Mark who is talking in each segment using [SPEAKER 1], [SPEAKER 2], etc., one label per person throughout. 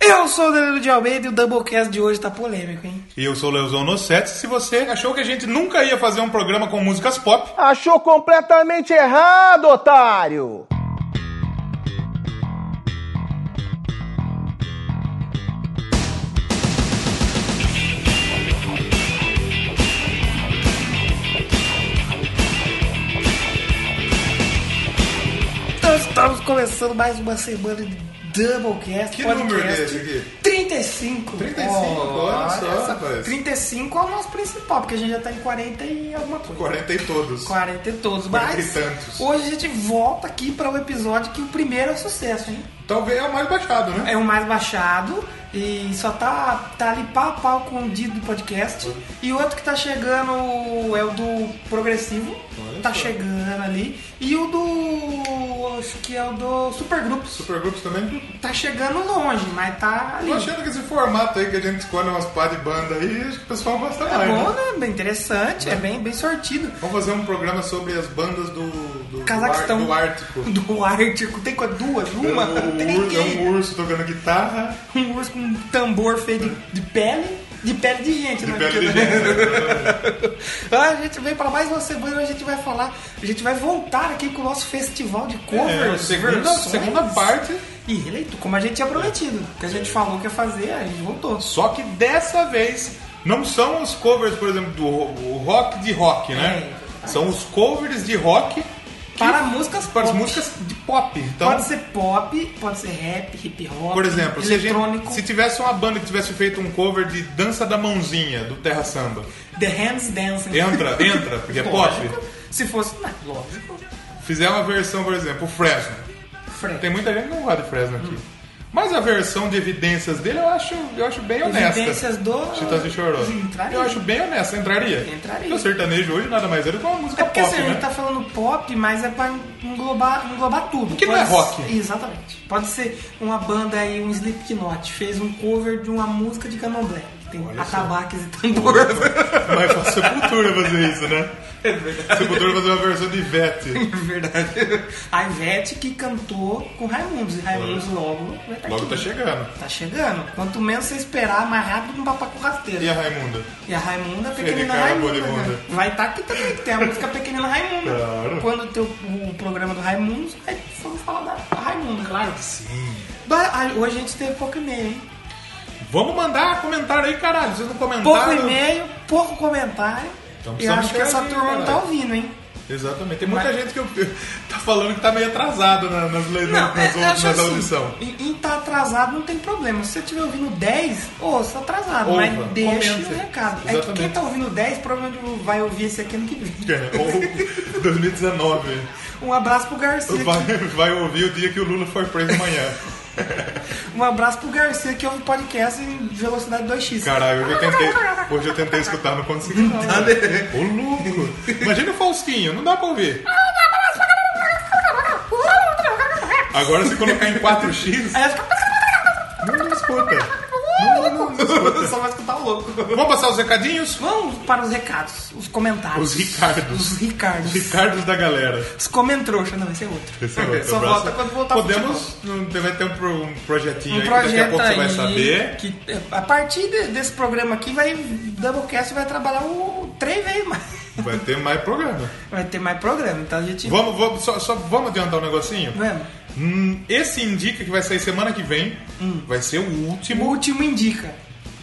[SPEAKER 1] Eu sou o Danilo de Almeida e o Doublecast de hoje tá polêmico, hein?
[SPEAKER 2] E eu sou o Leozão Nossetti. Se você achou que a gente nunca ia fazer um programa com músicas pop,
[SPEAKER 3] Achou completamente errado, otário!
[SPEAKER 1] Então estamos começando mais uma semana de Doublecast.
[SPEAKER 2] Que
[SPEAKER 1] podcast
[SPEAKER 2] número é esse aqui?
[SPEAKER 1] 35.
[SPEAKER 2] 35, olha só, rapaz.
[SPEAKER 1] 35 é o nosso principal, porque a gente já tá em 40 e alguma coisa.
[SPEAKER 2] 40 e todos.
[SPEAKER 1] 40 e todos,
[SPEAKER 2] 40 e
[SPEAKER 1] mas
[SPEAKER 2] tantos.
[SPEAKER 1] hoje a gente volta aqui para o episódio que o primeiro é sucesso, hein?
[SPEAKER 2] Talvez é o mais baixado, né?
[SPEAKER 1] É o mais baixado e só tá, tá ali pau a pau com o Dido do podcast. E o outro que tá chegando é o do Progressivo,
[SPEAKER 2] Olha
[SPEAKER 1] tá
[SPEAKER 2] só.
[SPEAKER 1] chegando ali. E o do. acho que é o do Supergrupos.
[SPEAKER 2] Supergrupos também.
[SPEAKER 1] Tá chegando longe, mas tá ali.
[SPEAKER 2] Tô achando que esse formato aí que a gente escolhe umas pá de banda aí, acho que o pessoal gosta
[SPEAKER 1] É
[SPEAKER 2] mais,
[SPEAKER 1] bom,
[SPEAKER 2] né?
[SPEAKER 1] né? Bem interessante, é bem, bem sortido.
[SPEAKER 2] Vamos fazer um programa sobre as bandas do... do
[SPEAKER 1] Cazaquistão.
[SPEAKER 2] Do Ártico.
[SPEAKER 1] Do Ártico. Tem quanto? duas? Uma?
[SPEAKER 2] É
[SPEAKER 1] Não
[SPEAKER 2] um,
[SPEAKER 1] tem
[SPEAKER 2] ur- é
[SPEAKER 1] ninguém.
[SPEAKER 2] um urso tocando guitarra
[SPEAKER 1] um urso com um tambor feito de, de pele, de pele de gente,
[SPEAKER 2] de
[SPEAKER 1] né?
[SPEAKER 2] pele de
[SPEAKER 1] Porque-
[SPEAKER 2] gente.
[SPEAKER 1] Ah, a gente veio para mais uma semana, a gente vai falar, a gente vai voltar aqui com o nosso festival de
[SPEAKER 2] É,
[SPEAKER 1] covers,
[SPEAKER 2] segunda,
[SPEAKER 1] versões
[SPEAKER 2] segunda parte.
[SPEAKER 1] E releitura, como a gente tinha prometido, porque a gente falou que ia fazer, a gente voltou.
[SPEAKER 2] Só que dessa vez não são os covers, por exemplo, do ro- o rock de rock, né?
[SPEAKER 1] É.
[SPEAKER 2] São os covers de rock
[SPEAKER 1] Para músicas
[SPEAKER 2] para as
[SPEAKER 1] pop.
[SPEAKER 2] músicas de pop. Então,
[SPEAKER 1] pode ser pop, pode ser rap, hip hop,
[SPEAKER 2] por exemplo, se, a gente-
[SPEAKER 1] eletrônico,
[SPEAKER 2] se tivesse uma banda que tivesse feito um cover de Dança da Mãozinha, do Terra Samba,
[SPEAKER 1] The Hands Dancing.
[SPEAKER 2] entra, entra, porque é pop.
[SPEAKER 1] Lógico. Se fosse, não, lógico.
[SPEAKER 2] Fizer uma versão, por exemplo, o Fresno.
[SPEAKER 1] Fred.
[SPEAKER 2] Tem muita gente que não gosta de Fresno aqui.
[SPEAKER 1] Hum.
[SPEAKER 2] Mas a versão de evidências dele eu acho, eu acho bem honesta.
[SPEAKER 1] Evidências do-
[SPEAKER 2] Chitãozinho e Chororó.
[SPEAKER 1] Entraria.
[SPEAKER 2] Eu acho bem honesta, entraria.
[SPEAKER 1] Entraria.
[SPEAKER 2] Porque O sertanejo hoje nada mais é do que uma música
[SPEAKER 1] É porque
[SPEAKER 2] pop,
[SPEAKER 1] assim, a
[SPEAKER 2] né?
[SPEAKER 1] gente tá falando pop, mas é pra englobar, englobar tudo.
[SPEAKER 2] Que não é rock.
[SPEAKER 1] Exatamente. Pode ser uma banda aí, um Slipknot, fez um cover de uma música de Candomblé. que Tem
[SPEAKER 2] Olha só.
[SPEAKER 1] atabaques e é tambores.
[SPEAKER 2] Mas pra Sepultura fazer isso, né? É verdade. Sepultura fazer uma versão de Ivete.
[SPEAKER 1] Verdade. A Ivete que cantou com Raimundos. E Raimundos logo vai tá
[SPEAKER 2] Logo
[SPEAKER 1] aqui.
[SPEAKER 2] tá chegando.
[SPEAKER 1] Tá chegando. Quanto menos você esperar, mais rápido não papai com rasteiro.
[SPEAKER 2] E a Raimunda?
[SPEAKER 1] E a Raimunda, a
[SPEAKER 2] Fede
[SPEAKER 1] pequenina
[SPEAKER 2] cara,
[SPEAKER 1] Raimunda.
[SPEAKER 2] Bolivunda.
[SPEAKER 1] né? Vai estar aqui também, que tem a música Pequenina Raimunda.
[SPEAKER 2] Claro.
[SPEAKER 1] Quando tem o, o programa do Raimundo, aí vamos falar da Raimunda. Claro que sim. hoje a gente teve pouco e-mail, hein?
[SPEAKER 2] Vamos mandar comentário aí, caralho. Vocês não comentaram?
[SPEAKER 1] Pouco e-mail, pouco comentário.
[SPEAKER 2] Então
[SPEAKER 1] eu
[SPEAKER 2] precisamos
[SPEAKER 1] acho que essa
[SPEAKER 2] interagir,
[SPEAKER 1] turma não tá
[SPEAKER 2] galera.
[SPEAKER 1] ouvindo, hein?
[SPEAKER 2] Exatamente. Tem muita gente que eu, tá falando que tá meio atrasado na- nas, le- nas,
[SPEAKER 1] é- eu
[SPEAKER 2] nas,
[SPEAKER 1] acho
[SPEAKER 2] nas
[SPEAKER 1] assim,
[SPEAKER 2] audição.
[SPEAKER 1] Em estar atrasado não tem problema. Se você estiver ouvindo 10, ô, você tá atrasado.
[SPEAKER 2] Ouva,
[SPEAKER 1] mas deixa
[SPEAKER 2] comenta.
[SPEAKER 1] o recado. É que
[SPEAKER 2] Exatamente.
[SPEAKER 1] quem tá ouvindo 10 provavelmente vai ouvir esse aqui ano que vem.
[SPEAKER 2] É, Ou 2019.
[SPEAKER 1] Um abraço pro Garcia. que
[SPEAKER 2] Vai, vai ouvir o dia que o Lula for preso amanhã.
[SPEAKER 1] Um abraço pro Garcia que ouve podcast em velocidade 2x.
[SPEAKER 2] Caralho, hoje eu tentei, hoje eu tentei escutar, não consegui. Não, né? Ô louco! Imagina o Faustinho, não dá pra ouvir. Agora se colocar em 4x,
[SPEAKER 1] Aí "Ah, ela fica.
[SPEAKER 2] não escuta.
[SPEAKER 1] Só vai escutar o louco.
[SPEAKER 2] Vamos passar os recadinhos?
[SPEAKER 1] Vamos para os recados, os comentários.
[SPEAKER 2] Os Ricardos.
[SPEAKER 1] Os Ricardos.
[SPEAKER 2] Os Ricardos da galera.
[SPEAKER 1] Os comentrouxa, não, esse é outro.
[SPEAKER 2] Esse é outro
[SPEAKER 1] Só
[SPEAKER 2] abraço.
[SPEAKER 1] volta quando voltar
[SPEAKER 2] Podemos, não, vai ter um, pro- um projetinho
[SPEAKER 1] Um
[SPEAKER 2] aí que daqui a
[SPEAKER 1] projeto
[SPEAKER 2] pouco
[SPEAKER 1] aí
[SPEAKER 2] você vai saber.
[SPEAKER 1] que a partir de- desse programa aqui vai Doublecast vai trabalhar o três vezes mais.
[SPEAKER 2] Vai ter mais programa.
[SPEAKER 1] Vai ter mais programa, então a gente
[SPEAKER 2] Vamos, vamos, só, só vamos adiantar um negocinho?
[SPEAKER 1] Vamos.
[SPEAKER 2] Hum, esse indica que vai sair semana que vem.
[SPEAKER 1] Hum.
[SPEAKER 2] Vai ser o
[SPEAKER 1] O
[SPEAKER 2] último.
[SPEAKER 1] último indica.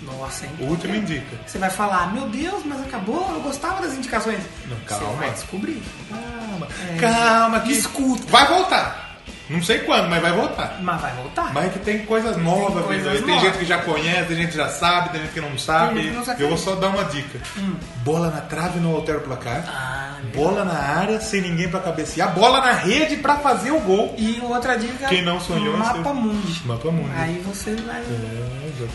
[SPEAKER 1] Nossa, hein?
[SPEAKER 2] O último indica.
[SPEAKER 1] Você vai falar, "Ah, meu Deus, mas acabou, eu gostava das indicações.
[SPEAKER 2] Não, calma.
[SPEAKER 1] Você vai descobrir.
[SPEAKER 2] Calma,
[SPEAKER 1] É.
[SPEAKER 2] calma que.
[SPEAKER 1] Escuta.
[SPEAKER 2] Vai voltar. Não sei quando, mas vai voltar.
[SPEAKER 1] Mas vai voltar.
[SPEAKER 2] Mas é que tem coisas novas,
[SPEAKER 1] coisas
[SPEAKER 2] tem, tem
[SPEAKER 1] novas.
[SPEAKER 2] gente que já conhece, tem gente que já sabe, tem gente que não sabe.
[SPEAKER 1] Tem gente que não sabe. Hum.
[SPEAKER 2] Eu vou só dar uma dica. Bola na trave não altera o placar.
[SPEAKER 1] Ah,
[SPEAKER 2] bola na área sem ninguém pra cabecear. Bola na rede pra fazer o gol.
[SPEAKER 1] E outra dica.
[SPEAKER 2] Quem não sonhou,
[SPEAKER 1] Mapa
[SPEAKER 2] você-
[SPEAKER 1] Mundi.
[SPEAKER 2] Mapa Mundi. É.
[SPEAKER 1] Aí você vai.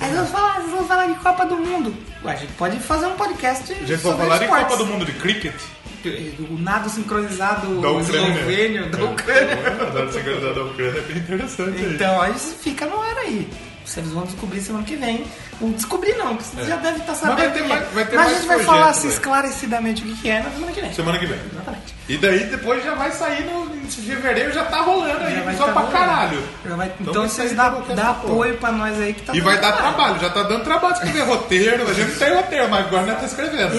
[SPEAKER 1] Aí vamos falar, vamos falar de Copa do Mundo. Ué, a gente pode fazer um podcast.
[SPEAKER 2] A gente vai falar de Copa do Mundo de cricket.
[SPEAKER 1] Mundo. Do nado sincronizado
[SPEAKER 2] Da Ucrânia.
[SPEAKER 1] eslovênio um da
[SPEAKER 2] um É.
[SPEAKER 1] Ucrânia.
[SPEAKER 2] A data de sincronizada da Ucrânia é bem interessante aí.
[SPEAKER 1] Então, aí isso fica no ar aí. Vocês vão descobrir semana que vem. Não descobrir não, que vocês já devem estar sabendo.
[SPEAKER 2] É. vai ter
[SPEAKER 1] o que
[SPEAKER 2] mais-
[SPEAKER 1] é.
[SPEAKER 2] vai ter
[SPEAKER 1] Mas a
[SPEAKER 2] mais
[SPEAKER 1] gente vai
[SPEAKER 2] projeto, né?
[SPEAKER 1] falar assim,
[SPEAKER 2] velho.
[SPEAKER 1] esclarecidamente o que que é na semana que vem.
[SPEAKER 2] Semana que vem.
[SPEAKER 1] Exatamente.
[SPEAKER 2] E daí depois já vai sair no, de fevereiro já tá rolando aí,
[SPEAKER 1] Já vai
[SPEAKER 2] só
[SPEAKER 1] tá
[SPEAKER 2] pra
[SPEAKER 1] rolando.
[SPEAKER 2] caralho.
[SPEAKER 1] Já vai- Então,
[SPEAKER 2] vai
[SPEAKER 1] vocês
[SPEAKER 2] sair
[SPEAKER 1] dá,
[SPEAKER 2] provocando
[SPEAKER 1] dá
[SPEAKER 2] essa porra.
[SPEAKER 1] apoio pra nós aí que tá
[SPEAKER 2] E vai
[SPEAKER 1] dando
[SPEAKER 2] dar trabalho, já tá dando trabalho de escrever roteiro, a gente não tem roteiro, mas agora nós tá escrevendo.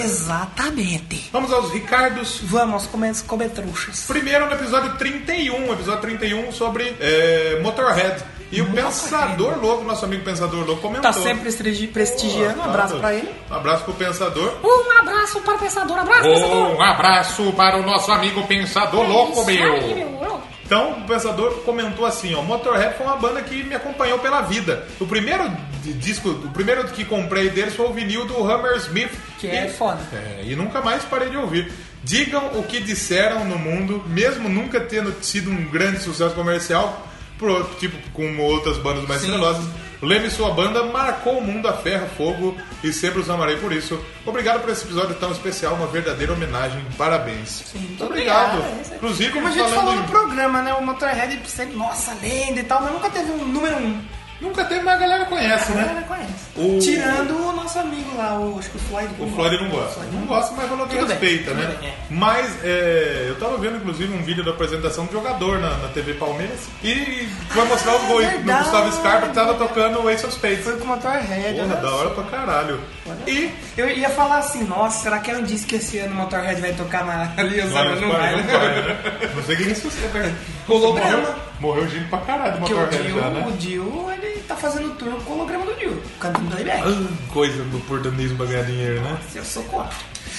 [SPEAKER 1] Exatamente.
[SPEAKER 2] Vamos aos Ricardos.
[SPEAKER 1] Vamos, comer, comer trouxas.
[SPEAKER 2] Primeiro no episódio 31, episódio 31 sobre é, Motorhead. E o Pensador Louco, nosso amigo Pensador Louco, comentou.
[SPEAKER 1] Tá sempre prestigi- prestigiando. Um abraço pra ele.
[SPEAKER 2] Um abraço pro Pensador.
[SPEAKER 1] Um abraço para o pensador. Abraço, pensador. É
[SPEAKER 2] Um abraço para o nosso amigo Pensador Louco,
[SPEAKER 1] Aí,
[SPEAKER 2] meu.
[SPEAKER 1] meu, eu-
[SPEAKER 2] Então, o Pensador comentou assim, ó, Motorhead foi uma banda que me acompanhou pela vida. O primeiro d- disco, o primeiro que comprei deles foi o vinil do Hammersmith.
[SPEAKER 1] Que é
[SPEAKER 2] E-
[SPEAKER 1] foda.
[SPEAKER 2] É, e nunca mais parei de ouvir. Digam o que disseram no mundo, mesmo nunca tendo tido um grande sucesso comercial, pro- tipo como outras bandas mais
[SPEAKER 1] Sim.
[SPEAKER 2] estrelosas, Leme e sua banda marcou o mundo a ferro, fogo e sempre os amarei por isso. Obrigado por esse episódio tão especial, uma verdadeira homenagem. Parabéns. Muito obrigado.
[SPEAKER 1] obrigado. Esse-
[SPEAKER 2] Inclusive,
[SPEAKER 1] Como é a gente falou no programa, né? O Motorhead sempre, nossa, lenda e tal, mas nunca teve um número um.
[SPEAKER 2] Nunca teve, mas a galera conhece,
[SPEAKER 1] A
[SPEAKER 2] né?
[SPEAKER 1] galera conhece.
[SPEAKER 2] O-
[SPEAKER 1] Tirando o nosso amigo lá, o, acho que o Floyd.
[SPEAKER 2] O Floyd não gosta. Não gosta, mas falou que
[SPEAKER 1] Tudo bem,
[SPEAKER 2] respeita,
[SPEAKER 1] tudo
[SPEAKER 2] né?
[SPEAKER 1] bem, é.
[SPEAKER 2] Mas é, eu tava vendo, inclusive, um vídeo da apresentação de jogador na, na TV Palmeiras e vai mostrar os
[SPEAKER 1] Ah,
[SPEAKER 2] gols do
[SPEAKER 1] verdade.
[SPEAKER 2] Gustavo Scarpa que tava tocando o Ace of Spades.
[SPEAKER 1] Foi com o Motorhead.
[SPEAKER 2] Porra,
[SPEAKER 1] olha
[SPEAKER 2] da
[SPEAKER 1] só.
[SPEAKER 2] hora pra caralho. E
[SPEAKER 1] Eu ia falar assim, nossa, será que é um dia que esse ano o Motorhead vai tocar na ali? Eu
[SPEAKER 2] Lá
[SPEAKER 1] sabe,
[SPEAKER 2] nos
[SPEAKER 1] não
[SPEAKER 2] bares
[SPEAKER 1] vai,
[SPEAKER 2] não
[SPEAKER 1] né?
[SPEAKER 2] vai, né? Não sei quem ressuscita. mas-
[SPEAKER 1] Holograma.
[SPEAKER 2] Morreu- Morreu gente pra caralho do
[SPEAKER 1] Porque o
[SPEAKER 2] Motorhead
[SPEAKER 1] Dio,
[SPEAKER 2] já, né?
[SPEAKER 1] o Dio, ele tá fazendo tour com o holograma do Dio, cantando playback.
[SPEAKER 2] Ah, Coisa do oportunismo pra ganhar dinheiro, né?
[SPEAKER 1] Eu sou contra.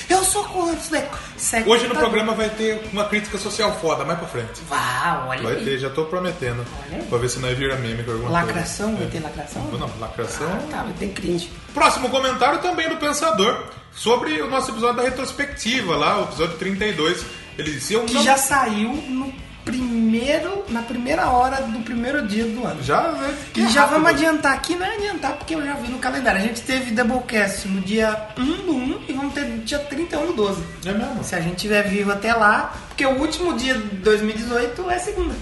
[SPEAKER 1] Eu sou contra isso daí. Segue
[SPEAKER 2] Hoje no
[SPEAKER 1] tá-
[SPEAKER 2] programa vai ter uma crítica social foda, mais pra frente.
[SPEAKER 1] Vá, olha
[SPEAKER 2] Vai
[SPEAKER 1] aí.
[SPEAKER 2] ter, já tô prometendo.
[SPEAKER 1] Olha aí.
[SPEAKER 2] Pra ver se não é vira meme com alguma
[SPEAKER 1] Lacração, vai
[SPEAKER 2] coisa.
[SPEAKER 1] ter lacração?
[SPEAKER 2] É. Não, lacração.
[SPEAKER 1] Ah, tá, vai ter crítica.
[SPEAKER 2] Próximo comentário também do Pensador sobre o nosso episódio da retrospectiva, lá, o episódio 32. Ele disse: Eu
[SPEAKER 1] Que
[SPEAKER 2] não.
[SPEAKER 1] já saiu no primeiro, na primeira hora do primeiro dia do ano.
[SPEAKER 2] Já, né? Que
[SPEAKER 1] E já
[SPEAKER 2] rápido.
[SPEAKER 1] vamos adiantar aqui, não é adiantar porque eu já vi no calendário. A gente teve Doublecast no dia 1 do 1 e vamos ter no dia 31 do 12.
[SPEAKER 2] É mesmo,
[SPEAKER 1] Se a gente estiver vivo até lá, porque o último dia de 2018 é segunda.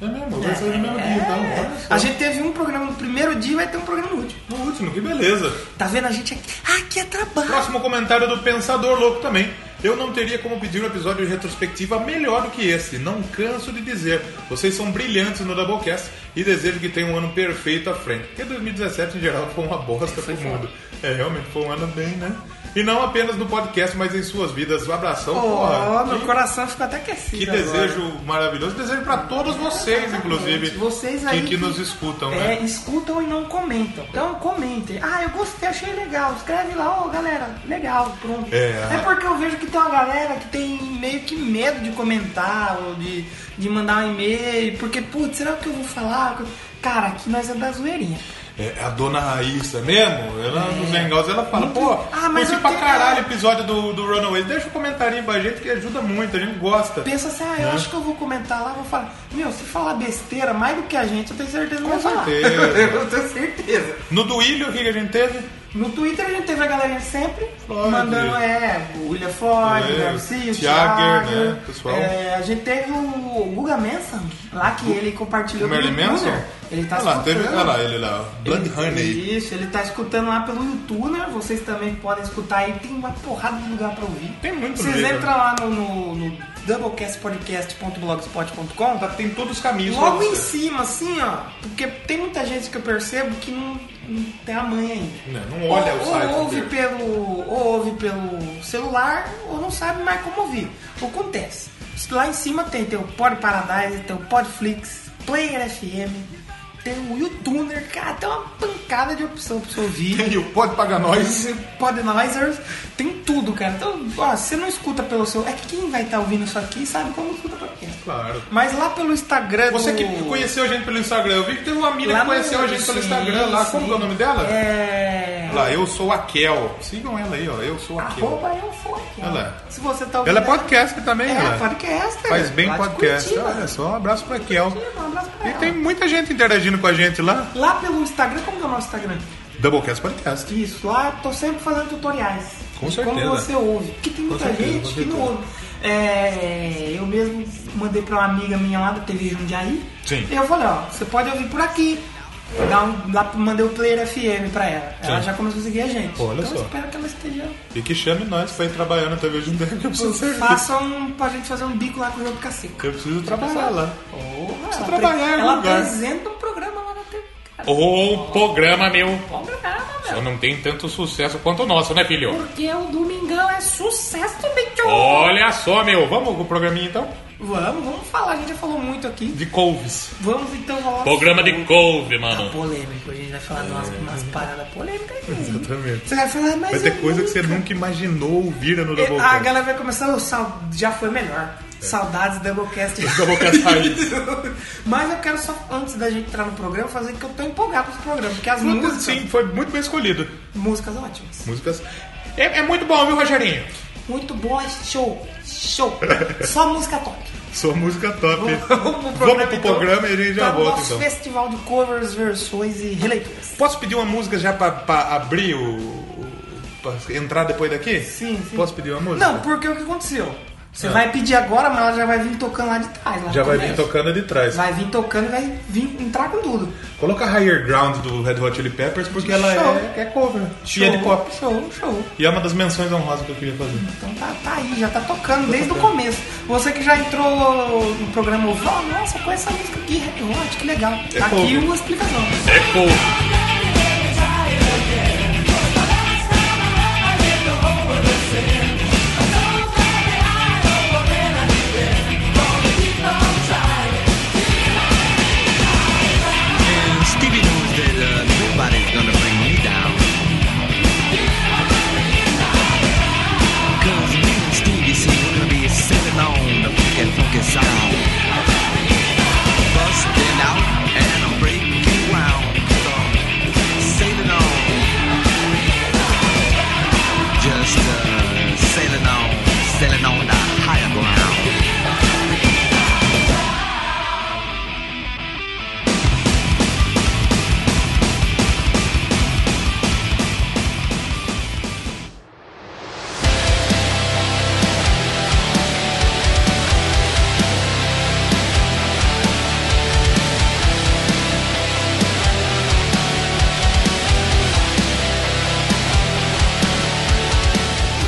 [SPEAKER 1] É.
[SPEAKER 2] é mesmo. Vai sair no mesmo dia, então. Olha só.
[SPEAKER 1] A gente teve um programa no primeiro dia e vai ter um programa no último.
[SPEAKER 2] No último, que beleza.
[SPEAKER 1] Tá vendo a gente aqui? Aqui é trabalho.
[SPEAKER 2] Próximo comentário do Pensador Louco também. Eu não teria como pedir um episódio de retrospectiva melhor do que esse. Não canso de dizer. Vocês são brilhantes no Doublecast e desejo que tenham um ano perfeito à frente. Porque 2017 em geral foi uma bosta pro mundo. É, realmente foi um ano bem, né? E não apenas no podcast, mas em suas vidas. Um abração,
[SPEAKER 1] Oh,
[SPEAKER 2] porra.
[SPEAKER 1] meu
[SPEAKER 2] Que-
[SPEAKER 1] coração ficou até aquecido.
[SPEAKER 2] que
[SPEAKER 1] agora.
[SPEAKER 2] desejo maravilhoso. Desejo pra todos vocês, inclusive.
[SPEAKER 1] Vocês
[SPEAKER 2] que-
[SPEAKER 1] aí
[SPEAKER 2] que,
[SPEAKER 1] que-
[SPEAKER 2] nos escutam,
[SPEAKER 1] É,
[SPEAKER 2] né?
[SPEAKER 1] escutam e não comentam. Então comentem. Ah, eu gostei, achei legal. Escreve lá, ô galera, legal, pronto.
[SPEAKER 2] É.
[SPEAKER 1] porque eu vejo que tem uma galera que tem meio que medo de comentar ou de, de mandar um e-mail, porque, putz, será que eu vou falar? Cara, aqui nós é da zoeirinha.
[SPEAKER 2] É, a dona Raíssa mesmo, ela nos Lengaus, ela fala,
[SPEAKER 1] É. Muito-
[SPEAKER 2] pô,
[SPEAKER 1] Ah, mas
[SPEAKER 2] curti
[SPEAKER 1] eu
[SPEAKER 2] pra
[SPEAKER 1] tenho-
[SPEAKER 2] caralho o episódio do, do Runaways, deixa um comentarinho pra gente que ajuda muito, a gente gosta.
[SPEAKER 1] Pensa assim, ah, eu
[SPEAKER 2] Né?
[SPEAKER 1] acho que eu vou comentar lá, vou falar. Meu, se falar besteira mais do que a gente, eu tenho certeza que vai
[SPEAKER 2] Com
[SPEAKER 1] falar.
[SPEAKER 2] certeza.
[SPEAKER 1] eu tenho certeza.
[SPEAKER 2] No Duílio, o que que a gente teve?
[SPEAKER 1] No Twitter a gente teve a galerinha sempre
[SPEAKER 2] Floyd. né?
[SPEAKER 1] mandando, é, o William Floyd,
[SPEAKER 2] É,
[SPEAKER 1] o Garcia, o
[SPEAKER 2] Tiager,
[SPEAKER 1] Thiager,
[SPEAKER 2] né, pessoal.
[SPEAKER 1] É, a gente teve o Guga Manson, lá que ele compartilhou
[SPEAKER 2] O Merlin
[SPEAKER 1] no Twitter.
[SPEAKER 2] Manson?
[SPEAKER 1] Ele tá
[SPEAKER 2] é, olha lá, teve,
[SPEAKER 1] escutando.
[SPEAKER 2] olha lá, ele lá, ó, Blood
[SPEAKER 1] Ele-
[SPEAKER 2] Honey.
[SPEAKER 1] Isso, ele tá escutando lá pelo YouTube, né? Vocês também podem escutar aí, tem uma porrada de lugar pra ouvir.
[SPEAKER 2] Tem muito
[SPEAKER 1] Vocês
[SPEAKER 2] mesmo.
[SPEAKER 1] entram lá no, no, no doublecastpodcast.blogspot.com,
[SPEAKER 2] Tá, Tem todos os caminhos. pra
[SPEAKER 1] Logo em
[SPEAKER 2] você.
[SPEAKER 1] cima, assim, ó, porque tem muita gente que eu percebo que não, não tem a mãe ainda.
[SPEAKER 2] Né, Não, não olha
[SPEAKER 1] ou,
[SPEAKER 2] o
[SPEAKER 1] ou
[SPEAKER 2] site
[SPEAKER 1] ouve
[SPEAKER 2] inteiro.
[SPEAKER 1] pelo Ou ouve pelo celular, ou não sabe mais como ouvir. O que acontece? Lá em cima tem, tem o Pod Paradise, tem o Podflix, Player FM, tem o YouTuner, cara, tem uma pancada de opção pra você ouvir.
[SPEAKER 2] Tem o Pode Pagar Nós.
[SPEAKER 1] Podnoisers, tem tudo, cara. Então, ó, você não escuta pelo seu. É que quem vai estar ouvindo isso aqui sabe como escuta podcast.
[SPEAKER 2] Claro.
[SPEAKER 1] Mas lá pelo Instagram. É do-
[SPEAKER 2] Você que conheceu a gente pelo Instagram, eu vi que teve uma mina
[SPEAKER 1] Lá
[SPEAKER 2] que conheceu
[SPEAKER 1] no-
[SPEAKER 2] a gente pelo
[SPEAKER 1] sim,
[SPEAKER 2] Instagram lá, como
[SPEAKER 1] sim.
[SPEAKER 2] que é o nome dela?
[SPEAKER 1] É.
[SPEAKER 2] Olha Lá, eu sou a Kel. Sigam ela aí, ó, eu sou a Kel.
[SPEAKER 1] Arroba eu fui aqui. ó.
[SPEAKER 2] Olha lá.
[SPEAKER 1] Se você tá ouvindo.
[SPEAKER 2] Ela é podcast também,
[SPEAKER 1] É,
[SPEAKER 2] né?
[SPEAKER 1] podcast.
[SPEAKER 2] Faz bem
[SPEAKER 1] lá de
[SPEAKER 2] podcast.
[SPEAKER 1] Curitiba.
[SPEAKER 2] Olha só, um abraço pra Kel.
[SPEAKER 1] Curitiba, um abraço pra
[SPEAKER 2] E
[SPEAKER 1] ela.
[SPEAKER 2] tem muita gente interagindo com a gente lá.
[SPEAKER 1] Lá pelo Instagram, como que é o nosso Instagram?
[SPEAKER 2] Doublecast Podcast.
[SPEAKER 1] Isso, lá eu tô sempre fazendo tutoriais.
[SPEAKER 2] Com
[SPEAKER 1] de
[SPEAKER 2] certeza.
[SPEAKER 1] Como você ouve. Porque tem muita
[SPEAKER 2] certeza, com
[SPEAKER 1] gente que não
[SPEAKER 2] certeza.
[SPEAKER 1] ouve. É, eu mesmo mandei pra uma amiga minha lá da TV Jundiaí.
[SPEAKER 2] Sim.
[SPEAKER 1] E eu falei, ó, você pode ouvir por aqui. Dá um- lá, mandei o Player FM pra ela. Ela
[SPEAKER 2] Sim.
[SPEAKER 1] já começou a seguir a gente.
[SPEAKER 2] Olha
[SPEAKER 1] então
[SPEAKER 2] só.
[SPEAKER 1] eu espero que ela esteja.
[SPEAKER 2] E que chame nós pra ir trabalhando talvez um dia que eu preciso servir.
[SPEAKER 1] Faça um pra gente fazer um bico lá com o João Picacica.
[SPEAKER 2] Eu preciso trabalhar lá.
[SPEAKER 1] Porra,
[SPEAKER 2] Precisa
[SPEAKER 1] ela
[SPEAKER 2] trabalhar né? em
[SPEAKER 1] apre-
[SPEAKER 2] algum
[SPEAKER 1] ela
[SPEAKER 2] lugar.
[SPEAKER 1] apresenta um programa lá na TV. cara.
[SPEAKER 4] O programa meu
[SPEAKER 1] Um programa, meu.
[SPEAKER 4] só não tem tanto sucesso quanto o nosso, né, filho?
[SPEAKER 1] Porque o Domingão é sucesso também, tio.
[SPEAKER 4] Olha só, meu. Vamos pro programinha então?
[SPEAKER 1] Vamos, vamos falar, a gente já falou muito aqui.
[SPEAKER 2] De couves.
[SPEAKER 1] Vamos então falar.
[SPEAKER 4] Programa de couve,
[SPEAKER 1] Tá
[SPEAKER 4] mano.
[SPEAKER 1] polêmico, a gente vai falar de umas, umas paradas polêmicas. aí.
[SPEAKER 2] Exatamente.
[SPEAKER 1] Você vai falar, mas.
[SPEAKER 2] É. Vai ter
[SPEAKER 1] eu
[SPEAKER 2] coisa que
[SPEAKER 1] nunca-
[SPEAKER 2] você nunca imaginou ouvir no
[SPEAKER 1] E ah, A
[SPEAKER 2] Doublecast.
[SPEAKER 1] galera vai começar, o sal... já foi melhor. Saudades do Doublecast.
[SPEAKER 2] É. Doublecast Raiz.
[SPEAKER 1] Mas eu quero só, antes da gente entrar no programa, fazer que eu tô empolgado com esse programa, porque as músicas.
[SPEAKER 2] Sim, foi muito bem escolhido.
[SPEAKER 1] Músicas ótimas.
[SPEAKER 2] Músicas.
[SPEAKER 4] É, é muito bom, viu, Rogerinho?
[SPEAKER 1] Muito bom, é show. Show. Só música top.
[SPEAKER 2] Sua música top.
[SPEAKER 1] Vamos
[SPEAKER 2] Vamos pro
[SPEAKER 1] então.
[SPEAKER 2] programa e a gente já
[SPEAKER 1] Pra o
[SPEAKER 2] volta
[SPEAKER 1] nosso
[SPEAKER 2] então.
[SPEAKER 1] festival de covers, versões e releituras.
[SPEAKER 2] Posso pedir uma música já pra, pra abrir o. o- pra entrar depois daqui?
[SPEAKER 1] Sim, sim.
[SPEAKER 2] Posso pedir uma música?
[SPEAKER 1] Não, porque o que aconteceu? Você
[SPEAKER 2] Tá. Ah.
[SPEAKER 1] vai pedir agora, mas ela já vai vir tocando lá de trás. Lá
[SPEAKER 2] Já
[SPEAKER 1] no
[SPEAKER 2] vai vir
[SPEAKER 1] começo.
[SPEAKER 2] tocando de trás.
[SPEAKER 1] Vai vir tocando e vai vir entrar com tudo.
[SPEAKER 2] Coloca Higher Ground do Red Hot Chili Peppers porque ela
[SPEAKER 1] Show.
[SPEAKER 2] é, é cover.
[SPEAKER 1] Show,
[SPEAKER 2] E é de pop.
[SPEAKER 1] Show, show.
[SPEAKER 2] E é uma das menções honrosas que eu queria fazer.
[SPEAKER 1] Então tá, tá aí, já tá tocando desde o começo. Você que já entrou no programa ouviu, "Oh, nossa, conhece essa música aqui, Red Hot, que legal. tá aqui
[SPEAKER 2] É cover.
[SPEAKER 1] uma explicação.
[SPEAKER 4] É couve.
[SPEAKER 5] And Stevie knows that uh, nobody's gonna bring me down. Cause me and Stevie see we're gonna be sitting on the fucking funky sound. Busting out and I'm breaking ground. Cause I'm sailing on. Just uh, sailing on, sailing on the higher ground.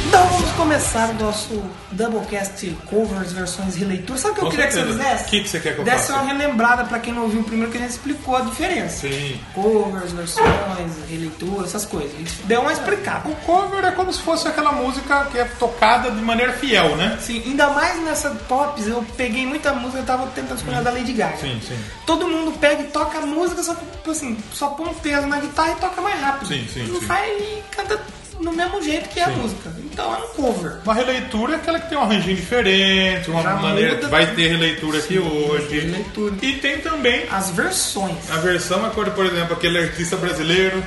[SPEAKER 1] Então vamos começar o nosso Doublecast Covers, versões releituras. Sabe o que eu
[SPEAKER 2] Com
[SPEAKER 1] queria que
[SPEAKER 2] certeza.
[SPEAKER 1] vocês dessem?
[SPEAKER 2] O que que você quer que eu
[SPEAKER 1] Desse
[SPEAKER 2] faça?
[SPEAKER 1] uma relembrada pra quem não ouviu o primeiro, que a gente explicou a diferença.
[SPEAKER 2] Sim.
[SPEAKER 1] Covers, versões, releituras, essas coisas. A gente deu uma explicada.
[SPEAKER 2] O cover é como se fosse aquela música que é tocada de maneira fiel, né?
[SPEAKER 1] Sim, ainda mais nessa pops, eu peguei muita música, eu tava tentando escolher a da Lady Gaga.
[SPEAKER 2] Sim, sim.
[SPEAKER 1] Todo mundo pega e toca a música, só que, tipo assim, só põe um peso na guitarra e toca mais rápido.
[SPEAKER 2] Sim, sim,
[SPEAKER 1] Não
[SPEAKER 2] sim.
[SPEAKER 1] faz e canta no mesmo jeito que é a música. Então é um cover.
[SPEAKER 2] Uma releitura é aquela que tem um arranjinho diferente, uma
[SPEAKER 1] Já
[SPEAKER 2] maneira.
[SPEAKER 1] muda.
[SPEAKER 2] Vai ter releitura aqui hoje.
[SPEAKER 1] releitura.
[SPEAKER 2] E tem também
[SPEAKER 1] As versões.
[SPEAKER 2] a versão, é quando, por exemplo, aquele artista brasileiro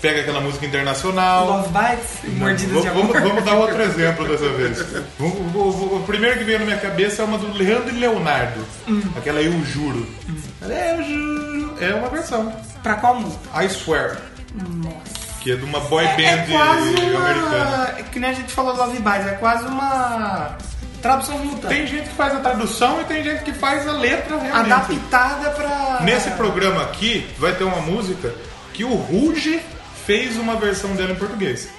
[SPEAKER 2] pega aquela música internacional.
[SPEAKER 1] Love Bites e Mordidas
[SPEAKER 2] Vamos,
[SPEAKER 1] um de Amor.
[SPEAKER 2] vamos- vamos dar outro exemplo dessa vez. Vou- vou- vou- O primeiro que veio na minha cabeça é uma do Leandro e Leonardo.
[SPEAKER 1] Hum.
[SPEAKER 2] Aquela Eu Juro. Eu Juro. É uma versão.
[SPEAKER 1] Pra qual música?
[SPEAKER 2] I Swear. Que é de uma boy
[SPEAKER 1] É, é
[SPEAKER 2] band
[SPEAKER 1] quase
[SPEAKER 2] americana.
[SPEAKER 1] uma... é Que nem a gente falou Love Bites, é quase uma tradução
[SPEAKER 2] Tem
[SPEAKER 1] simultânea.
[SPEAKER 2] gente que faz a tradução e tem gente que faz a letra realmente.
[SPEAKER 1] Adaptada pra...
[SPEAKER 2] Nesse programa aqui vai ter uma música que o Ruge fez uma versão dela em português.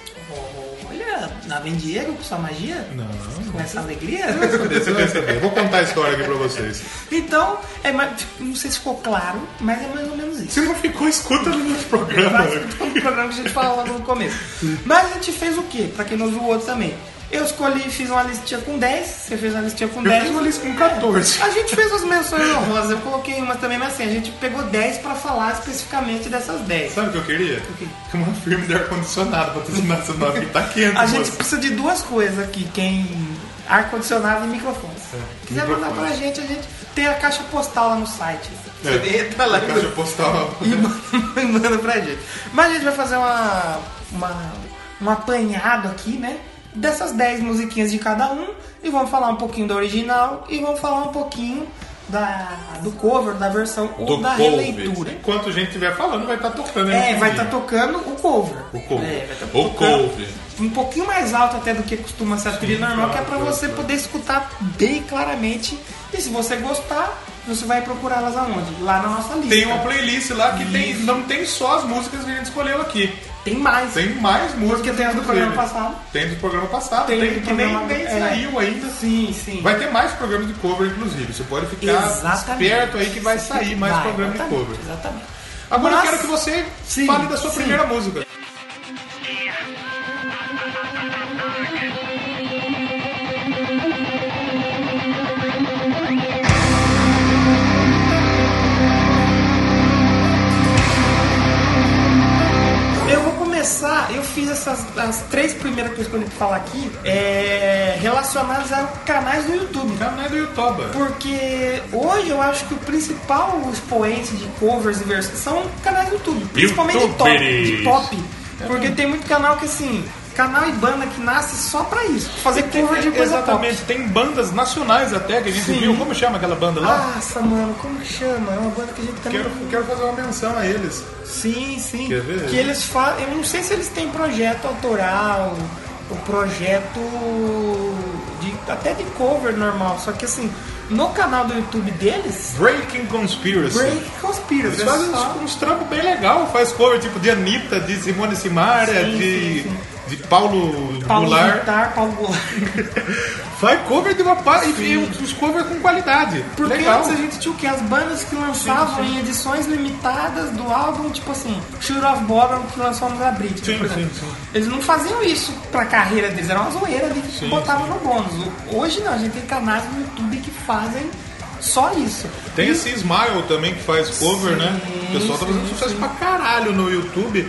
[SPEAKER 1] Olha, lá vem Diego com sua magia?
[SPEAKER 2] Não.
[SPEAKER 1] Com essa alegria?
[SPEAKER 2] Você vai saber. Vou contar a história aqui pra vocês.
[SPEAKER 1] Então, é mais, não sei se ficou claro, mas é mais ou menos isso.
[SPEAKER 2] Se não ficou, escuta no nosso programa.
[SPEAKER 1] Mas então, o programa que a gente falou logo no começo. Mas a gente fez o quê? Pra quem não viu o outro também. Eu escolhi, fiz uma listinha com 10, você fez uma listinha com
[SPEAKER 2] Eu
[SPEAKER 1] 10.
[SPEAKER 2] fiz uma lista com 14.
[SPEAKER 1] A gente fez as menções honrosas, eu coloquei umas também, mas assim, a gente pegou 10 pra falar especificamente dessas 10.
[SPEAKER 2] Sabe o que eu queria? Que Uma firma de ar-condicionado pra terminar essa nova que tá quente.
[SPEAKER 1] A gente
[SPEAKER 2] moço.
[SPEAKER 1] precisa de duas coisas aqui, quem ar-condicionado e microfones. Se quiser mandar
[SPEAKER 2] microfone.
[SPEAKER 1] pra gente, a gente tem a caixa postal lá no site.
[SPEAKER 2] É.
[SPEAKER 1] Você entra lá
[SPEAKER 2] A caixa postal.
[SPEAKER 1] e manda- e manda pra gente. Mas a gente vai fazer uma, uma, um apanhado aqui, né? Dessas 10 musiquinhas de cada um. E vamos falar um pouquinho da original. E vamos falar um pouquinho da, do cover, da versão ou da
[SPEAKER 2] cover.
[SPEAKER 1] releitura.
[SPEAKER 2] Enquanto a gente estiver falando, vai estar tocando. né?
[SPEAKER 1] É, vai estar tocando o cover.
[SPEAKER 2] O cover.
[SPEAKER 1] É, vai tá
[SPEAKER 2] O
[SPEAKER 1] tocando
[SPEAKER 2] cover.
[SPEAKER 1] Um pouquinho mais alto até do que costuma ser a trilha normal, que é pra
[SPEAKER 2] claro,
[SPEAKER 1] você
[SPEAKER 2] claro.
[SPEAKER 1] poder escutar bem claramente. E se você gostar, você vai procurá-las aonde? Lá na nossa lista.
[SPEAKER 2] Tem uma playlist lá que tem, não tem só as músicas que a gente escolheu aqui.
[SPEAKER 1] Tem mais.
[SPEAKER 2] Tem mais músicas.
[SPEAKER 1] Porque tem as do
[SPEAKER 2] inclusive.
[SPEAKER 1] programa passado.
[SPEAKER 2] Tem do programa passado.
[SPEAKER 1] Tem
[SPEAKER 2] Tem,
[SPEAKER 1] do
[SPEAKER 2] que
[SPEAKER 1] programa-
[SPEAKER 2] nem, nem
[SPEAKER 1] é.
[SPEAKER 2] saiu ainda.
[SPEAKER 1] Sim, sim.
[SPEAKER 2] Vai ter mais programas de cover, inclusive. Você pode ficar
[SPEAKER 1] Exatamente.
[SPEAKER 2] esperto aí que vai sair mais
[SPEAKER 1] Vai,
[SPEAKER 2] programa de
[SPEAKER 1] exatamente,
[SPEAKER 2] cover.
[SPEAKER 1] Exatamente.
[SPEAKER 2] Agora
[SPEAKER 1] Mas-
[SPEAKER 2] eu quero que você
[SPEAKER 1] Sim,
[SPEAKER 2] fale da sua
[SPEAKER 1] sim.
[SPEAKER 2] primeira música.
[SPEAKER 1] Eu vou começar, eu fiz essas as três primeiras que eu escolhi pra falar aqui, é, relacionadas a canais do YouTube. tá?
[SPEAKER 2] Não, não é do Yotoba.
[SPEAKER 1] Porque hoje eu acho que o principal expoente de covers e versões são canais do YouTube, principalmente de top, de
[SPEAKER 4] Youtubers.
[SPEAKER 1] pop. Porque tem muito canal que assim, canal e banda que nasce só pra isso, fazer cover de coisa
[SPEAKER 2] Exatamente. Tem bandas nacionais até que a gente
[SPEAKER 1] Sim. Ah,
[SPEAKER 2] viu. Como chama aquela banda
[SPEAKER 1] pop.
[SPEAKER 2] lá?
[SPEAKER 1] Nossa, mano, como que chama? É uma banda que a gente também.
[SPEAKER 2] Quero, quero fazer uma menção a eles.
[SPEAKER 1] Sim, sim.
[SPEAKER 2] Quer ver?
[SPEAKER 1] Que eles fazem. Eu não sei se eles têm projeto autoral, o projeto de até de cover normal. Só que assim, no canal do YouTube deles,
[SPEAKER 2] Breaking Conspiracy.
[SPEAKER 1] Break Conspiracy.
[SPEAKER 2] Eles fazem uns, uns trampos bem legal, faz cover tipo de Anitta, de Simone Simaria,
[SPEAKER 1] Sim,
[SPEAKER 2] de,
[SPEAKER 1] sim,
[SPEAKER 2] de Paulo,
[SPEAKER 1] Paulo
[SPEAKER 2] Goulart.
[SPEAKER 1] Vittar, Paulo Goulart.
[SPEAKER 2] Faz cover de uma parte e uns covers com qualidade.
[SPEAKER 1] Porque
[SPEAKER 2] legal.
[SPEAKER 1] antes a gente tinha o que? As bandas que lançavam em edições limitadas do álbum, tipo assim, Shoot of Bottom que lançou no Brit.
[SPEAKER 2] Sim,
[SPEAKER 1] por
[SPEAKER 2] sim,
[SPEAKER 1] exemplo.
[SPEAKER 2] sim.
[SPEAKER 1] Eles não faziam isso pra carreira deles, era uma zoeira ali que botavam no bônus. Hoje não, a gente tem canais no YouTube que fazem só isso.
[SPEAKER 2] Tem assim, esse Smile também que faz cover, né? O pessoal tá fazendo sucesso pra caralho no YouTube.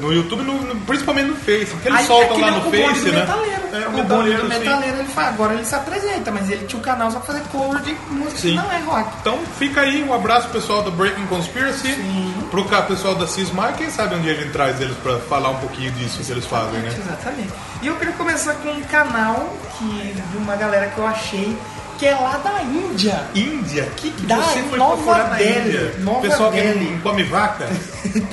[SPEAKER 2] No YouTube, no- no- principalmente no Face. Porque eles
[SPEAKER 1] Aí,
[SPEAKER 2] soltam
[SPEAKER 1] aquele
[SPEAKER 2] lá
[SPEAKER 1] é
[SPEAKER 2] no
[SPEAKER 1] o bonde
[SPEAKER 2] Face,
[SPEAKER 1] do
[SPEAKER 2] né?
[SPEAKER 1] Metaleiro.
[SPEAKER 2] É,
[SPEAKER 1] o bonde do
[SPEAKER 2] sim.
[SPEAKER 1] metaleiro, ele fala, agora ele se apresenta, mas ele tinha o canal só pra fazer cover de música que
[SPEAKER 2] Sim.
[SPEAKER 1] não é rock.
[SPEAKER 2] Então fica aí um abraço pro pessoal da Breaking Conspiracy, pro ca- pessoal da Cismar, quem sabe um dia a gente traz eles pra falar um pouquinho disso que eles fazem, né?
[SPEAKER 1] Exatamente. E eu queria começar com um canal que, de uma galera que eu achei, que é lá da Índia.
[SPEAKER 2] Índia? O que, que
[SPEAKER 1] Da
[SPEAKER 2] você foi
[SPEAKER 1] Nova
[SPEAKER 2] procurar na
[SPEAKER 1] Delhi.
[SPEAKER 2] Índia?
[SPEAKER 1] Nova
[SPEAKER 2] pessoal que
[SPEAKER 1] Delhi.
[SPEAKER 2] não come vaca?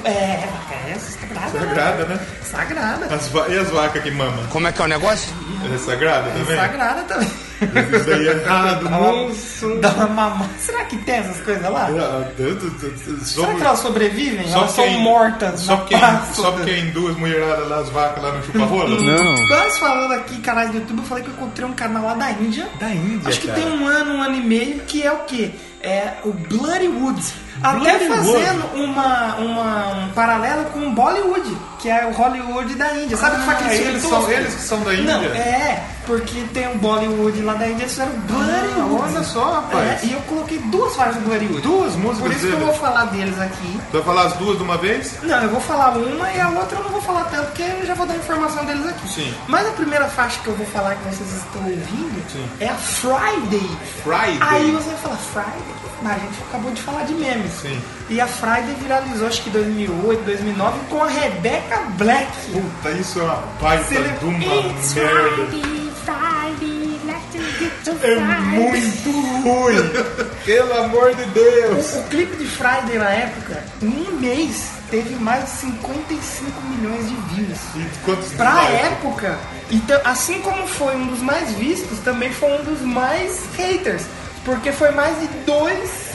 [SPEAKER 1] É, é sagrada. né?
[SPEAKER 2] Sagrada, né?
[SPEAKER 1] Sagrada.
[SPEAKER 2] As va- e as vacas que mamam?
[SPEAKER 5] Como é que é o negócio?
[SPEAKER 2] É sagrada também?
[SPEAKER 1] Sagrada Tá também.
[SPEAKER 2] Isso daí é errado,
[SPEAKER 1] Dá uma-
[SPEAKER 2] moço.
[SPEAKER 1] Dá uma mamada. Será que tem essas coisas lá?
[SPEAKER 2] Ah, eu- eu- eu- eu-
[SPEAKER 1] Será que elas sobrevivem? elas são
[SPEAKER 2] um- quem-
[SPEAKER 1] mortas
[SPEAKER 2] Só
[SPEAKER 1] na
[SPEAKER 2] quem,
[SPEAKER 1] Páscoa.
[SPEAKER 2] só quem duas mulheradas lá, as vacas lá no chupa-rola? Não.
[SPEAKER 1] Mas falando aqui, canais do YouTube, eu falei que eu encontrei um canal lá da Índia.
[SPEAKER 2] Da Índia,
[SPEAKER 1] Acho que
[SPEAKER 2] cara.
[SPEAKER 1] tem um ano, um ano e meio, que é o quê? É o Bloody Wood. Até
[SPEAKER 2] Bloody
[SPEAKER 1] fazendo uma, uma- um paralelo com o Bollywood, que é o Hollywood da Índia. Sabe que
[SPEAKER 2] Ah,
[SPEAKER 1] faz aqueles filmes
[SPEAKER 2] eles são-
[SPEAKER 1] toscos?
[SPEAKER 2] eles que são da Índia?
[SPEAKER 1] Não, é, porque tem o Bollywood lá da Índia, eles fizeram Bloody Wood.
[SPEAKER 2] Ah, Olha só, rapaz.
[SPEAKER 1] É, e eu coloquei duas faixas do Bloody Wood.
[SPEAKER 2] Duas músicas
[SPEAKER 1] Por isso que eu
[SPEAKER 2] deles.
[SPEAKER 1] vou falar deles aqui.
[SPEAKER 2] Vai falar as duas de uma vez?
[SPEAKER 1] Não, eu vou falar uma e a outra eu não vou falar tanto, porque eu já vou dar a informação deles aqui.
[SPEAKER 2] Sim.
[SPEAKER 1] Mas a primeira faixa que eu vou falar que vocês estão ouvindo é a Friday.
[SPEAKER 2] Friday.
[SPEAKER 1] Aí você vai falar, Friday? Mas a gente acabou de falar de memes.
[SPEAKER 2] Sim.
[SPEAKER 1] E a Friday viralizou acho que em 2008, 2009 com a Rebecca Black.
[SPEAKER 2] Puta, isso é uma baita
[SPEAKER 1] Você lembra?
[SPEAKER 2] de uma
[SPEAKER 6] It's
[SPEAKER 2] merda.
[SPEAKER 6] Friday, Friday, let's get to
[SPEAKER 2] É
[SPEAKER 6] Friday.
[SPEAKER 2] muito ruim. Pelo amor de Deus.
[SPEAKER 1] O clipe de Friday na época, em um mês, teve mais de 55 milhões de views.
[SPEAKER 2] E quantos
[SPEAKER 1] Pra
[SPEAKER 2] likes?
[SPEAKER 1] época, então, assim como foi um dos mais vistos, também foi um dos mais haters. Porque foi mais de 2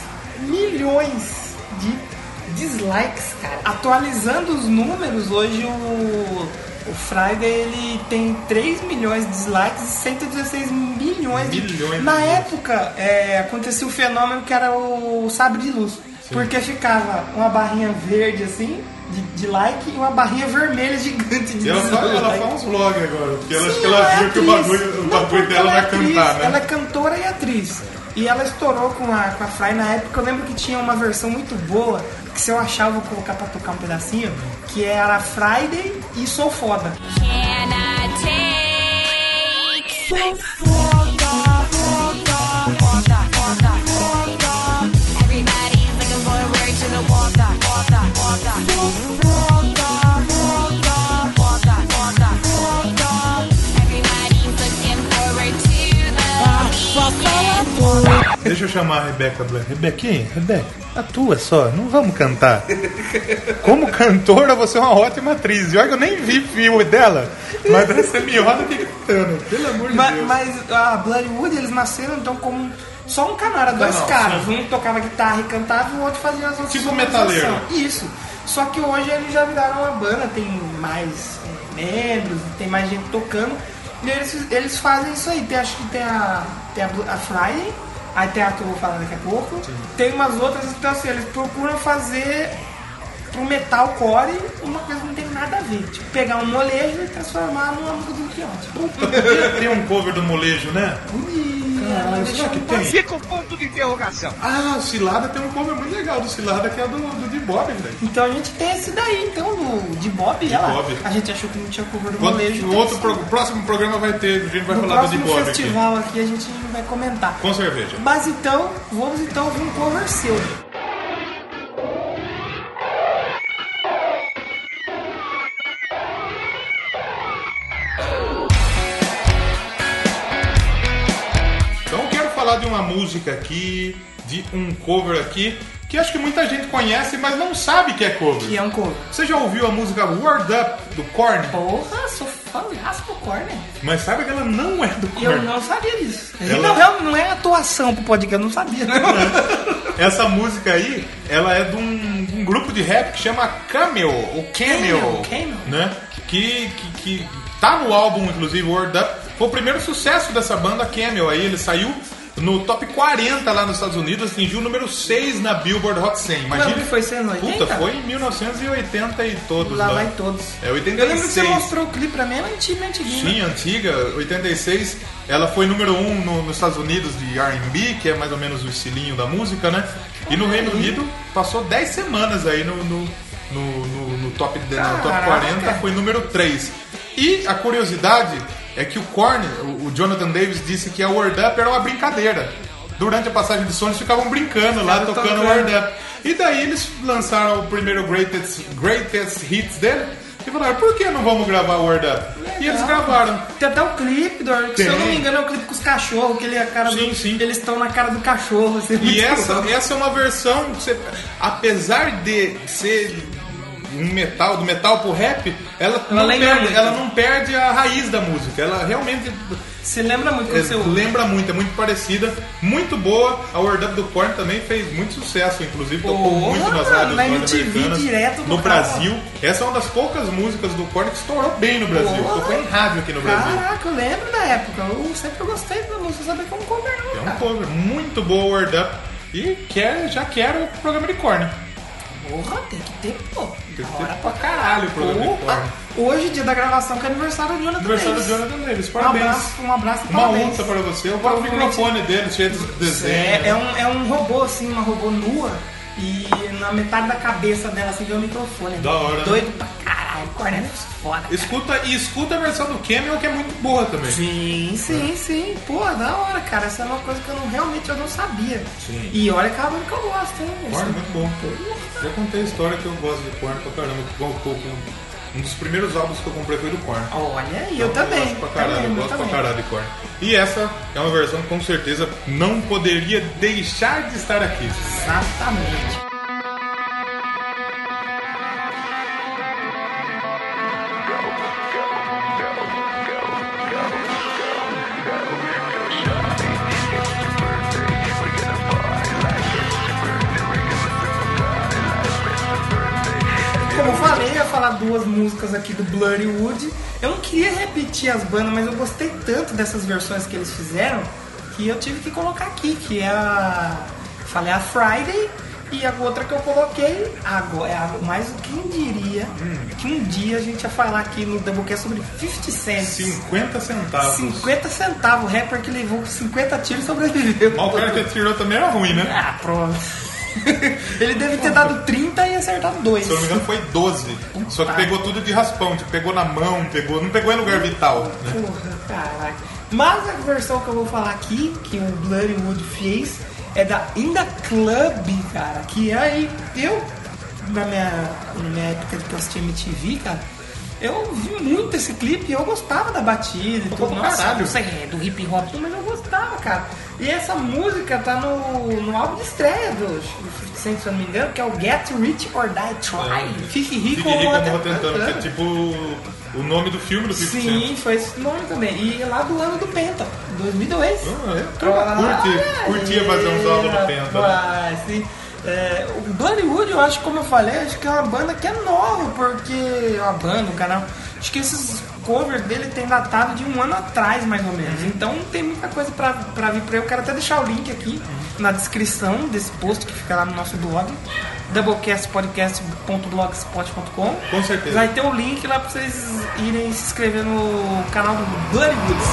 [SPEAKER 1] milhões de dislikes, cara. Atualizando os números, hoje o, o Friday ele tem 3 milhões de dislikes e 116 milhões de...
[SPEAKER 2] Milhões de
[SPEAKER 1] Na
[SPEAKER 2] views.
[SPEAKER 1] época, é, acontecia o fenômeno que era o sabre de luz. Porque ficava uma barrinha verde assim, de, de like, e uma barrinha vermelha gigante
[SPEAKER 2] E
[SPEAKER 1] de
[SPEAKER 2] ela, fala, ela
[SPEAKER 1] dislike.
[SPEAKER 2] faz uns vlogs agora. Porque ela, acho
[SPEAKER 1] Sim,
[SPEAKER 2] que ela
[SPEAKER 1] é
[SPEAKER 2] viu que o
[SPEAKER 1] atriz.
[SPEAKER 2] bagulho, o
[SPEAKER 1] Não,
[SPEAKER 2] bagulho
[SPEAKER 1] porque
[SPEAKER 2] dela
[SPEAKER 1] ela é
[SPEAKER 2] vai
[SPEAKER 1] atriz,
[SPEAKER 2] cantar, né?
[SPEAKER 1] Ela é cantora e atriz. E ela estourou com a, com a Fry na época. Eu lembro que tinha uma versão muito boa, que se eu achar eu vou colocar pra tocar um pedacinho, que era Friday e Sou Foda.
[SPEAKER 6] Can I take everybody's looking for a word to the water, water, water. Everybody's looking forward to the weekend.
[SPEAKER 2] Deixa eu chamar a Rebeca Black. Rebequinha, Rebeca, atua só, não vamos cantar. Como cantora, você é uma ótima atriz. E olha que eu nem vi filme dela, mas é tá você me olha que cantando. Pelo amor de
[SPEAKER 1] Ma-
[SPEAKER 2] Deus.
[SPEAKER 1] Mas, a Bloodwood, eles nasceram então como Só um canal, era dois
[SPEAKER 2] Canal,
[SPEAKER 1] caras. Um tocava guitarra e cantava e o outro fazia as outras
[SPEAKER 2] Tipo metaleiro.
[SPEAKER 1] Isso. Só que hoje eles já viraram uma banda, tem mais é, membros, tem mais gente tocando. E eles, eles fazem isso aí. Tem, acho que tem a, tem a, Blue- a Friday, aí tem a que eu vou falar daqui a pouco. Tem umas outras, então assim, eles procuram fazer pro metal core uma coisa que não tem nada a ver. Tipo, pegar um molejo e transformar numa música do Quixote. Puta,
[SPEAKER 2] Tem um cover do molejo, né?
[SPEAKER 1] Caralho,
[SPEAKER 2] Será que tem?
[SPEAKER 5] Fica o ponto de interrogação.
[SPEAKER 2] Ah, o Cilada tem um cover muito legal do Cilada, que é do, do de Bob, velho.
[SPEAKER 1] Então a gente tem esse daí, então, do, de Bob, de
[SPEAKER 2] Bob.
[SPEAKER 1] A gente achou que não tinha cover do
[SPEAKER 2] Quando-
[SPEAKER 1] molejo.
[SPEAKER 2] no
[SPEAKER 1] então,
[SPEAKER 2] outro
[SPEAKER 1] assim,
[SPEAKER 2] pro- próximo programa vai ter, a gente vai
[SPEAKER 1] no
[SPEAKER 2] falar do de
[SPEAKER 1] próximo
[SPEAKER 2] Bob aqui.
[SPEAKER 1] festival aqui. a gente vai comentar.
[SPEAKER 2] Com cerveja.
[SPEAKER 1] Mas então, vamos então ouvir um cover seu.
[SPEAKER 2] Então eu quero falar de uma música aqui, de um cover aqui, que acho que muita gente conhece, mas não sabe que é cover.
[SPEAKER 1] Que é um cover.
[SPEAKER 2] Você já ouviu a música Word Up do Korn?
[SPEAKER 1] Porra, sou fãzaço do Corner.
[SPEAKER 2] Mas sabe que ela não é do
[SPEAKER 1] E eu
[SPEAKER 2] Korn.
[SPEAKER 1] não sabia disso.
[SPEAKER 2] Ela- É
[SPEAKER 1] Não, não, não é atuação pro podcast, eu não sabia.
[SPEAKER 2] Essa música aí, ela é de um, um grupo de rap que chama Camel, ou
[SPEAKER 1] Camel,
[SPEAKER 2] Camel,
[SPEAKER 1] Camel.
[SPEAKER 2] né? Que, que, que tá no álbum, inclusive, Word Up. Foi o primeiro sucesso dessa banda, Camel. Aí ele saiu no top 40 lá nos Estados Unidos, atingiu o número 6 na Billboard Hot 100. Imagina.
[SPEAKER 1] Quando que foi? Você é nos
[SPEAKER 2] Puta,
[SPEAKER 1] 80?
[SPEAKER 2] foi em 1980 e todos
[SPEAKER 1] Lá vai todos.
[SPEAKER 2] É 86.
[SPEAKER 1] Eu lembro que você mostrou o clipe pra mim, era antigo, né, antiguinho.
[SPEAKER 2] Sim, antiga, 86. Ela foi número 1 um no- nos Estados Unidos de RB, que é mais ou menos o estilinho da música, né? E no Reino Unido passou 10 semanas aí no, no, no, no- no top, de- no top
[SPEAKER 1] Caraca.
[SPEAKER 2] 40, foi número 3. E a curiosidade é que o Korn, o, o Jonathan Davis, disse que a Word Up era uma brincadeira. Durante a passagem de som, eles ficavam brincando lá,
[SPEAKER 1] Ficavam
[SPEAKER 2] tocando
[SPEAKER 1] tocando.
[SPEAKER 2] Word Up. E daí eles lançaram o primeiro Greatest, greatest Hits dele e falaram, por que não vamos gravar Word Up? E eles gravaram.
[SPEAKER 1] Tem até o clipe, Dor, que se eu não me
[SPEAKER 2] Tem.
[SPEAKER 1] engano é o clipe com os cachorros, que ele é a cara
[SPEAKER 2] Sim,
[SPEAKER 1] do,
[SPEAKER 2] sim.
[SPEAKER 1] Eles estão na cara do cachorro. assim, muito
[SPEAKER 2] E essa,
[SPEAKER 1] louco.
[SPEAKER 2] essa é uma versão que você, apesar de ser um metal, do metal pro rap, ela,
[SPEAKER 1] Ela
[SPEAKER 2] não,
[SPEAKER 1] lembra
[SPEAKER 2] perde,
[SPEAKER 1] muito.
[SPEAKER 2] ela não perde a raiz da música. Ela realmente
[SPEAKER 1] Se lembra muito do
[SPEAKER 2] é,
[SPEAKER 1] seu.
[SPEAKER 2] lembra muito, é muito parecida, muito boa. A World Up do Korn também fez muito sucesso, inclusive tocou
[SPEAKER 1] Porra,
[SPEAKER 2] muito nas
[SPEAKER 1] mano,
[SPEAKER 2] rádios
[SPEAKER 1] na MTV
[SPEAKER 2] norte-americanas,
[SPEAKER 1] direto
[SPEAKER 2] no
[SPEAKER 1] tocava.
[SPEAKER 2] Brasil. Essa é uma das poucas músicas do Korn que estourou bem no Brasil.
[SPEAKER 1] Porra.
[SPEAKER 2] Tocou em rádio aqui no Brasil.
[SPEAKER 1] Caraca, eu lembro da época. Eu sempre gostei da música, saber como comer, não.
[SPEAKER 2] É um
[SPEAKER 1] cara.
[SPEAKER 2] cover muito boa, Word Up. E quer, já quero o programa de Korn. né?
[SPEAKER 1] Porra, tem que ter, pô.
[SPEAKER 2] que
[SPEAKER 1] Da
[SPEAKER 2] ter
[SPEAKER 1] hora
[SPEAKER 2] pra caralho o programa de
[SPEAKER 1] Porra.
[SPEAKER 2] Korn.
[SPEAKER 1] Hoje, dia da gravação, que é aniversário do Jonathan
[SPEAKER 2] Aniversário do
[SPEAKER 1] Davis.
[SPEAKER 2] Jonathan Davis,
[SPEAKER 1] Um
[SPEAKER 2] parabéns.
[SPEAKER 1] abraço, um abraço e
[SPEAKER 2] Uma
[SPEAKER 1] parabéns.
[SPEAKER 2] onça para você. Eu gosto do
[SPEAKER 1] Provavelmente-
[SPEAKER 2] microfone dele, cheio de desenho.
[SPEAKER 1] É, é um, é um robô, assim, uma robô nua. E na metade da cabeça dela, assim, vê o microfone.
[SPEAKER 2] Da hora, né?
[SPEAKER 1] Doido pra caralho. Cornélio é foda.
[SPEAKER 2] Escuta, e escuta a versão do Camel, que é muito boa também.
[SPEAKER 1] Sim, sim, sim. Pô, da hora, cara. Essa é uma coisa que eu não, realmente eu não sabia.
[SPEAKER 2] Sim.
[SPEAKER 1] E olha que é a banda que eu gosto, hein?
[SPEAKER 2] Korn é muito bom. pô. Já contei a história que eu gosto de Korn pra caramba. que eu- eu- Um dos primeiros álbuns que eu comprei foi do Korn.
[SPEAKER 1] Olha, e eu também.
[SPEAKER 2] Eu gosto pra caralho,
[SPEAKER 1] também,
[SPEAKER 2] eu
[SPEAKER 1] eu
[SPEAKER 2] gosto pra
[SPEAKER 1] também.
[SPEAKER 2] caralho de Korn. E essa é uma versão que com certeza não poderia deixar de estar aqui.
[SPEAKER 1] Exatamente. Como eu falei, eu ia falar duas músicas aqui do Bloody Wood. Eu não queria repetir as bandas, mas eu gostei tanto dessas versões que eles fizeram que eu tive que colocar aqui, que é a. Falei a Friday e a outra que eu coloquei agora. É a- Mas quem diria
[SPEAKER 2] Hum.
[SPEAKER 1] que um dia a gente ia falar aqui no Doublecast sobre 50 cents.
[SPEAKER 2] 50 centavos.
[SPEAKER 1] 50 centavos, o rapper que levou 50 tiros e sobreviveu.
[SPEAKER 2] Mas o cara que atirou também era ruim, né?
[SPEAKER 1] Ah, pronto. Ele deve ter dado 30 e acertado 2.
[SPEAKER 2] Se eu não me engano, foi 12. Só que pegou tudo de raspão, tipo, pegou na mão, pegou, não pegou em lugar vital. né?
[SPEAKER 1] Porra, caraca. Mas a versão que eu vou falar aqui, que o Bloody Wood fez, é da Inda Club, cara. é Que aí eu, na minha, na minha época de que eu assistia MTV, cara, Eu vi muito esse clipe e eu gostava da batida e tudo.
[SPEAKER 2] pra
[SPEAKER 1] Nossa,
[SPEAKER 2] caralho.
[SPEAKER 1] não sei, é do hip hop, mas eu gostava, cara. E essa música tá no, no álbum de estreia do 50 Cent, se eu não me engano, que é o Get Rich or Die Try. Fique
[SPEAKER 2] É. Fique
[SPEAKER 1] rico ou
[SPEAKER 2] rico como
[SPEAKER 1] até
[SPEAKER 2] eu tentando, que é tipo o nome do filme do 50 Cent.
[SPEAKER 1] Sim, foi esse nome também. E é lá do ano do Penta, 2002.
[SPEAKER 2] Ah, é? Turma, curte- curtia fazer uns álbuns no Penta, né?
[SPEAKER 1] Mas, sim. É, o Bloody Wood, eu acho, como eu falei, acho que é uma banda que é nova, porque. Uma banda, um canal. Acho que esses covers dele tem datado de um ano atrás, mais ou menos.
[SPEAKER 2] Uhum.
[SPEAKER 1] Então tem muita coisa pra, pra vir pra eu. Quero até deixar o link aqui
[SPEAKER 2] Uhum.
[SPEAKER 1] na descrição desse post que fica lá no nosso blog. Doublecastpodcast.blogspot.com
[SPEAKER 2] Com certeza.
[SPEAKER 1] Vai ter um link lá pra vocês irem se inscrever no canal do Bloody Woods.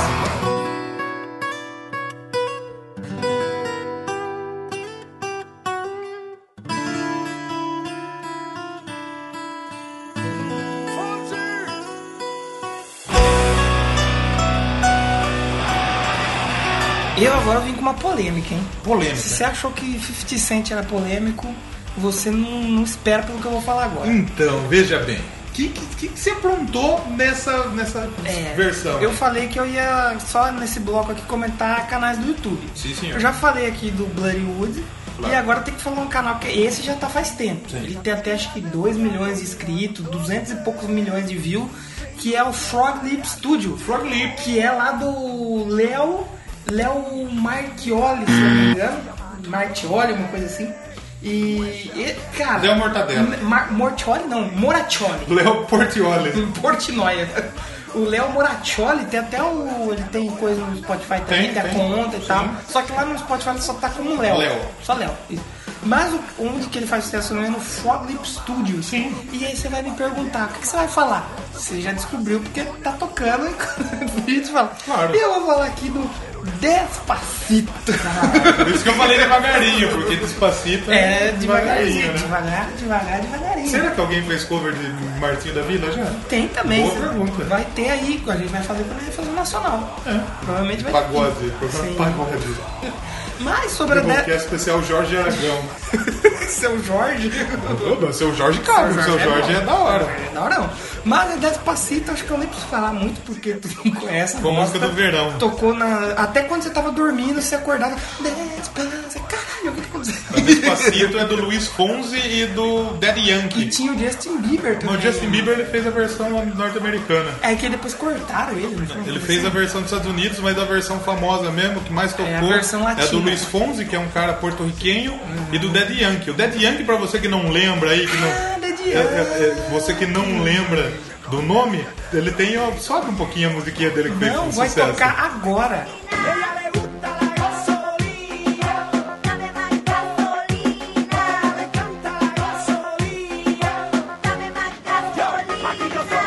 [SPEAKER 1] Eu agora vim com uma polêmica, hein? Se
[SPEAKER 2] Polêmica.
[SPEAKER 1] você achou que 50 Cent era polêmico, você não, não espera pelo que eu vou falar agora.
[SPEAKER 2] Então, veja bem. O que, que, que que você aprontou nessa, nessa
[SPEAKER 1] É,
[SPEAKER 2] versão?
[SPEAKER 1] Eu falei que eu ia só nesse bloco aqui comentar canais do YouTube.
[SPEAKER 2] Sim, senhor.
[SPEAKER 1] Eu já falei aqui do Bloody Wood.
[SPEAKER 2] Claro.
[SPEAKER 1] E agora tem que falar um canal que esse já tá faz tempo. Ele tem até acho que 2 milhões de inscritos, 200 e poucos milhões de views, que é o Frog Lip Studio.
[SPEAKER 2] Frog Lip.
[SPEAKER 1] Que é lá do Léo. Léo Marchioli, se eu não me engano. Marchioli, uma coisa assim. E. e, cara.
[SPEAKER 2] Léo Mortadela.
[SPEAKER 1] Ma- Mortioli não, Moraccioli.
[SPEAKER 2] Léo Portioli.
[SPEAKER 1] Em Portnoy. O Léo Moraccioli tem até o. Ele tem coisa no Spotify também,
[SPEAKER 2] Tem,
[SPEAKER 1] tem, a
[SPEAKER 2] tem,
[SPEAKER 1] conta e tal.
[SPEAKER 2] sim.
[SPEAKER 1] Só que lá no Spotify ele só tá como um Léo.
[SPEAKER 2] Léo.
[SPEAKER 1] Só Léo. isso. Mas o, onde que ele faz sucesso mesmo é no Frog Lip Studio. Sim. E aí você vai me perguntar, o que, que você vai falar? Você já descobriu porque tá tocando enquanto o vídeo fala.
[SPEAKER 2] Claro.
[SPEAKER 1] E eu vou falar aqui do Despacito.
[SPEAKER 2] Por isso que eu falei devagarinho, porque despacito
[SPEAKER 1] É, devagarinho,
[SPEAKER 2] devagarinho, né?
[SPEAKER 1] devagar, devagar, devagarinho.
[SPEAKER 2] Será que alguém fez cover de Martinho da Vila já?
[SPEAKER 1] Tem também.
[SPEAKER 2] Boa
[SPEAKER 1] você-
[SPEAKER 2] pergunta.
[SPEAKER 1] Vai ter aí, a gente vai fazer quando a gente fazer o nacional.
[SPEAKER 2] É.
[SPEAKER 1] Provavelmente vai
[SPEAKER 2] Pagode,
[SPEAKER 1] ter. Sim.
[SPEAKER 2] pagode.
[SPEAKER 1] Mas sobre a
[SPEAKER 2] Porque é
[SPEAKER 1] Death
[SPEAKER 2] especial Jorge Aragão.
[SPEAKER 1] Seu Jorge.
[SPEAKER 2] Opa, seu Jorge Carlos, seu Jorge é da hora.
[SPEAKER 1] É da hora não. Mas a Despacito acho que eu nem preciso falar muito porque tu não conhece.
[SPEAKER 2] Foi a música
[SPEAKER 1] bosta.
[SPEAKER 2] do verão.
[SPEAKER 1] Tocou na. Até quando você tava dormindo, você acordava. Despacito. Caralho, o que tá acontecendo?
[SPEAKER 2] Despacito é do Luiz Fonzi e do Daddy
[SPEAKER 1] E
[SPEAKER 2] Yankee.
[SPEAKER 1] tinha o Justin Bieber também.
[SPEAKER 2] O Justin Bieber ele fez a versão norte-americana.
[SPEAKER 1] É que depois cortaram ele, né? não foi?
[SPEAKER 2] Ele fez a versão dos Estados Unidos, mas a versão famosa mesmo, que mais tocou,
[SPEAKER 1] É, a versão latina.
[SPEAKER 2] do Luiz Fonzi, que é um cara porto-riquenho, e do Dead Yankee. O Dead Yankee, pra você que não lembra aí, que não,
[SPEAKER 1] Ah, Daddy
[SPEAKER 2] é, é, é, você que não lembra do nome, ele tem, ó, sobe um pouquinho a musiquinha dele que fez
[SPEAKER 1] Não,
[SPEAKER 2] um
[SPEAKER 1] vai
[SPEAKER 2] sucesso.
[SPEAKER 1] tocar agora.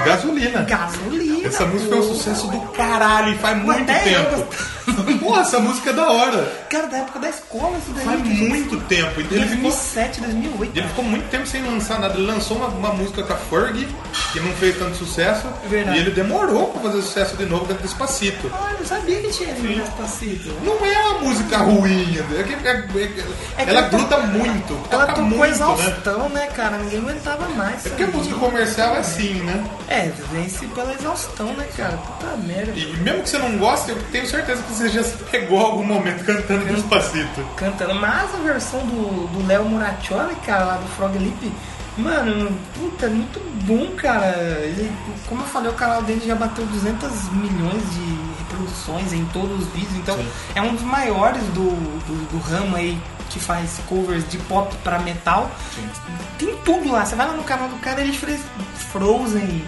[SPEAKER 2] Gasolina.
[SPEAKER 1] Gasolina.
[SPEAKER 2] Essa música é um
[SPEAKER 1] pô.
[SPEAKER 2] sucesso do caralho e faz muito
[SPEAKER 1] Até eu
[SPEAKER 2] tempo. Pô, essa música é da hora.
[SPEAKER 1] Cara, da época da escola, isso daí.
[SPEAKER 2] Faz
[SPEAKER 1] que a gente-
[SPEAKER 2] muito tempo. E Ele ficou
[SPEAKER 1] 2007, 2008.
[SPEAKER 2] Ele ficou muito tempo sem lançar nada. Ele lançou uma, uma música com a Ferg, que não fez tanto sucesso.
[SPEAKER 1] É Verdade.
[SPEAKER 2] E ele demorou pra fazer sucesso de novo com Despacito.
[SPEAKER 1] Ah, eu não sabia que tinha vindo Despacito.
[SPEAKER 2] Não é uma música ruim, é que- é- é-
[SPEAKER 1] É que
[SPEAKER 2] ela
[SPEAKER 1] ela to-
[SPEAKER 2] gruda muito.
[SPEAKER 1] Ela
[SPEAKER 2] toca
[SPEAKER 1] tocou
[SPEAKER 2] muito, né?
[SPEAKER 1] exaustão, né? cara? Ninguém aguentava mais.
[SPEAKER 2] É porque a música comercial é assim, né?
[SPEAKER 1] É, vence pela exaustão, né, cara? Puta merda.
[SPEAKER 2] E mesmo que você não goste, eu tenho certeza que você já se pegou algum momento cantando
[SPEAKER 1] Uhum.
[SPEAKER 2] Despacito.
[SPEAKER 1] Cantando. Mas a versão do do Léo Muraccioli, cara, lá do Frog Lip, mano, puta, muito bom, cara. Ele, como eu falei, o canal dele já bateu 200 milhões de reproduções em todos os vídeos. Então, é um dos maiores do, do, do ramo aí que faz covers de pop pra metal. Tem tudo lá. Você vai lá no canal do cara, ele fez Frozen.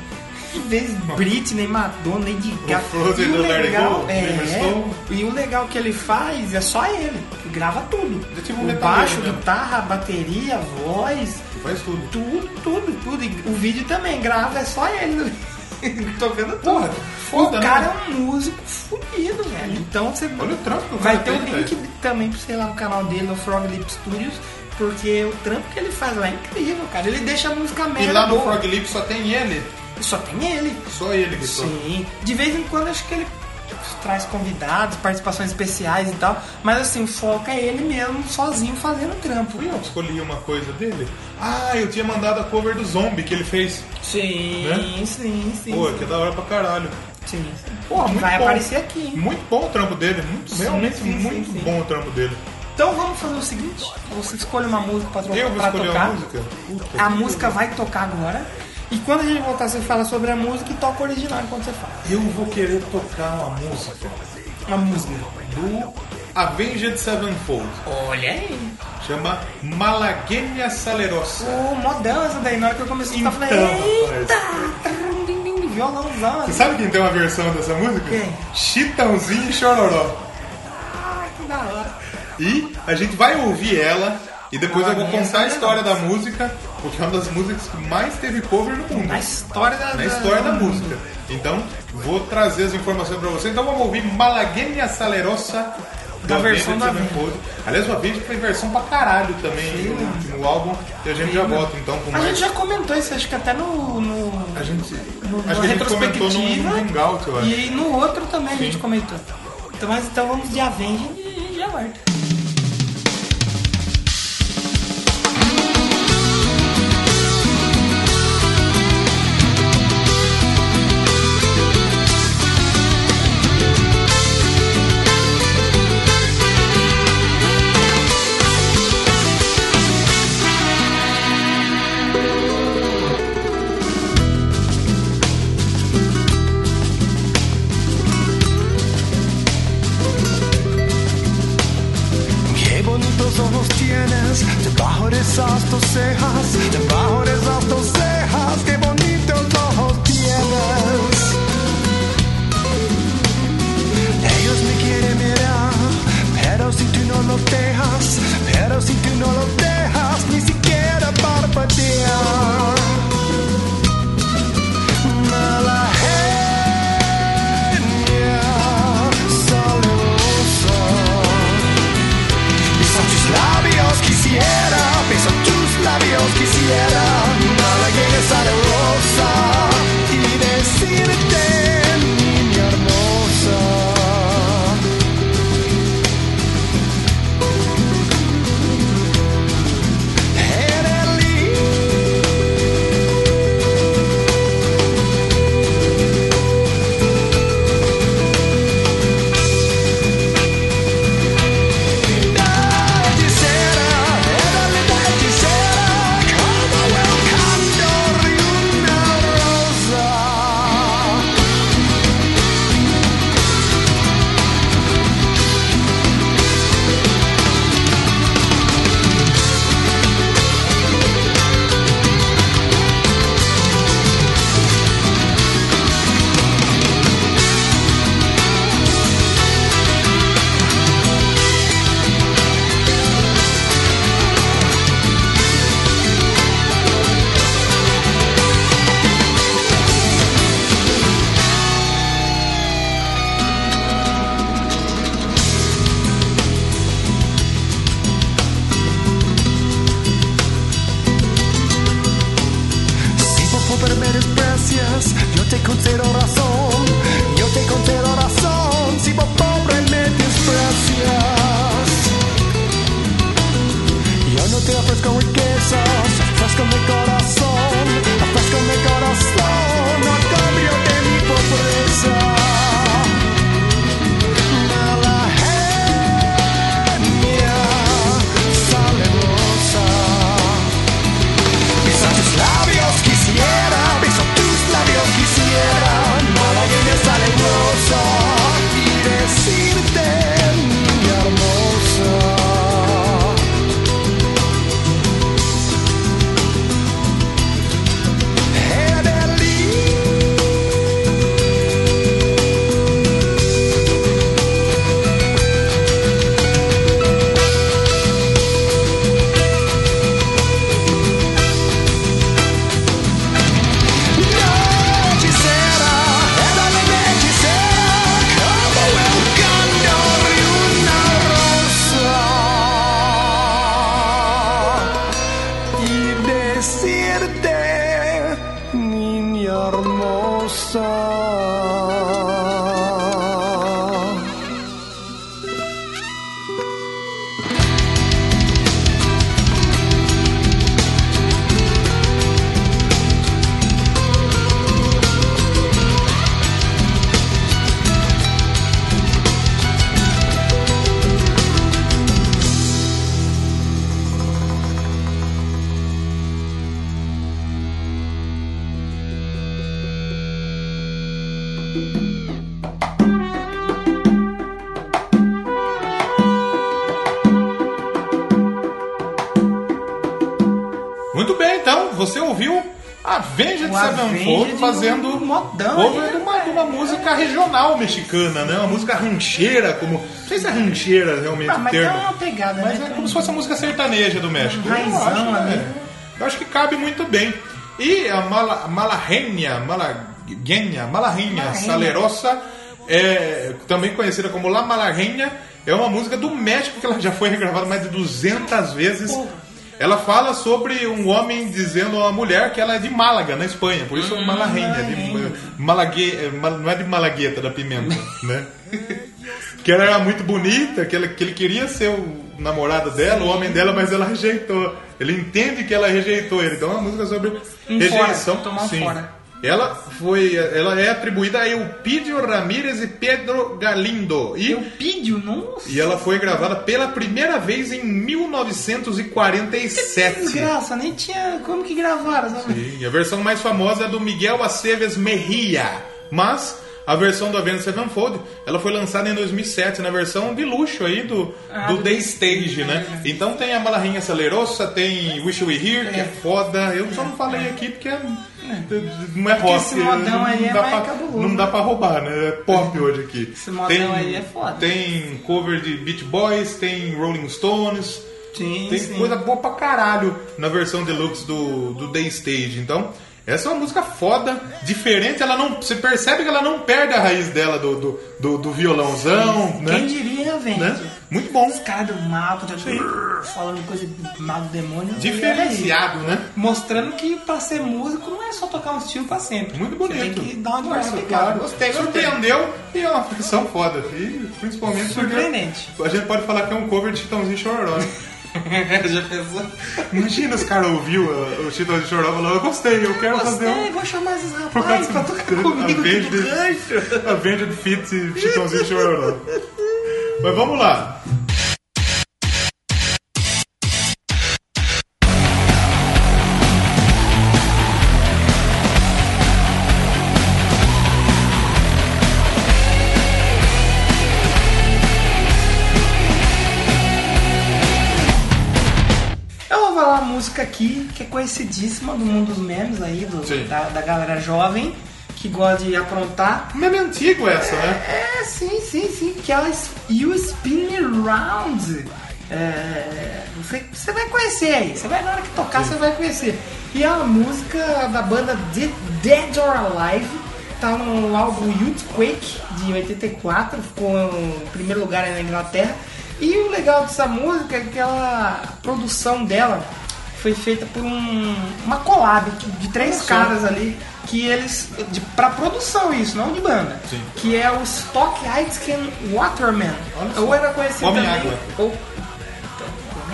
[SPEAKER 1] Fez Britney, Madonna, Lady Gaga.
[SPEAKER 2] Frozen
[SPEAKER 1] E o
[SPEAKER 2] do Let It
[SPEAKER 1] legal-
[SPEAKER 2] Go, Rolling
[SPEAKER 1] é,
[SPEAKER 2] Stone.
[SPEAKER 1] e o legal que ele faz é só ele, que grava tudo.
[SPEAKER 2] É tipo um
[SPEAKER 1] o
[SPEAKER 2] metaleiro
[SPEAKER 1] baixo,
[SPEAKER 2] mesmo.
[SPEAKER 1] guitarra, bateria, voz,
[SPEAKER 2] Faz tudo.
[SPEAKER 1] tudo, tudo, tudo. E o vídeo também grava, é só ele. Tocando tudo.
[SPEAKER 2] Porra, foda,
[SPEAKER 1] o cara
[SPEAKER 2] né?
[SPEAKER 1] é um músico fudido, velho. Então você
[SPEAKER 2] Olha o trampo que o
[SPEAKER 1] vai
[SPEAKER 2] cara
[SPEAKER 1] ter o
[SPEAKER 2] fez,
[SPEAKER 1] link também pra sei lá no canal dele, no Frog Lip Studios, porque o trampo que ele faz lá é incrível, cara. Ele deixa a música
[SPEAKER 2] E
[SPEAKER 1] merda.
[SPEAKER 2] lá no
[SPEAKER 1] boa.
[SPEAKER 2] Frog Lip só tem ele.
[SPEAKER 1] Só tem ele.
[SPEAKER 2] Só ele que toca.
[SPEAKER 1] Sim. De vez em quando acho que ele traz convidados, participações especiais e tal, mas assim, o foco é ele mesmo, sozinho, fazendo trampo.
[SPEAKER 2] Fui eu que escolhi uma coisa dele. Ah, eu tinha mandado a cover do Zombie que ele fez.
[SPEAKER 1] Sim,
[SPEAKER 2] Né?
[SPEAKER 1] sim, sim.
[SPEAKER 2] Pô, que é da hora pra caralho.
[SPEAKER 1] sim, sim.
[SPEAKER 2] Pô, muito
[SPEAKER 1] Vai
[SPEAKER 2] bom.
[SPEAKER 1] aparecer aqui, hein?
[SPEAKER 2] Muito bom o trampo dele. Muito,
[SPEAKER 1] Sim,
[SPEAKER 2] realmente
[SPEAKER 1] sim,
[SPEAKER 2] muito
[SPEAKER 1] sim, sim.
[SPEAKER 2] bom o trampo dele.
[SPEAKER 1] Então vamos fazer o seguinte: você escolhe uma música pra, tro-
[SPEAKER 2] Eu vou
[SPEAKER 1] pra
[SPEAKER 2] escolher
[SPEAKER 1] tocar.
[SPEAKER 2] a música. Puta
[SPEAKER 1] A
[SPEAKER 2] que-
[SPEAKER 1] música vai tocar agora. E quando a gente voltar, você fala sobre a música e toca o original enquanto você fala.
[SPEAKER 2] Eu vou querer tocar uma música
[SPEAKER 1] Uma música.
[SPEAKER 2] do Avenged Sevenfold.
[SPEAKER 1] Olha aí.
[SPEAKER 2] Chama Malagueña Salerosa.
[SPEAKER 1] O modão essa daí, na hora que eu comecei tá a tocar, eu
[SPEAKER 2] Então,
[SPEAKER 1] falei,
[SPEAKER 2] rapaz.
[SPEAKER 1] eita! trum, din, din, din, Violãozão
[SPEAKER 2] Você
[SPEAKER 1] ali.
[SPEAKER 2] sabe quem tem uma versão dessa música?
[SPEAKER 1] Quem?
[SPEAKER 2] Chitãozinho e Chororó.
[SPEAKER 1] Ah, que da hora.
[SPEAKER 2] E a gente vai ouvir ela e depois eu vou
[SPEAKER 1] Malagueña
[SPEAKER 2] contar a história da
[SPEAKER 1] Salerosa.
[SPEAKER 2] música, porque é uma das músicas que mais teve cover no mundo.
[SPEAKER 1] Na história da,
[SPEAKER 2] na história da música. Então, vou trazer as informações pra você. Então, vamos ouvir Malagueña Salerosa
[SPEAKER 1] Da
[SPEAKER 2] do
[SPEAKER 1] versão
[SPEAKER 2] Avenged
[SPEAKER 1] da
[SPEAKER 2] Sevenfold. Aliás, o Avenged foi versão pra caralho também no último álbum. E a gente já volta então com
[SPEAKER 1] A gente
[SPEAKER 2] mais.
[SPEAKER 1] já comentou isso, acho que até no. no...
[SPEAKER 2] A gente,
[SPEAKER 1] no-
[SPEAKER 2] acho
[SPEAKER 1] na
[SPEAKER 2] que a gente comentou num
[SPEAKER 1] retrospectiva.
[SPEAKER 2] num hangout, eu acho.
[SPEAKER 1] E aí no outro também a gente comentou. Então, mas então vamos de Avenger e a gente já volta.
[SPEAKER 5] Qué bonitos ojos tienes, debajo de esas dos cejas, debajo de esas dos cejas, qué bonitos ojos tienes. Ellos me quieren mirar, pero si tú no los dejas, pero si tú no los dejas, ni siquiera parpadear. Mala genia, salerosa. Beso tus labios quisiera, beso tus labios quisiera, malagueña salerosa y decirte niña hermosa. Eres hechicera, era linda hechicera, como el candor de una rosa. Si por favor me desprecias, yo te concedo razón, yo te concedo razón, si por pobre me desprecias. Yo no te ofrezco riquezas, ofrezco mi corazón, ofrezco mi corazón a cambio de mi pobreza. Mala genia, salerosa. Besa tus labios quisiera, beso tus labios quisiera, malagueña salerosa y decirte mi hermosa. Evelyn. hechicera, era la hechicera, como el candor de una rosa. Y decirte, niña hermosa.
[SPEAKER 2] Muito bem, então, você ouviu Avenged
[SPEAKER 1] O
[SPEAKER 2] Sevenfold
[SPEAKER 1] Avenged
[SPEAKER 2] fazendo
[SPEAKER 1] do um modão,
[SPEAKER 2] cover
[SPEAKER 1] né?
[SPEAKER 2] de uma, de uma música regional mexicana, né? Uma música rancheira, como... Não sei se é rancheira realmente
[SPEAKER 1] Ah,
[SPEAKER 2] o
[SPEAKER 1] mas tem
[SPEAKER 2] termo.
[SPEAKER 1] uma pegada,
[SPEAKER 2] Mas
[SPEAKER 1] né?
[SPEAKER 2] é como se fosse a música sertaneja do México.
[SPEAKER 1] Um raizão
[SPEAKER 2] eu, acho,
[SPEAKER 1] ali.
[SPEAKER 2] né? eu acho que cabe muito bem. E a mala, Malahenha, Malaguenha, Malahenha
[SPEAKER 1] Malagueña.
[SPEAKER 2] Salerosa, é, também conhecida como La Malahenha, é uma música do México que ela já foi regravada mais de 200 vezes. Ela fala sobre um homem dizendo a uma mulher que ela é de Málaga, na Espanha. Por
[SPEAKER 1] Ah.
[SPEAKER 2] isso é Malahenha. De, Malague, é, mal- não é de Malagueta, da pimenta, né? que ela era muito bonita, que, ela- que ele queria ser o namorado dela, o homem dela, mas ela rejeitou. Ele entende que ela rejeitou ele. Então é uma música sobre
[SPEAKER 1] Um
[SPEAKER 2] rejeição.
[SPEAKER 1] fora, tomar um fora.
[SPEAKER 2] Ela foi, ela é atribuída a Eupídio Ramírez e Pedro Galindo. E,
[SPEAKER 1] é Eupídio, nossa.
[SPEAKER 2] e ela foi gravada pela primeira vez em é 1947.
[SPEAKER 1] Desgraça, nem tinha. Como que gravaram? sabe?
[SPEAKER 2] Sim, a versão mais famosa é do Miguel Aceves Mejia, mas a versão do Avenged Sevenfold, ela foi lançada em 2007, na versão de luxo aí do,
[SPEAKER 1] Ah,
[SPEAKER 2] do The Stage, né? Então tem a Malarrinha Salerosa, tem Wish We Here, que é foda, eu só não falei aqui porque é- não é rock,
[SPEAKER 1] esse modão
[SPEAKER 2] não,
[SPEAKER 1] aí é
[SPEAKER 2] dá
[SPEAKER 1] mais
[SPEAKER 2] pra,
[SPEAKER 1] cabuloso,
[SPEAKER 2] não
[SPEAKER 1] né?
[SPEAKER 2] dá pra roubar, né? É pop hoje aqui.
[SPEAKER 1] Esse modão aí é foda.
[SPEAKER 2] Tem cover de Beach Boys, tem Rolling Stones,
[SPEAKER 1] Sim,
[SPEAKER 2] tem
[SPEAKER 1] sim.
[SPEAKER 2] coisa boa pra caralho na versão deluxe do, do Day Stage. Então, essa é uma música foda, diferente. Ela não, você percebe que ela não perde a raiz dela do, do, do, do violãozão, né?
[SPEAKER 1] Quem diria, velho?
[SPEAKER 2] Né? Muito bom.
[SPEAKER 1] Os caras do mal, tá falando coisa de mal do demônio.
[SPEAKER 2] Diferenciado, né?
[SPEAKER 1] Mostrando que pra ser músico não é só tocar um estilo pra sempre.
[SPEAKER 2] Muito
[SPEAKER 1] Você
[SPEAKER 2] bonito.
[SPEAKER 1] tem que dar uma
[SPEAKER 2] Claro,
[SPEAKER 1] diversificada.
[SPEAKER 2] claro. Surpreendeu e é uma versão foda. E principalmente porque
[SPEAKER 1] Surpreendente.
[SPEAKER 2] A gente pode falar que é um cover de Chitãozinho e Chororó. né?
[SPEAKER 1] Já pensou?
[SPEAKER 2] Imagina os caras ouviu uh, o Chitãozinho e Chororó e falou: Eu gostei, eu quero fazer um.
[SPEAKER 1] Gostei, vou chamar esses rapazes pra tocar tá comigo aqui no gancho.
[SPEAKER 2] A venda de Fitz e Chitãozinho chorando. Mas vamos lá.
[SPEAKER 1] Eu vou falar uma música aqui que é conhecidíssima do mundo dos memes aí, do-
[SPEAKER 2] Sim.
[SPEAKER 1] da, da galera jovem, que gosta de aprontar.
[SPEAKER 2] Meme antigo essa, né?
[SPEAKER 1] É, sim, sim, sim, que é o S- You Spin Me Round. É, você, você vai conhecer aí, você vai na hora que tocar, você vai conhecer. E é uma música da banda De- Dead or Alive, tá no álbum Youth Quake de 84, ficou em primeiro lugar aí na Inglaterra. E o legal dessa música é que ela, a produção dela foi feita por um, uma collab de três caras ali que eles de, pra produção isso, não de banda.
[SPEAKER 2] Sim.
[SPEAKER 1] Que é o Stock Aitken Waterman.
[SPEAKER 2] Olha só.
[SPEAKER 1] Ou era conhecido
[SPEAKER 2] Homem
[SPEAKER 1] também
[SPEAKER 2] água.
[SPEAKER 1] ou Homem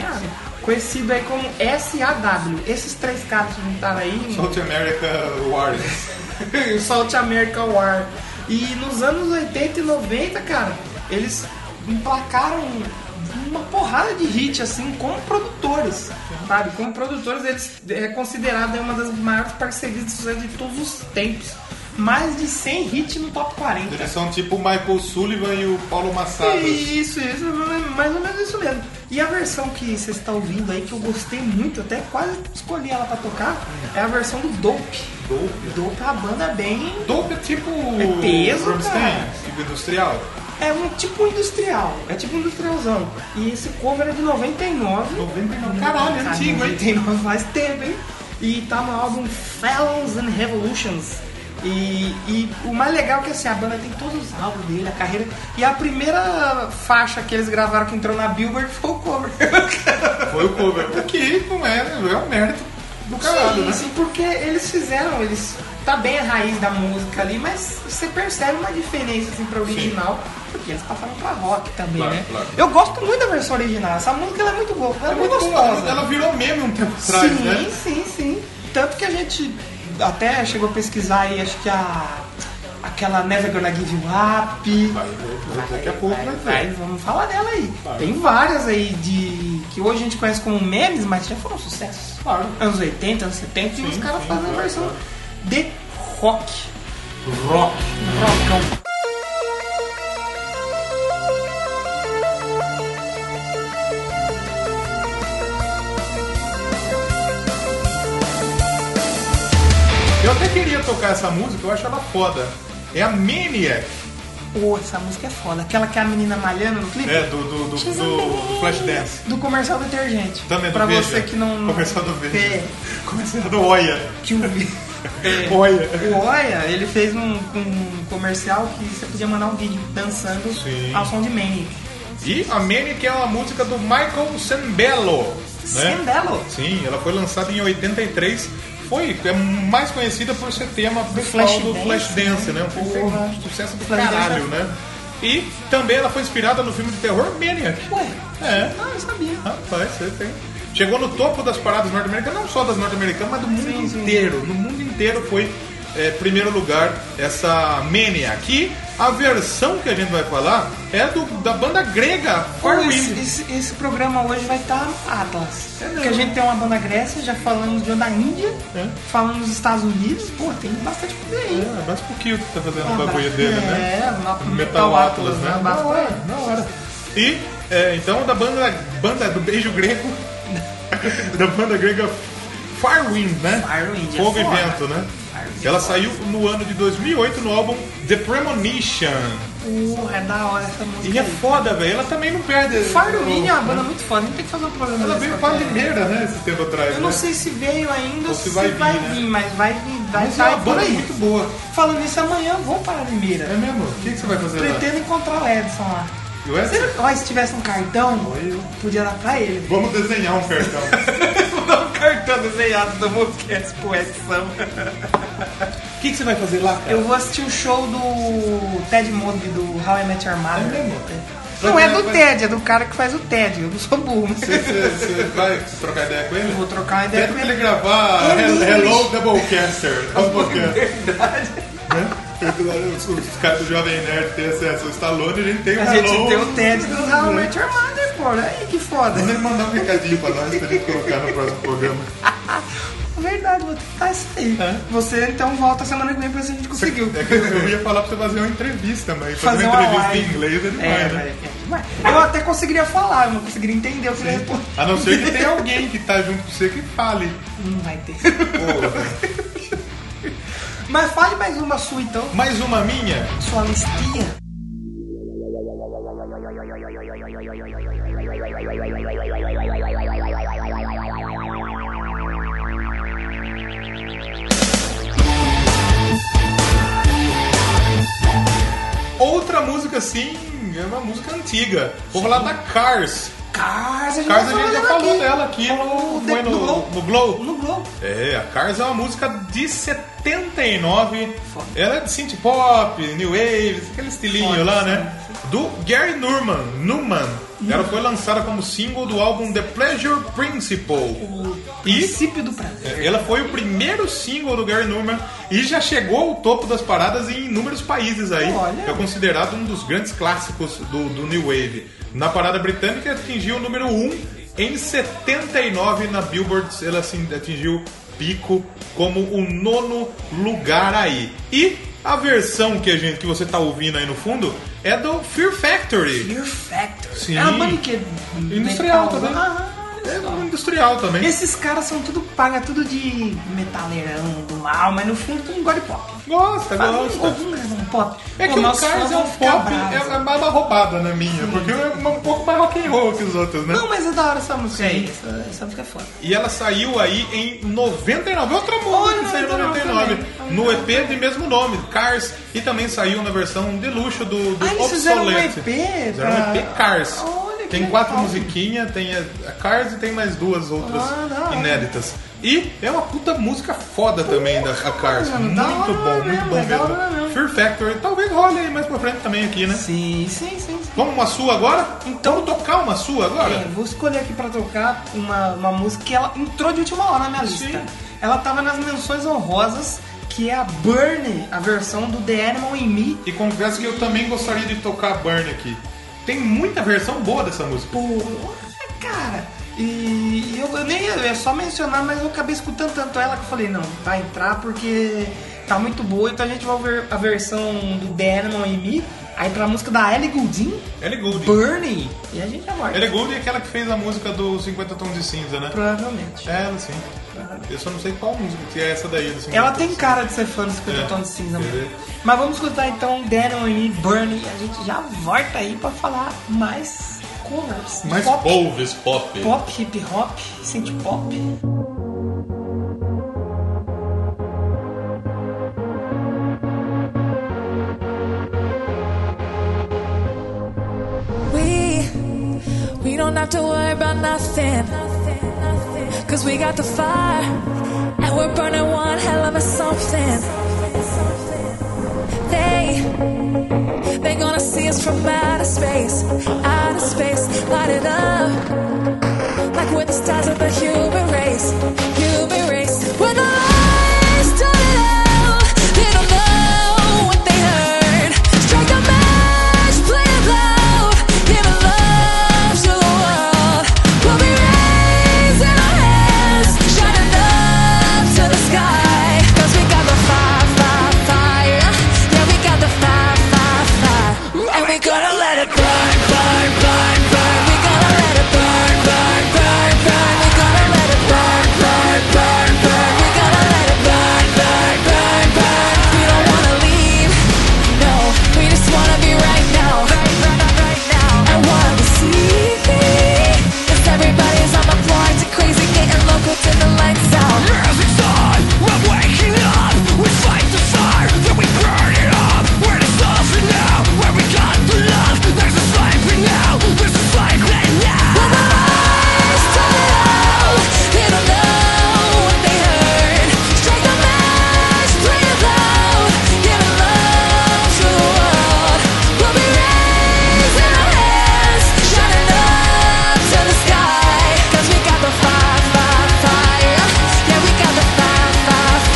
[SPEAKER 1] água. conhecido aí como SAW. Esses três caras que juntaram aí
[SPEAKER 2] South America Warriors.
[SPEAKER 1] o South America War. E nos anos 80 e 90, cara, eles emplacaram uma porrada de hit, assim, como produtores, sabe? Como produtores, eles é considerado aí uma das maiores parcerias de sucesso de todos os tempos. Mais de 100 hits no top 40.
[SPEAKER 2] Eles são tipo o Michael Sullivan e o Paulo Massadas.
[SPEAKER 1] Isso, isso, mais ou menos isso mesmo. E a versão que vocês estão ouvindo aí, que eu gostei muito, até quase escolhi ela pra tocar, é a versão do Dope.
[SPEAKER 2] Dope.
[SPEAKER 1] Dope é uma banda bem
[SPEAKER 2] Dope é tipo.
[SPEAKER 1] É peso,
[SPEAKER 2] Rammstein,
[SPEAKER 1] cara.
[SPEAKER 2] Tipo industrial.
[SPEAKER 1] É um tipo industrial, é tipo um industrialzão. E esse cover é de 99.
[SPEAKER 2] 99, caralho, é
[SPEAKER 1] Cara,
[SPEAKER 2] antigo, hein?
[SPEAKER 1] 99 faz tempo, hein? E tá no álbum Felons and Revolutions. E, e o mais legal é que assim, a banda tem todos os álbuns dele, a carreira. E a primeira faixa que eles gravaram que entrou na Billboard foi o cover.
[SPEAKER 2] Foi o cover. O que não é, é um mérito do caralho,
[SPEAKER 1] sim,
[SPEAKER 2] né?
[SPEAKER 1] sim, porque eles fizeram, eles. Tá bem a raiz da música ali, mas você percebe uma diferença assim pra original, porque eles passaram pra rock também,
[SPEAKER 2] Claro,
[SPEAKER 1] né?
[SPEAKER 2] claro.
[SPEAKER 1] Eu gosto muito da versão original, essa música ela é muito boa, ela é, muito
[SPEAKER 2] bom,
[SPEAKER 1] gostosa.
[SPEAKER 2] Ela virou meme um tempo atrás,
[SPEAKER 1] sim,
[SPEAKER 2] né?
[SPEAKER 1] sim, sim. Tanto que a gente até chegou a pesquisar aí, acho que a. Aquela Never Gonna Give You Up.
[SPEAKER 2] Vai, vai, daqui a pouco vai ter.
[SPEAKER 1] Vai, vamos falar dela aí. Tem várias aí de. que hoje a gente conhece como memes, mas já foram um sucessos.
[SPEAKER 2] Claro.
[SPEAKER 1] Anos 80, anos 70, e os caras
[SPEAKER 2] sim,
[SPEAKER 1] fazem a
[SPEAKER 2] claro,
[SPEAKER 1] versão
[SPEAKER 2] claro.
[SPEAKER 1] de rock.
[SPEAKER 4] rock.
[SPEAKER 1] Rockão.
[SPEAKER 2] Eu até queria tocar essa música, eu acho ela foda. É a Maniac,
[SPEAKER 1] Pô, essa música é foda. Aquela que é a menina malhando no clipe?
[SPEAKER 2] né? Do, do, do, do Flashdance.
[SPEAKER 1] Do comercial detergente.
[SPEAKER 2] Também é do
[SPEAKER 1] Pra
[SPEAKER 2] Veja.
[SPEAKER 1] você que não.
[SPEAKER 2] Comercial do Veja.
[SPEAKER 1] É,
[SPEAKER 2] Começando do Oia.
[SPEAKER 1] que o, é,
[SPEAKER 2] Oia.
[SPEAKER 1] o Oya, ele fez um, um comercial que você podia mandar um vídeo dançando
[SPEAKER 2] Sim.
[SPEAKER 1] ao som de Manic.
[SPEAKER 2] E a Maniac é uma música do Michael Sembello. Né?
[SPEAKER 1] Sembello?
[SPEAKER 2] Sim, ela foi lançada em 83. Foi é mais conhecida por ser tema principal do
[SPEAKER 1] Flashdance,
[SPEAKER 2] Flashdance, né? Um filme que
[SPEAKER 1] Porra.
[SPEAKER 2] fez um sucesso do
[SPEAKER 1] Flashdance
[SPEAKER 2] caralho,
[SPEAKER 1] é-
[SPEAKER 2] né? E também ela foi inspirada no filme de terror Maniac.
[SPEAKER 1] Ué,
[SPEAKER 2] É.
[SPEAKER 1] ah, eu sabia.
[SPEAKER 2] Rapaz, você tem. Chegou no topo das paradas norte-americanas, não só das norte-americanas, mas do mundo
[SPEAKER 1] Sim, sim.
[SPEAKER 2] inteiro. No mundo inteiro foi é, primeiro lugar essa Mania. Aqui, a versão que a gente vai falar é do, da banda grega
[SPEAKER 1] Pô,
[SPEAKER 2] Far
[SPEAKER 1] esse,
[SPEAKER 2] Wind.
[SPEAKER 1] esse- esse programa hoje vai estar Atlas. Porque a gente tem uma banda Grécia, já falamos de uma da Índia,
[SPEAKER 2] É.
[SPEAKER 1] falamos dos Estados Unidos. Pô, tem bastante coisa aí.
[SPEAKER 2] É, mas por que o que tá fazendo
[SPEAKER 1] Um
[SPEAKER 2] o bagulho
[SPEAKER 1] abraço.
[SPEAKER 2] dele,
[SPEAKER 1] é,
[SPEAKER 2] né?
[SPEAKER 1] Metal,
[SPEAKER 2] Metal Atlas, né?
[SPEAKER 1] Um abraço pra ele.
[SPEAKER 2] na hora. E, é, então, da banda, banda do beijo grego, da banda grega Far Wind, né?
[SPEAKER 1] Far Wind, é
[SPEAKER 2] Fogo e
[SPEAKER 1] foda.
[SPEAKER 2] Vento, né?
[SPEAKER 1] Far Wind
[SPEAKER 2] Ela
[SPEAKER 1] é
[SPEAKER 2] saiu no ano de 2008 no álbum The Premonition.
[SPEAKER 1] Porra, é da hora essa música.
[SPEAKER 2] E é
[SPEAKER 1] aí.
[SPEAKER 2] foda, velho. Ela também não perde.
[SPEAKER 1] Farmin é uma banda muito foda, a gente tem que fazer um programa
[SPEAKER 2] Ela
[SPEAKER 1] desse
[SPEAKER 2] veio pra
[SPEAKER 1] qualquer-
[SPEAKER 2] primeira, né? Esse tempo atrás.
[SPEAKER 1] Eu não
[SPEAKER 2] né?
[SPEAKER 1] sei se veio ainda ou
[SPEAKER 2] Ou
[SPEAKER 1] se
[SPEAKER 2] se
[SPEAKER 1] vai,
[SPEAKER 2] vai vir, né?
[SPEAKER 1] vir, mas vai vir, vai
[SPEAKER 2] Mas é
[SPEAKER 1] vai
[SPEAKER 2] uma
[SPEAKER 1] por
[SPEAKER 2] banda
[SPEAKER 1] aí.
[SPEAKER 2] muito boa.
[SPEAKER 1] Falando isso, amanhã eu vou para
[SPEAKER 2] É
[SPEAKER 1] Limeira.
[SPEAKER 2] mesmo? O que, que você vai fazer lá?
[SPEAKER 1] Pretendo encontrar o Edson lá.
[SPEAKER 2] E o Edson?
[SPEAKER 1] Se, ó, se tivesse um cartão,
[SPEAKER 2] É? Oi.
[SPEAKER 1] podia dar pra ele.
[SPEAKER 2] Vamos desenhar um cartão.
[SPEAKER 1] Vou dar um cartão desenhado do Mocast pro Edson.
[SPEAKER 2] O que, que você vai fazer lá, cara?
[SPEAKER 1] Eu vou assistir o show do Ted Mosby, do How I Met Your Mother.
[SPEAKER 2] É mesmo?
[SPEAKER 1] Não é do
[SPEAKER 2] Vai-
[SPEAKER 1] Ted, é do cara que faz o Ted. Eu não sou burro. mas-
[SPEAKER 2] Você, você- você vai trocar ideia com ele?
[SPEAKER 1] Vou trocar uma ideia
[SPEAKER 2] Pede
[SPEAKER 1] com
[SPEAKER 2] pra
[SPEAKER 1] ele.
[SPEAKER 2] ele gravar
[SPEAKER 1] Ele-
[SPEAKER 2] Hello, Hello Doublecaster.
[SPEAKER 1] É
[SPEAKER 2] Doublecaster. Né? Os os caras do Jovem Nerd têm acesso ao Stallone, a gente tem o
[SPEAKER 1] A
[SPEAKER 2] Hello.
[SPEAKER 1] gente tem um o Ted do How I Met Your Mother, pô. Aí que foda.
[SPEAKER 2] Manda ele mandar um recadinho pra nós pra gente colocar no próximo programa.
[SPEAKER 1] É Verdade, vou tentar isso aí.
[SPEAKER 2] É.
[SPEAKER 1] Você então volta semana que vem pra ver se a gente conseguiu.
[SPEAKER 2] É que eu ia falar pra você fazer uma entrevista, mas fazer, uma entrevista em inglês ele
[SPEAKER 1] é,
[SPEAKER 2] vai, né?
[SPEAKER 1] é, é demais. Eu até conseguiria falar, eu não conseguiria entender, eu queria responder.
[SPEAKER 2] A não ser que tenha alguém que tá junto com você que fale.
[SPEAKER 1] Não vai ter. Mas fale mais uma sua então,
[SPEAKER 2] Mais uma minha?
[SPEAKER 1] sua listinha.
[SPEAKER 2] Outra música sim, é uma música antiga. Vou falar da Cars.
[SPEAKER 1] Cars, a gente,
[SPEAKER 2] Cars a
[SPEAKER 1] vai
[SPEAKER 2] gente já
[SPEAKER 1] falar
[SPEAKER 2] falou dela aqui
[SPEAKER 1] Falou
[SPEAKER 2] no,
[SPEAKER 1] de-
[SPEAKER 2] foi
[SPEAKER 1] no Glow.
[SPEAKER 2] no, no Glow.
[SPEAKER 1] No Globo.
[SPEAKER 2] É, a Cars é uma música de 79.
[SPEAKER 1] Foda.
[SPEAKER 2] Ela é de synth pop, new wave, aquele estilinho
[SPEAKER 1] Foda,
[SPEAKER 2] lá, né? Do Gary Newman. Newman. Ela foi lançada como single do álbum The Pleasure Principle.
[SPEAKER 1] O
[SPEAKER 2] E É.
[SPEAKER 1] princípio do prazer.
[SPEAKER 2] ela foi o primeiro single do Gary Newman e já chegou ao topo das paradas em inúmeros países aí.
[SPEAKER 1] Olha.
[SPEAKER 2] É considerado um dos grandes clássicos do, do New Wave. Na parada britânica atingiu o número 1 em 79 na Billboard, ela assim, atingiu pico como o nono lugar aí. E a versão que a gente que você tá ouvindo aí no fundo é do Fear Factory.
[SPEAKER 1] Fear Factor.
[SPEAKER 2] Sim.
[SPEAKER 1] É uma banda que é
[SPEAKER 2] Industrial
[SPEAKER 1] metal.
[SPEAKER 2] também.
[SPEAKER 1] Ah,
[SPEAKER 2] É um industrial também.
[SPEAKER 1] Esses caras são tudo paga, tudo de metaleirão, do mal, mas no fundo tudo gosta de pop.
[SPEAKER 2] Gosta,
[SPEAKER 1] Fala,
[SPEAKER 2] gosta.
[SPEAKER 1] "Ouve um negócio, um pop.
[SPEAKER 2] É que
[SPEAKER 1] Pô,
[SPEAKER 2] o
[SPEAKER 1] nossos
[SPEAKER 2] Cars
[SPEAKER 1] fãs
[SPEAKER 2] é
[SPEAKER 1] vão
[SPEAKER 2] um
[SPEAKER 1] ficar
[SPEAKER 2] pop, é,
[SPEAKER 1] bravos.
[SPEAKER 2] é mais uma roubada na minha, porque é um pouco mais rock and roll que os outros, né?
[SPEAKER 1] Não, mas é da hora essa música aí. Essa, essa música é foda.
[SPEAKER 2] E ela saiu aí em 99, outra música que saiu em 99, no EP de mesmo nome, Cars, e também saiu na versão de luxo do, do
[SPEAKER 1] Ah, eles fizeram um
[SPEAKER 2] Obsolete.
[SPEAKER 1] EP
[SPEAKER 2] Fizeram um
[SPEAKER 1] pra-
[SPEAKER 2] EP Cars.
[SPEAKER 1] Olha, que
[SPEAKER 2] tem quatro
[SPEAKER 1] legal.
[SPEAKER 2] musiquinhas, tem a, a Cars e tem mais duas outras
[SPEAKER 1] Ah, da hora.
[SPEAKER 2] inéditas. E é uma puta música foda também da a Cars.
[SPEAKER 1] mano,
[SPEAKER 2] muito
[SPEAKER 1] da hora
[SPEAKER 2] bom, muito
[SPEAKER 1] mesmo,
[SPEAKER 2] bom
[SPEAKER 1] é da
[SPEAKER 2] mesmo.
[SPEAKER 1] hora mesmo.
[SPEAKER 2] Fear Factory, talvez role aí mais pra frente também aqui, né?
[SPEAKER 1] Sim, sim, sim. sim.
[SPEAKER 2] Vamos uma sua agora?
[SPEAKER 1] Então-
[SPEAKER 2] Vamos tocar uma sua agora?
[SPEAKER 1] É, vou escolher aqui pra tocar uma, uma música que ela entrou de última hora na minha
[SPEAKER 2] Sim.
[SPEAKER 1] lista. Ela tava nas menções honrosas, que é a Burn, a versão do The Animal in Me.
[SPEAKER 2] E confesso que eu também gostaria de tocar Burn aqui. Tem muita versão boa dessa música.
[SPEAKER 1] Pô, é, cara. E eu, eu nem eu ia só mencionar, mas eu acabei escutando tanto ela que eu falei, não, vai entrar porque tá muito boa, então a gente vai ver a versão do Dan e Me, aí pra música da Ellie Goulding,
[SPEAKER 2] Ellie Goulding.
[SPEAKER 1] Burning, e a gente já volta.
[SPEAKER 2] Ellie Goulding é aquela que fez a música do 50 Tons de Cinza, né?
[SPEAKER 1] Provavelmente.
[SPEAKER 2] É, ela sim. Eu só não sei qual música que é essa daí. do 50
[SPEAKER 1] Ela
[SPEAKER 2] Tons
[SPEAKER 1] tem
[SPEAKER 2] de
[SPEAKER 1] cara de ser fã dos 50
[SPEAKER 2] É.
[SPEAKER 1] Tons de Cinza,
[SPEAKER 2] Quer
[SPEAKER 1] mano.
[SPEAKER 2] ver?
[SPEAKER 1] Mas vamos escutar então Dan e Me, Burning, e a gente já volta aí pra falar mais covers. de
[SPEAKER 2] Cinza. Mais
[SPEAKER 1] pop,
[SPEAKER 2] polves pop.
[SPEAKER 1] pop, hip hop, synth pop.
[SPEAKER 7] We we don't have to worry about nothing. Cause we got the fire and we're burning one hell of a something. They they're gonna see us from outer space, outer space, light it up. Like we're the stars of the human race, human race. When the lights turn it out, they don't know what they heard. Strike a match, play it loud, give a love to the world. We'll be raising our hands, shining up to the sky. 'Cause we got the fire, fire, fire. Yeah, we got the fire, fire, fire. And we gonna let it burn, burn, burn, burn. We gonna let it burn, burn, burn, burn. We gonna let it burn, burn, burn, burn. We gonna let it burn, burn, burn, burn. We don't wanna leave, no. We just wanna be right now, right, right, right, right now. And what we see is everybody's on the floor, it's crazy, getting local till the lights out.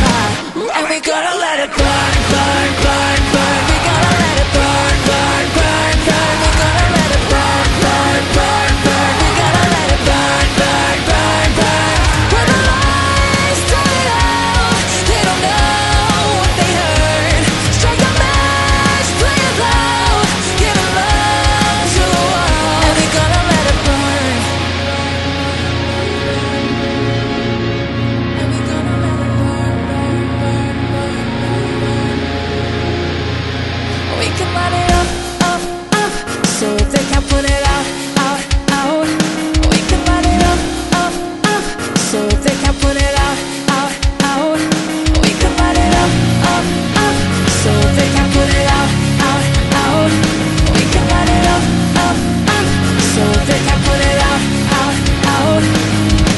[SPEAKER 7] Gotta let it burn, burn, burn, burn. We gotta let it burn, burn, burn, burn. We gotta let it burn, burn, burn, burn. We gotta let it burn, burn, burn, burn. When the lights turn it out, they don't know what they heard. Strike a match, play it loud, give love to the world, and we gotta let it burn. And we gonna let it burn, burn, burn, burn, burn. We can light it up, up, up, so they can put it out, out, out. We can light it up, up, up, so they can put it out, out, out. We can light it up, up, up, so they can put it out, out, out. We can light it up, up, up, so they can put it out, out, out.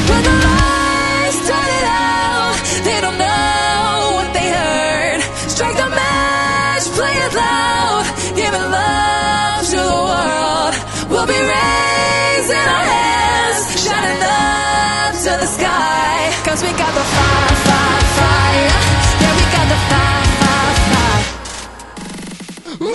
[SPEAKER 7] When the lights turn it out, they don't know what they heard. Strike a match, play it loud, giving love to the world. We'll be raising our hands, shining up to the sky. Cause we got the fire, fire, fire. Yeah, we got the fire, fire, fire.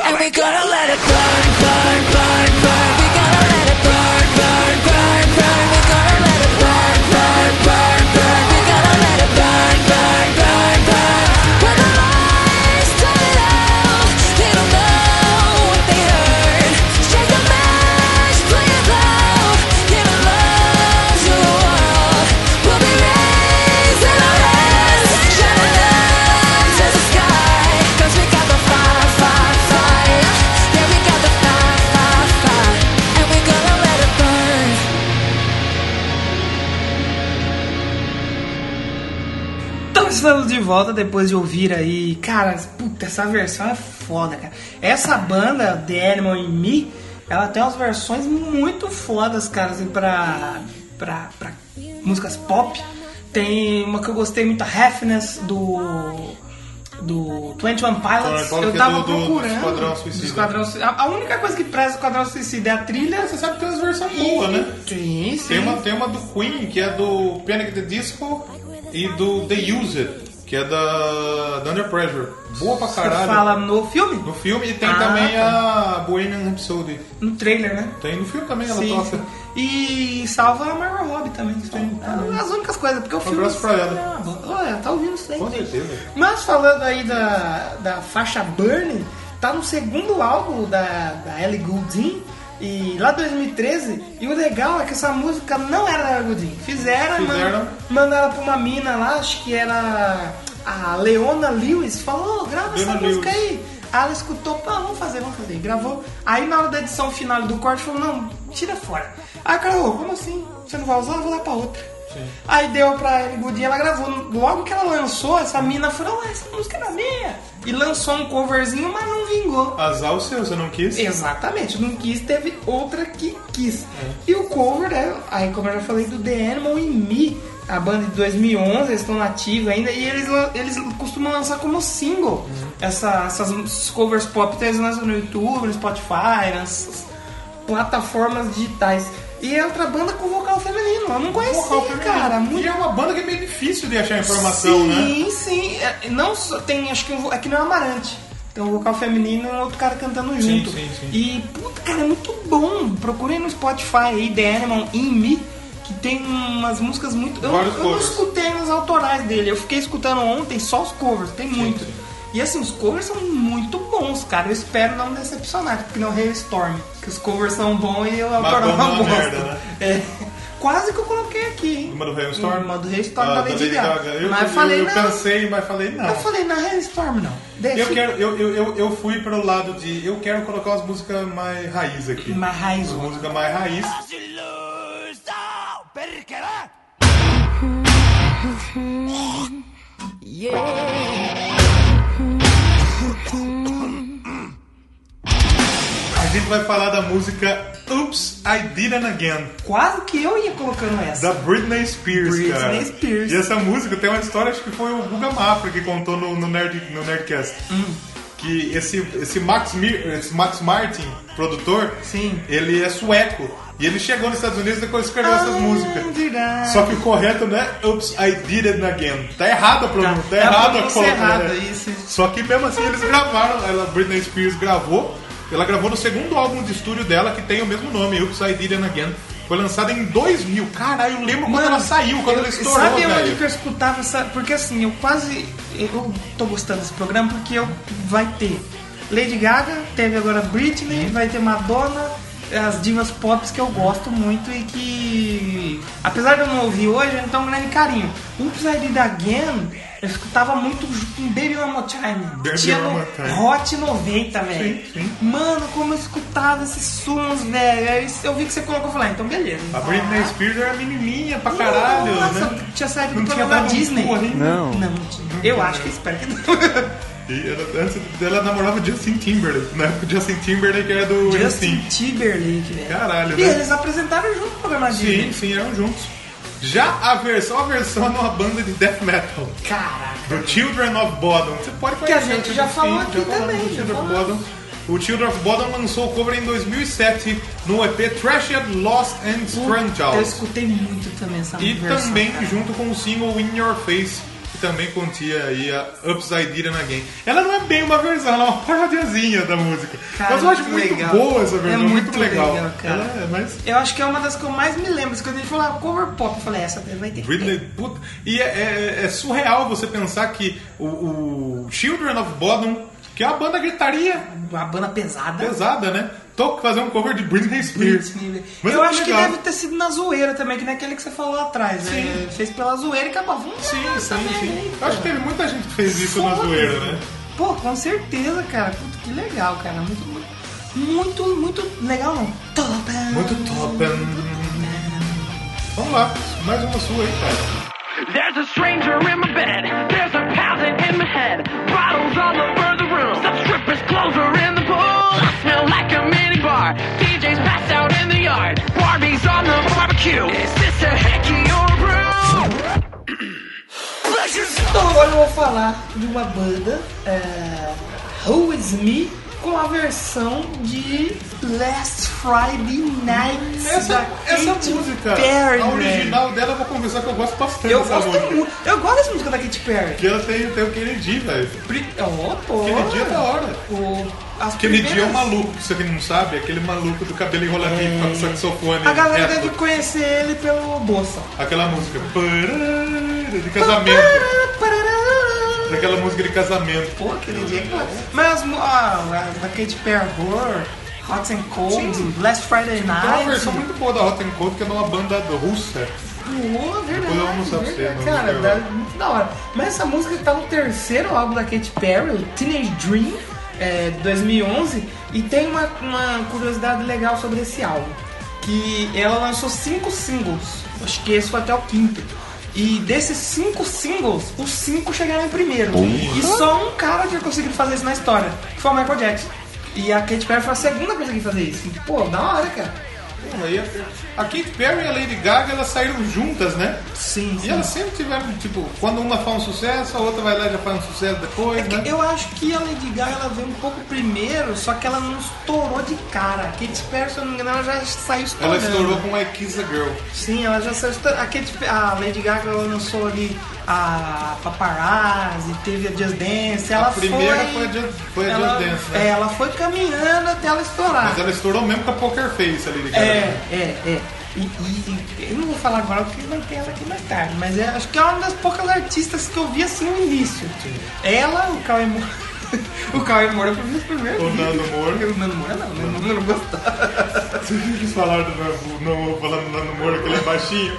[SPEAKER 7] And we gonna let it burn, burn, burn, burn. We gonna let it burn, burn, burn, burn. We gonna let it burn, burn, burn, burn. We gonna let it burn, burn, burn, burn. When the lights turn it out, they don't know what they heard. Strike a match, play it loud, give it love to the world. We'll be raising our hands, shining up to the sky. 'Cause we got the fire, fire, fire. Yeah, we got the fire, fire, fire. And we gonna let it burn.
[SPEAKER 1] Então estamos de volta depois de ouvir aí, cara, puta, essa versão é foda, cara. Essa banda, The Animal in Me, ela tem umas versões muito fodas, cara, assim, pra, pra, pra músicas pop. Tem uma que eu gostei muito, a Happiness, do. Do 21 Pilots.
[SPEAKER 2] Fala que
[SPEAKER 1] eu
[SPEAKER 2] é
[SPEAKER 1] tava
[SPEAKER 2] do- do- do
[SPEAKER 1] procurando.
[SPEAKER 2] Esquadrão
[SPEAKER 1] do
[SPEAKER 2] Suicida.
[SPEAKER 1] Esquadrão Suicida. a, a única coisa que preza o Esquadrão Suicida é a trilha.
[SPEAKER 2] Você sabe que tem umas versões boas, né?
[SPEAKER 1] Sim, sim.
[SPEAKER 2] Tem uma, tem uma do Queen, que é do Panic! The Disco e do The Used, que é da, da Under Pressure. Boa pra
[SPEAKER 1] Você
[SPEAKER 2] caralho.
[SPEAKER 1] fala no filme?
[SPEAKER 2] No filme e tem
[SPEAKER 1] Ah,
[SPEAKER 2] também
[SPEAKER 1] tá.
[SPEAKER 2] a Bohemian Rhapsody.
[SPEAKER 1] No trailer, né?
[SPEAKER 2] Tem no filme também, ela
[SPEAKER 1] Sim,
[SPEAKER 2] toca.
[SPEAKER 1] sim. E salva a Margot Robbie Bob também. Sim, as únicas coisas, porque o filme.
[SPEAKER 2] abraço pra ela.
[SPEAKER 1] É uma boa. Olha, ela tá ouvindo isso aí.
[SPEAKER 2] Com certeza.
[SPEAKER 1] Mas falando aí da, da faixa Burn, tá no segundo álbum da, da Ellie Goulding. E lá 2013, e o legal é que essa música não era da Ellie Goulding. Fizeram,
[SPEAKER 2] Fizeram.
[SPEAKER 1] Mano, mandaram pra uma mina lá, acho que era a Leona Lewis, falou, "Ô, grava essa
[SPEAKER 2] Leona
[SPEAKER 1] música
[SPEAKER 2] Lewis.
[SPEAKER 1] aí. Aí Ela escutou, pá, vamos fazer, vamos fazer. E Gravou. Aí na hora da edição final do corte, falou, não, tira fora. Aí cara, "Ô, como assim? Você não vai usar? Eu vou dar pra outra. Aí deu pra Ellie Goulding, ela gravou. Logo que ela lançou, essa mina falou, ah, essa música era minha. E lançou um coverzinho, mas não vingou.
[SPEAKER 2] Azar o seu, você não quis? É.
[SPEAKER 1] Exatamente, não quis, teve outra que quis. E o cover, né? Aí, como eu já falei, do The Animal in Me, a banda de 2011, eles estão nativos ainda, e eles, lan- eles costumam lançar como single
[SPEAKER 2] Uhum.
[SPEAKER 1] essa- essas esses covers pop, então eles lançam no YouTube, no Spotify, nas plataformas digitais. E é outra banda com vocal feminino, eu não conhecia,
[SPEAKER 2] Vocal feminino.
[SPEAKER 1] cara.
[SPEAKER 2] E
[SPEAKER 1] Muito
[SPEAKER 2] é uma banda que é meio difícil de achar informação, né?
[SPEAKER 1] sim, Sim, É, Não só tem, acho que um vo- é que não é Amarante. Tem um vocal feminino e um outro cara cantando junto.
[SPEAKER 2] sim, sim.
[SPEAKER 1] E, puta, cara, é muito bom. Procurem no Spotify aí, The Animal In Me, que tem umas músicas muito... Eu,
[SPEAKER 2] Vários
[SPEAKER 1] eu não
[SPEAKER 2] covers.
[SPEAKER 1] escutei os autorais dele. Eu fiquei escutando ontem só os covers, tem muito.
[SPEAKER 2] sim.
[SPEAKER 1] E assim, os covers são muito bons, cara. Eu espero não me decepcionar, porque não é Hailstorm. Que os covers são bons e eu autoral é
[SPEAKER 2] banda é
[SPEAKER 1] uma
[SPEAKER 2] uma
[SPEAKER 1] bosta.
[SPEAKER 2] merda, né?
[SPEAKER 1] É. Quase que eu coloquei aqui, hein?
[SPEAKER 2] Uma do Hailstorm?
[SPEAKER 1] Uma do tá Hailstorm
[SPEAKER 2] Ah,
[SPEAKER 1] da Lady Gaga.
[SPEAKER 2] Eu,
[SPEAKER 1] mas
[SPEAKER 2] eu,
[SPEAKER 1] eu falei,
[SPEAKER 2] eu
[SPEAKER 1] não.
[SPEAKER 2] pensei, mas falei não.
[SPEAKER 1] Eu falei, não, Hailstorm não. Deixa.
[SPEAKER 2] Eu, quero, eu, eu, eu, eu fui pro lado de. Eu quero colocar as músicas mais raiz aqui.
[SPEAKER 1] Mais raiz,
[SPEAKER 2] As
[SPEAKER 1] ó.
[SPEAKER 2] músicas mais raiz. A gente vai falar da música Oops, I Did It Again,
[SPEAKER 1] Quase que eu ia colocando essa.
[SPEAKER 2] da Britney Spears,
[SPEAKER 1] Britney
[SPEAKER 2] cara.
[SPEAKER 1] Spears.
[SPEAKER 2] E essa música tem uma história, acho que foi o Guga Mafra que contou no, no, Nerd, no Nerdcast.
[SPEAKER 1] Hum.
[SPEAKER 2] Que esse, esse, Max, Mir- esse Max Martin, produtor,
[SPEAKER 1] Sim.
[SPEAKER 2] ele é sueco. E ele chegou nos Estados Unidos e depois escreveu essas
[SPEAKER 1] Ah,
[SPEAKER 2] músicas.
[SPEAKER 1] verdade.
[SPEAKER 2] Só que o correto não é Oops, I Did It Again. Tá errado a pronúncia. Tá,
[SPEAKER 1] É a
[SPEAKER 2] errado a
[SPEAKER 1] pronúncia
[SPEAKER 2] pronúncia.
[SPEAKER 1] errada,
[SPEAKER 2] né?
[SPEAKER 1] isso, isso.
[SPEAKER 2] Só que mesmo assim eles gravaram. Ela, Britney Spears gravou. Ela gravou no segundo álbum de estúdio dela, que tem o mesmo nome, Oops, I Did It Again. Foi lançada em 2000. Caralho, eu lembro quando ela saiu,
[SPEAKER 1] eu-
[SPEAKER 2] quando ela estourou,
[SPEAKER 1] Sabe onde
[SPEAKER 2] velho.
[SPEAKER 1] que eu escutava essa... Porque assim, eu quase... Eu tô gostando desse programa porque eu... vai ter Lady Gaga, teve agora Britney, vai ter Madonna, as divas pop que eu gosto muito e que... Apesar de eu não ouvir hoje, eu não tenho um grande carinho. Oops, I Did It Again, eu escutava muito com Baby One More Time.
[SPEAKER 2] Baby
[SPEAKER 1] Tinha
[SPEAKER 2] One
[SPEAKER 1] no
[SPEAKER 2] More Time.
[SPEAKER 1] Hot 90, velho. Mano, como eu escutava esses sons, velho. Aí Eu vi que você colocou e falei, ah, então beleza.
[SPEAKER 2] A Britney Spears era menininha pra caralho,
[SPEAKER 1] Nossa,
[SPEAKER 2] né?
[SPEAKER 1] tinha saído
[SPEAKER 2] Não
[SPEAKER 1] do
[SPEAKER 2] tinha
[SPEAKER 1] programa da
[SPEAKER 2] dado um
[SPEAKER 1] Disney.
[SPEAKER 2] porra, hein?
[SPEAKER 1] não. Não, tinha. Eu acho que espero que não.
[SPEAKER 2] E ela, antes dela namorava Justin Timberlake. Na época, Justin Timberlake era do
[SPEAKER 1] Justin
[SPEAKER 2] NSYNC.
[SPEAKER 1] Timberlake, velho.
[SPEAKER 2] Caralho,
[SPEAKER 1] E
[SPEAKER 2] né?
[SPEAKER 1] eles apresentaram junto o programa
[SPEAKER 2] Sim,
[SPEAKER 1] Disney.
[SPEAKER 2] sim, eram juntos. Já a versão, a versão é uma banda de death metal,
[SPEAKER 1] Caraca.
[SPEAKER 2] do Children of Bodom. Você pode
[SPEAKER 1] Que a
[SPEAKER 2] conhecer o
[SPEAKER 1] gente
[SPEAKER 2] Children
[SPEAKER 1] já
[SPEAKER 2] of
[SPEAKER 1] falou
[SPEAKER 2] Bodom,
[SPEAKER 1] aqui também,
[SPEAKER 2] do
[SPEAKER 1] já
[SPEAKER 2] Children of
[SPEAKER 1] falamos.
[SPEAKER 2] Bodom. O Children of Bodom lançou o cover em 2007 no EP Trashed, Lost and Strange
[SPEAKER 1] Eu
[SPEAKER 2] Out.
[SPEAKER 1] escutei muito também essa
[SPEAKER 2] E
[SPEAKER 1] versão,
[SPEAKER 2] também
[SPEAKER 1] cara.
[SPEAKER 2] junto com o single In Your Face, que também continha aí a Upside Down Again. Ela não é bem uma versão, ela é uma parodiazinha da música.
[SPEAKER 1] Cara,
[SPEAKER 2] Mas eu acho
[SPEAKER 1] muito
[SPEAKER 2] muito
[SPEAKER 1] legal.
[SPEAKER 2] boa essa
[SPEAKER 1] É
[SPEAKER 2] versão,
[SPEAKER 1] muito
[SPEAKER 2] legal.
[SPEAKER 1] legal, cara.
[SPEAKER 2] Ela é, mas
[SPEAKER 1] Eu acho que é uma das que eu mais me lembro. Quando a gente falava cover pop, eu falei, "É, essa daí vai ter que ter.
[SPEAKER 2] Ridley, puta. E é, é- é surreal você pensar que o, o Children of Bodom, que é uma banda gritaria
[SPEAKER 1] Uma banda pesada.
[SPEAKER 2] pesada, né? Tô fazer um cover de Britney Spears.
[SPEAKER 1] Britney. né?
[SPEAKER 2] Mas
[SPEAKER 1] eu
[SPEAKER 2] é
[SPEAKER 1] acho que
[SPEAKER 2] legal.
[SPEAKER 1] deve ter sido na zoeira também, que nem aquele que você falou lá atrás. né? Fez pela zoeira e acabou. Vamos
[SPEAKER 2] Sim,
[SPEAKER 1] lá, essa
[SPEAKER 2] sim,
[SPEAKER 1] merda aí,
[SPEAKER 2] sim. Eu
[SPEAKER 1] cara.
[SPEAKER 2] acho que teve muita gente que fez isso na
[SPEAKER 1] né, Foda-se.
[SPEAKER 2] zoeira, né?
[SPEAKER 1] Pô, com certeza, cara. Puta, que legal, cara. Muito, muito, muito, muito legal, não. Top.
[SPEAKER 2] Muito top. Vamos lá, mais uma sua aí, cara.
[SPEAKER 8] There's a stranger in my bed. There's a pounding in my head. Bottles all over the room. Some strippers' clothes are in the pool. I smell like a minibar. DJ's passed out in the yard. Barbies on the barbecue. Is this a hickey or a brew?
[SPEAKER 1] Então agora eu vou falar de uma banda, é, Who Is Me, com a versão de Last Friday Night.
[SPEAKER 2] Essa,
[SPEAKER 1] da
[SPEAKER 2] essa
[SPEAKER 1] Katy
[SPEAKER 2] música,
[SPEAKER 1] Perry,
[SPEAKER 2] a
[SPEAKER 1] velho.
[SPEAKER 2] original dela, eu vou confessar que eu gosto bastante
[SPEAKER 1] Eu
[SPEAKER 2] dessa
[SPEAKER 1] gosto
[SPEAKER 2] música.
[SPEAKER 1] muito. Eu gosto dessa música da Katy Perry.
[SPEAKER 2] Que ela tem, tem o Kennedy, velho. Pri-
[SPEAKER 1] Oh, pô.
[SPEAKER 2] Kennedy é da hora.
[SPEAKER 1] O, as
[SPEAKER 2] Kennedy é
[SPEAKER 1] primeiras- É.
[SPEAKER 2] um maluco, que você que não sabe, é aquele maluco do cabelo enroladinho com saxofone.
[SPEAKER 1] A galera
[SPEAKER 2] reto.
[SPEAKER 1] deve conhecer ele pelo Bolsa.
[SPEAKER 2] Aquela música. parará, De casamento. Aquela música de casamento.
[SPEAKER 1] Pô, é aquele dia que Mas as mu- ah, a da Katy Perry, Horror, Hot and Cold, Last Friday Night.
[SPEAKER 2] Tem uma versão muito boa da Hot and Cold, que é de uma banda russa.
[SPEAKER 1] Pô, verdade.
[SPEAKER 2] Depois eu almoço pra você,
[SPEAKER 1] verdade.
[SPEAKER 2] não,
[SPEAKER 1] Cara,
[SPEAKER 2] não
[SPEAKER 1] dá-
[SPEAKER 2] quero.
[SPEAKER 1] muito da hora. Mas essa música tá no terceiro álbum da Katy Perry, o Teenage Dream, é, de 2011. E tem uma, uma curiosidade legal sobre esse álbum. Que ela lançou cinco singles. Acho que esse foi até o quinto. E desses cinco singles, os cinco chegaram em primeiro. E só um cara tinha conseguido fazer isso na história, que foi o Michael Jackson. E a Katy Perry foi a segunda a conseguir fazer isso. Pô, da hora, cara.
[SPEAKER 2] Pô, aí A a Katy Perry e a Lady Gaga, elas saíram juntas, né?
[SPEAKER 1] Sim,
[SPEAKER 2] E elas sempre tiveram, tipo, quando uma faz um sucesso, a outra vai lá e já faz um sucesso depois, né?
[SPEAKER 1] Eu acho É que a Lady Gaga ela veio um pouco primeiro, só que ela não estourou de cara. A Katy Perry, se eu não me engano, ela já saiu estourando.
[SPEAKER 2] Ela estourou com I Kiss a Girl.
[SPEAKER 1] Sim, ela já saiu estourando. A, Katy, Pe- a Lady Gaga ela lançou ali a Paparazzi, teve a Just Dance. Ela
[SPEAKER 2] a primeira foi,
[SPEAKER 1] foi
[SPEAKER 2] a Just, foi a
[SPEAKER 1] ela,
[SPEAKER 2] Just Dance,
[SPEAKER 1] é,
[SPEAKER 2] né?
[SPEAKER 1] ela foi caminhando até ela estourar.
[SPEAKER 2] Mas ela estourou mesmo com a Poker Face, a Lady Gaga.
[SPEAKER 1] É, é, é. E, e- e- eu não vou falar agora porque vai ter ela aqui mais tarde, mas é- acho que é uma das poucas artistas que eu vi assim no início. Ela, o Cauê Moura. o Cauê Moura foi um meu primeiro.
[SPEAKER 2] O Nando Moura.
[SPEAKER 1] O Nando Moura não, o Nando Moura não gostava.
[SPEAKER 2] Vocês viram que eles falaram do Nando- não, falando do Nando Moura, que ele é baixinho?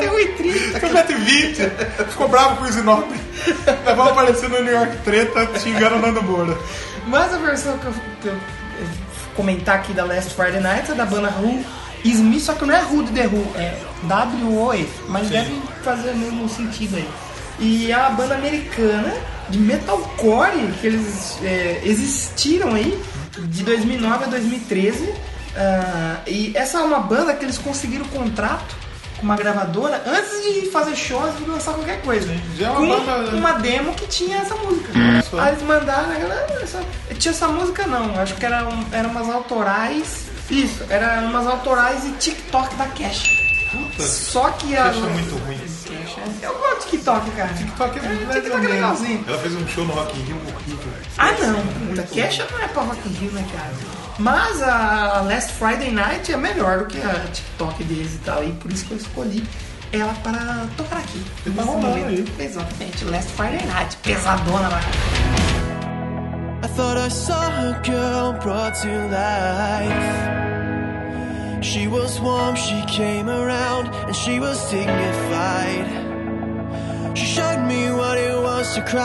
[SPEAKER 1] Tem um intriga.
[SPEAKER 2] Tem 1,20m. Ficou bravo com o Isinobre. Nós vamos aparecer no New York Treta xingando o Nando Moura.
[SPEAKER 1] Mas a versão que eu, que eu- eu vou comentar aqui da Last Friday Night é da banda Who Smith, só que não é Who do The Who, é W-O-E, mas deve fazer o mesmo sentido aí. E é uma banda americana de metalcore que eles é, existiram aí de 2009 a 2013. Ah, e essa é uma banda que eles conseguiram um contrato com uma gravadora antes de fazer shows e lançar qualquer coisa.
[SPEAKER 2] Já é uma
[SPEAKER 1] com
[SPEAKER 2] banda-
[SPEAKER 1] uma demo que tinha essa música. Aí eles mandaram, a galera, "Ah, essa- tinha essa música não, acho que era, um- era umas autorais. Isso, era umas autorais e TikTok da Cash. Só que a.
[SPEAKER 2] Cash é muito ruim.
[SPEAKER 1] Cash é- Eu gosto de TikTok, cara.
[SPEAKER 2] TikTok é muito
[SPEAKER 1] TikTok é legalzinho.
[SPEAKER 2] Ela fez um show no Rock in Rio horrível.
[SPEAKER 1] Ah
[SPEAKER 2] é
[SPEAKER 1] não, da Cash não é pra Rock in Rio, né, cara? Mas a Last Friday Night é melhor do que a TikTok deles e tal, e por isso que eu escolhi ela para tocar aqui.
[SPEAKER 2] E tá
[SPEAKER 1] nesse
[SPEAKER 2] rolando
[SPEAKER 1] momento.
[SPEAKER 2] aí.
[SPEAKER 1] Exatamente, Last Friday Night, pesadona lá.
[SPEAKER 9] I thought I saw a girl brought to life. She was warm, she came around, and she was dignified. She showed me what it was to cry.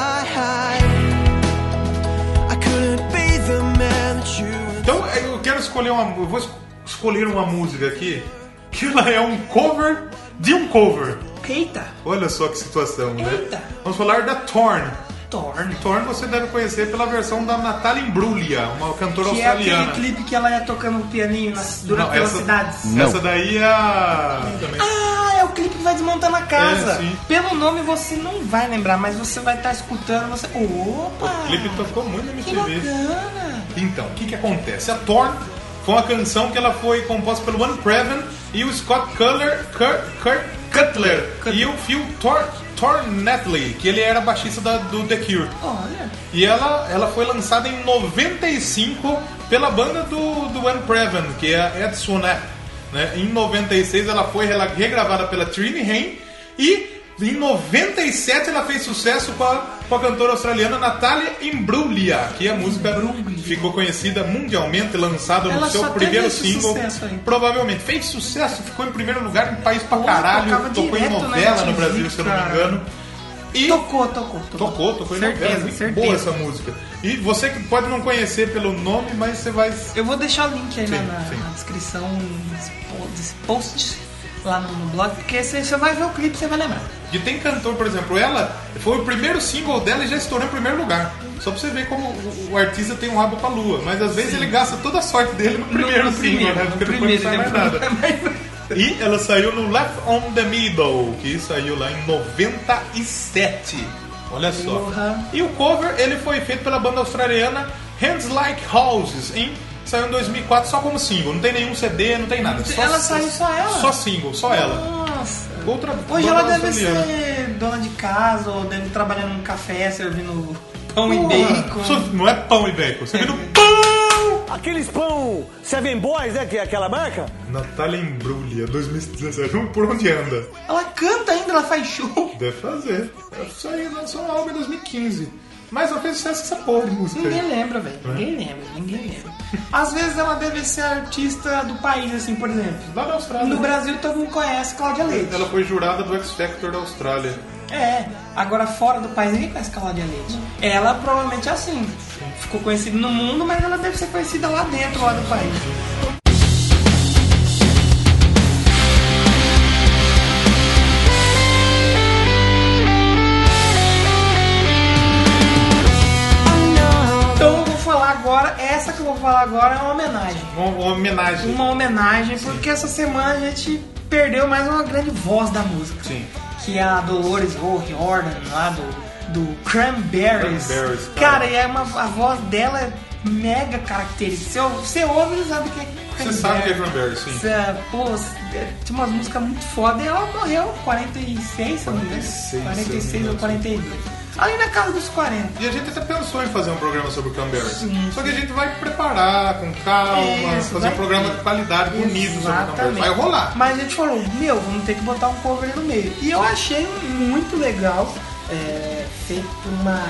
[SPEAKER 9] I couldn't be the man that you
[SPEAKER 2] Então eu quero escolher uma. Eu vou es- escolher uma música aqui que ela é um cover de um cover.
[SPEAKER 1] Eita,
[SPEAKER 2] Olha só que situação, né?
[SPEAKER 1] Eita.
[SPEAKER 2] Vamos falar da Torn.
[SPEAKER 1] Thorne.
[SPEAKER 2] Torn você deve conhecer pela versão da Natalie Imbruglia, uma cantora
[SPEAKER 1] Que é aquele
[SPEAKER 2] australiana.
[SPEAKER 1] clipe que ela ia tocando o pianinho nas, durante
[SPEAKER 2] Não,
[SPEAKER 1] pelas
[SPEAKER 2] essa-
[SPEAKER 1] cidades.
[SPEAKER 2] Essa daí é a.
[SPEAKER 1] Ah, é o clipe que vai desmontando a casa.
[SPEAKER 2] É, sim.
[SPEAKER 1] Pelo nome você não vai lembrar, mas você vai estar escutando. Você... Opa!
[SPEAKER 2] O clipe tocou muito na
[SPEAKER 1] Que
[SPEAKER 2] MTV.
[SPEAKER 1] bacana!
[SPEAKER 2] Então, o que, que acontece? A Torn foi uma canção que ela foi composta pelo One Preven e o Scott Cutler, Cur- Cur- Cutler, e o Phil Tor, Tornatley, que ele era baixista da- do The Cure.
[SPEAKER 1] Olha,
[SPEAKER 2] E ela, ela foi lançada em 95 pela banda do, do One Preven, que é a Edson App. Né? Em 96 ela foi rela- regravada pela Trini Hain e em 97 ela fez sucesso com a, com a cantora australiana Natalia Imbruglia, que a música ficou conhecida mundialmente, lançada
[SPEAKER 1] Ela
[SPEAKER 2] no seu
[SPEAKER 1] só teve
[SPEAKER 2] primeiro
[SPEAKER 1] esse
[SPEAKER 2] single.
[SPEAKER 1] sucesso aí.
[SPEAKER 2] Provavelmente fez sucesso, ficou em primeiro lugar no país pra
[SPEAKER 1] Pô, tocava
[SPEAKER 2] caralho, tocou em
[SPEAKER 1] direto na
[SPEAKER 2] novela no
[SPEAKER 1] MTV,
[SPEAKER 2] Brasil, se eu não me
[SPEAKER 1] cara.
[SPEAKER 2] engano. E
[SPEAKER 1] tocou, tocou, tocou.
[SPEAKER 2] Tocou, tocou em novela.
[SPEAKER 1] Certeza,
[SPEAKER 2] Muito
[SPEAKER 1] certeza.
[SPEAKER 2] boa essa música. E você que pode não conhecer pelo nome, mas você vai.
[SPEAKER 1] Eu vou deixar o link aí
[SPEAKER 2] Sim,
[SPEAKER 1] na, na
[SPEAKER 2] sim.
[SPEAKER 1] descrição desse po- desse post lá no, no blog, porque você, você vai ver o clipe e você vai lembrar.
[SPEAKER 2] E tem cantor, por exemplo, ela foi o primeiro single dela e já estourou em primeiro lugar. Só pra você ver como o, o artista tem um rabo pra lua. Mas às vezes ele gasta toda a sorte dele no primeiro
[SPEAKER 1] No- no
[SPEAKER 2] single, né?
[SPEAKER 1] no
[SPEAKER 2] Porque depois não sai mais
[SPEAKER 1] depois
[SPEAKER 2] nada.
[SPEAKER 1] não sai mais nada.
[SPEAKER 2] E ela saiu no Left on the Middle, que saiu lá em 97. Olha só.
[SPEAKER 1] Porra.
[SPEAKER 2] E o cover ele foi feito pela banda australiana Hands Like Houses, hein? Saiu em 2004 só como single, não tem nenhum CD, não tem nada. Só,
[SPEAKER 1] Ela saiu só ela?
[SPEAKER 2] Só single, só ela.
[SPEAKER 1] Nossa.
[SPEAKER 2] Outra
[SPEAKER 1] Hoje
[SPEAKER 2] banda
[SPEAKER 1] ela deve
[SPEAKER 2] australiana.
[SPEAKER 1] ser dona de casa ou deve trabalhar num café servindo pão e
[SPEAKER 2] Porra,
[SPEAKER 1] bacon.
[SPEAKER 2] isso Não é pão e bacon, você vira um pão!
[SPEAKER 3] Aqueles pão Seven Boys, né? Que é aquela marca?
[SPEAKER 2] Natália Embrulha, 2017, vamos por onde anda?
[SPEAKER 1] Ela canta ainda, ela faz show.
[SPEAKER 2] Deve fazer. Isso aí lançou um álbum em 2015. Mas ela fez sucesso com essa porra de música.
[SPEAKER 1] Ninguém lembra, velho. Ninguém lembra, ninguém lembra. Às vezes ela deve ser artista do país, assim, por exemplo.
[SPEAKER 2] Lá da Austrália.
[SPEAKER 1] No
[SPEAKER 2] né?
[SPEAKER 1] Brasil todo mundo conhece Cláudia Leite.
[SPEAKER 2] Ela foi jurada do X Factor da Austrália.
[SPEAKER 1] É, agora fora do país ninguém conhece Cláudia Leite. Ela provavelmente é assim. Ficou conhecida no mundo, mas ela deve ser conhecida lá dentro, lá do país. Então eu vou falar agora, essa que eu vou falar agora é uma homenagem
[SPEAKER 2] Uma, uma homenagem.
[SPEAKER 1] uma homenagem, porque essa semana a gente perdeu mais uma grande voz da música.
[SPEAKER 2] Sim.
[SPEAKER 1] Que é a Dolores O'Riordan, lá do, do Cranberries.
[SPEAKER 2] Cranberries, cara.
[SPEAKER 1] cara, e é uma, a voz dela é mega característica. Você, ou- você ouve e sabe o que é
[SPEAKER 2] Você sabe que é Cranberries, sim.
[SPEAKER 1] Cê- pô, é, tinha umas músicas muito foda e ela morreu 46, se eu não me engano.
[SPEAKER 2] 46,
[SPEAKER 1] 46 ou
[SPEAKER 2] se eu não me
[SPEAKER 1] 42. Ali na casa dos 40.
[SPEAKER 2] E a gente até pensou em fazer um programa sobre o Cranberries. Só que a gente vai preparar com calma,
[SPEAKER 1] Isso,
[SPEAKER 2] fazer
[SPEAKER 1] É, vai
[SPEAKER 2] um programa
[SPEAKER 1] ter.
[SPEAKER 2] de qualidade, bonito sobre o Cranberries.
[SPEAKER 1] Exatamente.
[SPEAKER 2] Vai rolar.
[SPEAKER 1] Mas a gente falou, meu, vamos ter que botar um cover no meio. E eu achei muito legal, é, feito por uma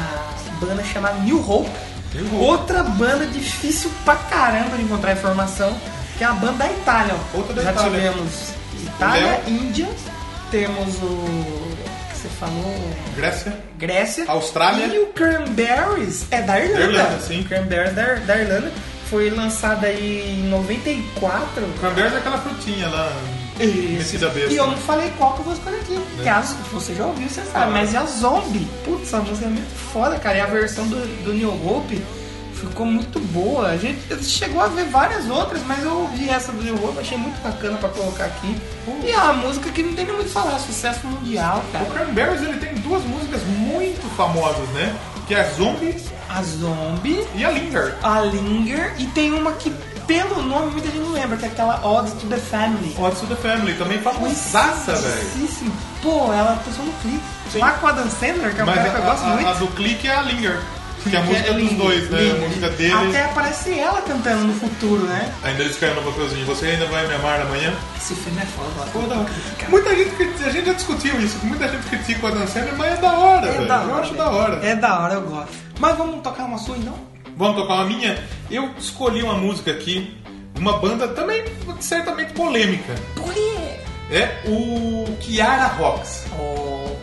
[SPEAKER 1] banda chamada New Hope.
[SPEAKER 2] New Hope.
[SPEAKER 1] Outra banda difícil pra caramba de encontrar informação, que é a banda da Itália. ó.
[SPEAKER 2] Outra da
[SPEAKER 1] Já
[SPEAKER 2] Itália.
[SPEAKER 1] tivemos Itália,
[SPEAKER 2] Léo.
[SPEAKER 1] Índia, temos o. que você falou?
[SPEAKER 2] Grécia.
[SPEAKER 1] Grécia.
[SPEAKER 2] Austrália.
[SPEAKER 1] E o Cranberries é da Irlanda.
[SPEAKER 2] Irlanda, sim.
[SPEAKER 1] Cranberries da, da Irlanda. Foi lançada aí em 94.
[SPEAKER 2] Cranberries é aquela frutinha lá. Esse da besta. né? Ah.
[SPEAKER 1] E eu não falei qual que eu vou escolher aqui. Que é a- você já ouviu, você sabe. Mas é a Zombie. Putz, essa música é muito foda, cara. E a versão do, do New Hope ficou muito boa. A gente chegou a ver várias outras, mas eu ouvi essa do New Hope. Achei muito bacana pra colocar aqui. E é uma música que não tem nem muito o que falar. é Sucesso mundial, cara.
[SPEAKER 2] O Cranberries ele tem duas músicas muito famosas, né? Que é Zombie
[SPEAKER 1] A Zombie...
[SPEAKER 2] e a Linger.
[SPEAKER 1] a Linger e tem uma que pelo nome muita gente não lembra, que é aquela Odds to the Family.
[SPEAKER 2] What's to the Family também famosaça, velho.
[SPEAKER 1] Famosíssimo. Pô, ela passou no clipe. Lá com a Dan Sandler, que é um
[SPEAKER 2] Mas
[SPEAKER 1] cara que eu
[SPEAKER 2] a,
[SPEAKER 1] gosto
[SPEAKER 2] a-
[SPEAKER 1] muito.
[SPEAKER 2] a do clique é a Linger. Que é a
[SPEAKER 1] que
[SPEAKER 2] música
[SPEAKER 1] é
[SPEAKER 2] dos
[SPEAKER 1] Linger,
[SPEAKER 2] dois, né?
[SPEAKER 1] Linger.
[SPEAKER 2] A música dele.
[SPEAKER 1] Até aparece ela cantando no futuro, né?
[SPEAKER 2] Ainda eles caíram no papelzinho. Você ainda vai me amar amanhã?
[SPEAKER 1] Esse filme é foda.
[SPEAKER 2] Pô,
[SPEAKER 1] Foda.
[SPEAKER 2] da hora. Muita gente critica, a gente já discutiu isso. Muita gente critica a Dan Sandler, mas é da hora, velho. Eu acho da hora.
[SPEAKER 1] É da hora, eu gosto. Mas vamos tocar uma sua então?
[SPEAKER 2] Vamos tocar uma minha? Eu escolhi uma música aqui, uma banda também certamente polêmica.
[SPEAKER 1] Por quê?
[SPEAKER 2] É o Kiara Rocks.
[SPEAKER 1] Oh,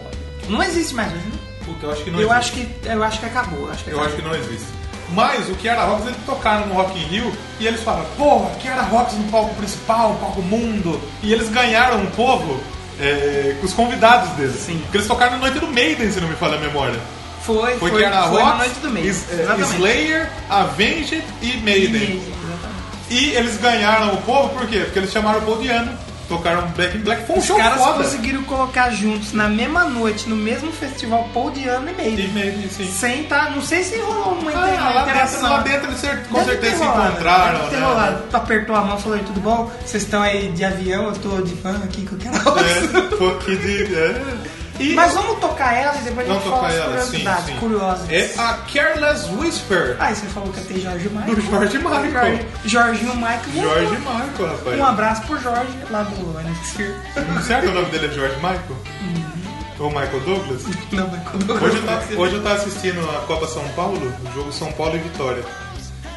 [SPEAKER 1] não existe mais hoje, né?
[SPEAKER 2] Puta, eu acho que não
[SPEAKER 1] Eu
[SPEAKER 2] existe.
[SPEAKER 1] acho que, eu acho que acabou. Eu acho que
[SPEAKER 2] Eu
[SPEAKER 1] acabou.
[SPEAKER 2] acho que não existe. Mas o Kiara Rocks eles tocaram no Rock in Rio e eles falaram, porra, Kiara Rocks no palco principal, palco mundo. E eles ganharam o povo é, com os convidados deles.
[SPEAKER 1] Sim.
[SPEAKER 2] Porque eles tocaram na noite do Maiden, se não me falha a memória.
[SPEAKER 1] Foi,
[SPEAKER 2] Foi,
[SPEAKER 1] foi, foi,
[SPEAKER 2] Kiara
[SPEAKER 1] na
[SPEAKER 2] Rocks,
[SPEAKER 1] noite do mês.
[SPEAKER 2] Is- é, Slayer, Avenged e Maiden.
[SPEAKER 1] Exatamente.
[SPEAKER 2] E eles ganharam o povo por quê? Porque eles chamaram o povo de ano, tocaram Black in Black. Foi um
[SPEAKER 1] Os
[SPEAKER 2] show
[SPEAKER 1] caras
[SPEAKER 2] foda.
[SPEAKER 1] conseguiram colocar juntos na mesma noite, no mesmo festival, Paul de ano e
[SPEAKER 2] E
[SPEAKER 1] meio.
[SPEAKER 2] Maiden, sim.
[SPEAKER 1] Sem tá, não sei se rolou uma inter-
[SPEAKER 2] Ah, lá dentro,
[SPEAKER 1] interação.
[SPEAKER 2] lá dentro eles cer- com
[SPEAKER 1] Deve
[SPEAKER 2] certeza
[SPEAKER 1] ter
[SPEAKER 2] se
[SPEAKER 1] rolado,
[SPEAKER 2] encontraram,
[SPEAKER 1] deve ter
[SPEAKER 2] né?
[SPEAKER 1] rolado. Tu apertou a mão e falou: "Oi, tudo bom? Vocês estão aí de avião? Eu tô de van aqui com aquela coisa.
[SPEAKER 2] É, tô aqui de. é. E-
[SPEAKER 1] Mas um- vamos tocar ela e depois a
[SPEAKER 2] Não
[SPEAKER 1] gente fala
[SPEAKER 2] tocar
[SPEAKER 1] as
[SPEAKER 2] ela, sim,
[SPEAKER 1] curiosidades
[SPEAKER 2] sim.
[SPEAKER 1] curiosas.
[SPEAKER 2] É a Careless Whisper
[SPEAKER 1] Aí você falou que ia ter Jorge Michael.
[SPEAKER 2] do George
[SPEAKER 1] Jorge,
[SPEAKER 2] Michael.
[SPEAKER 1] Jorginho Michael.
[SPEAKER 2] George Michael, rapaz.
[SPEAKER 1] Um abraço pro Jorge lá do NXT.
[SPEAKER 2] Será que o nome dele é George Michael?
[SPEAKER 1] Uhum.
[SPEAKER 2] Ou Michael Douglas?
[SPEAKER 1] Não, mas quando
[SPEAKER 2] Hoje eu, tava,
[SPEAKER 1] Uhum.
[SPEAKER 2] hoje eu tava assistindo a Copa São Paulo, o jogo São Paulo e Vitória.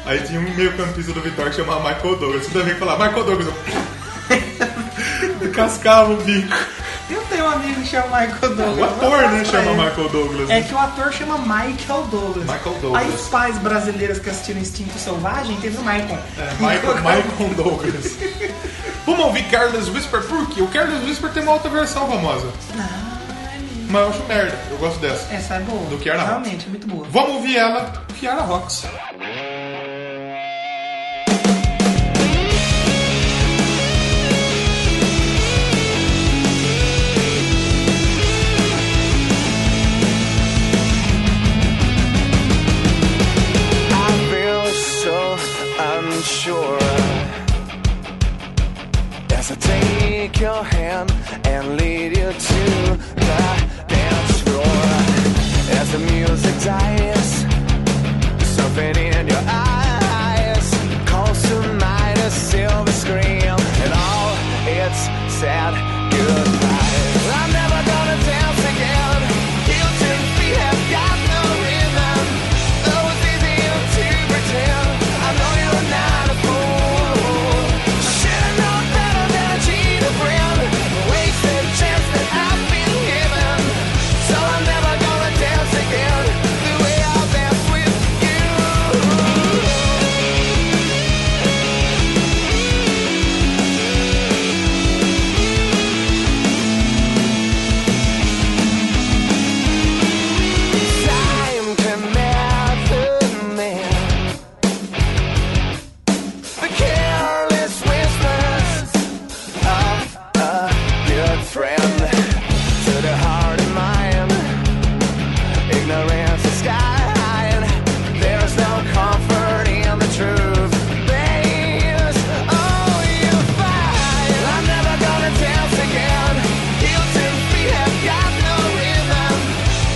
[SPEAKER 2] Aí tinha um meio campista do Vitória que chamava Michael Douglas. Você também falava Michael Douglas. eu- Cascava o bico.
[SPEAKER 1] Eu tenho um amigo que chama Michael Douglas.
[SPEAKER 2] O
[SPEAKER 1] Um
[SPEAKER 2] ator,
[SPEAKER 1] abraço
[SPEAKER 2] né,
[SPEAKER 1] pra
[SPEAKER 2] chama
[SPEAKER 1] ele.
[SPEAKER 2] Michael Douglas.
[SPEAKER 1] É que o ator chama Michael Douglas.
[SPEAKER 2] Michael Douglas.
[SPEAKER 1] Aí os pais brasileiros que assistiram Instinto Selvagem teve o Michael.
[SPEAKER 2] É, Michael, Michael Douglas. Vamos ouvir Careless Whisper por quê? O Careless Whisper tem uma outra versão famosa.
[SPEAKER 1] Ah.
[SPEAKER 2] Mas eu acho merda. Eu gosto dessa.
[SPEAKER 1] Essa é boa.
[SPEAKER 2] Do Kiara Rocks.
[SPEAKER 1] Realmente, é muito boa.
[SPEAKER 2] Vamos ouvir ela, Kiara Rocks.
[SPEAKER 9] I feel sure. As I take your hand and lead you to the dance floor. As the music dies, something in your eyes calls to mind a silver scream, and all it's said goodbye. I'm never gonna dance again. Guilt and feet have got no rhythm. Though it's easy to pretend, I know you're not a fool. Should've known better than to cheat a friend. Waste the chance that I've been given. So I'm never gonna dance again the way I danced with you. Time can melt man. The careless whispers of a good friend to the heart and mind. Ignorance is kind. There's no comfort in the truth. They use all you find. I'm never gonna dance again. Guilt and feet have got no rhythm.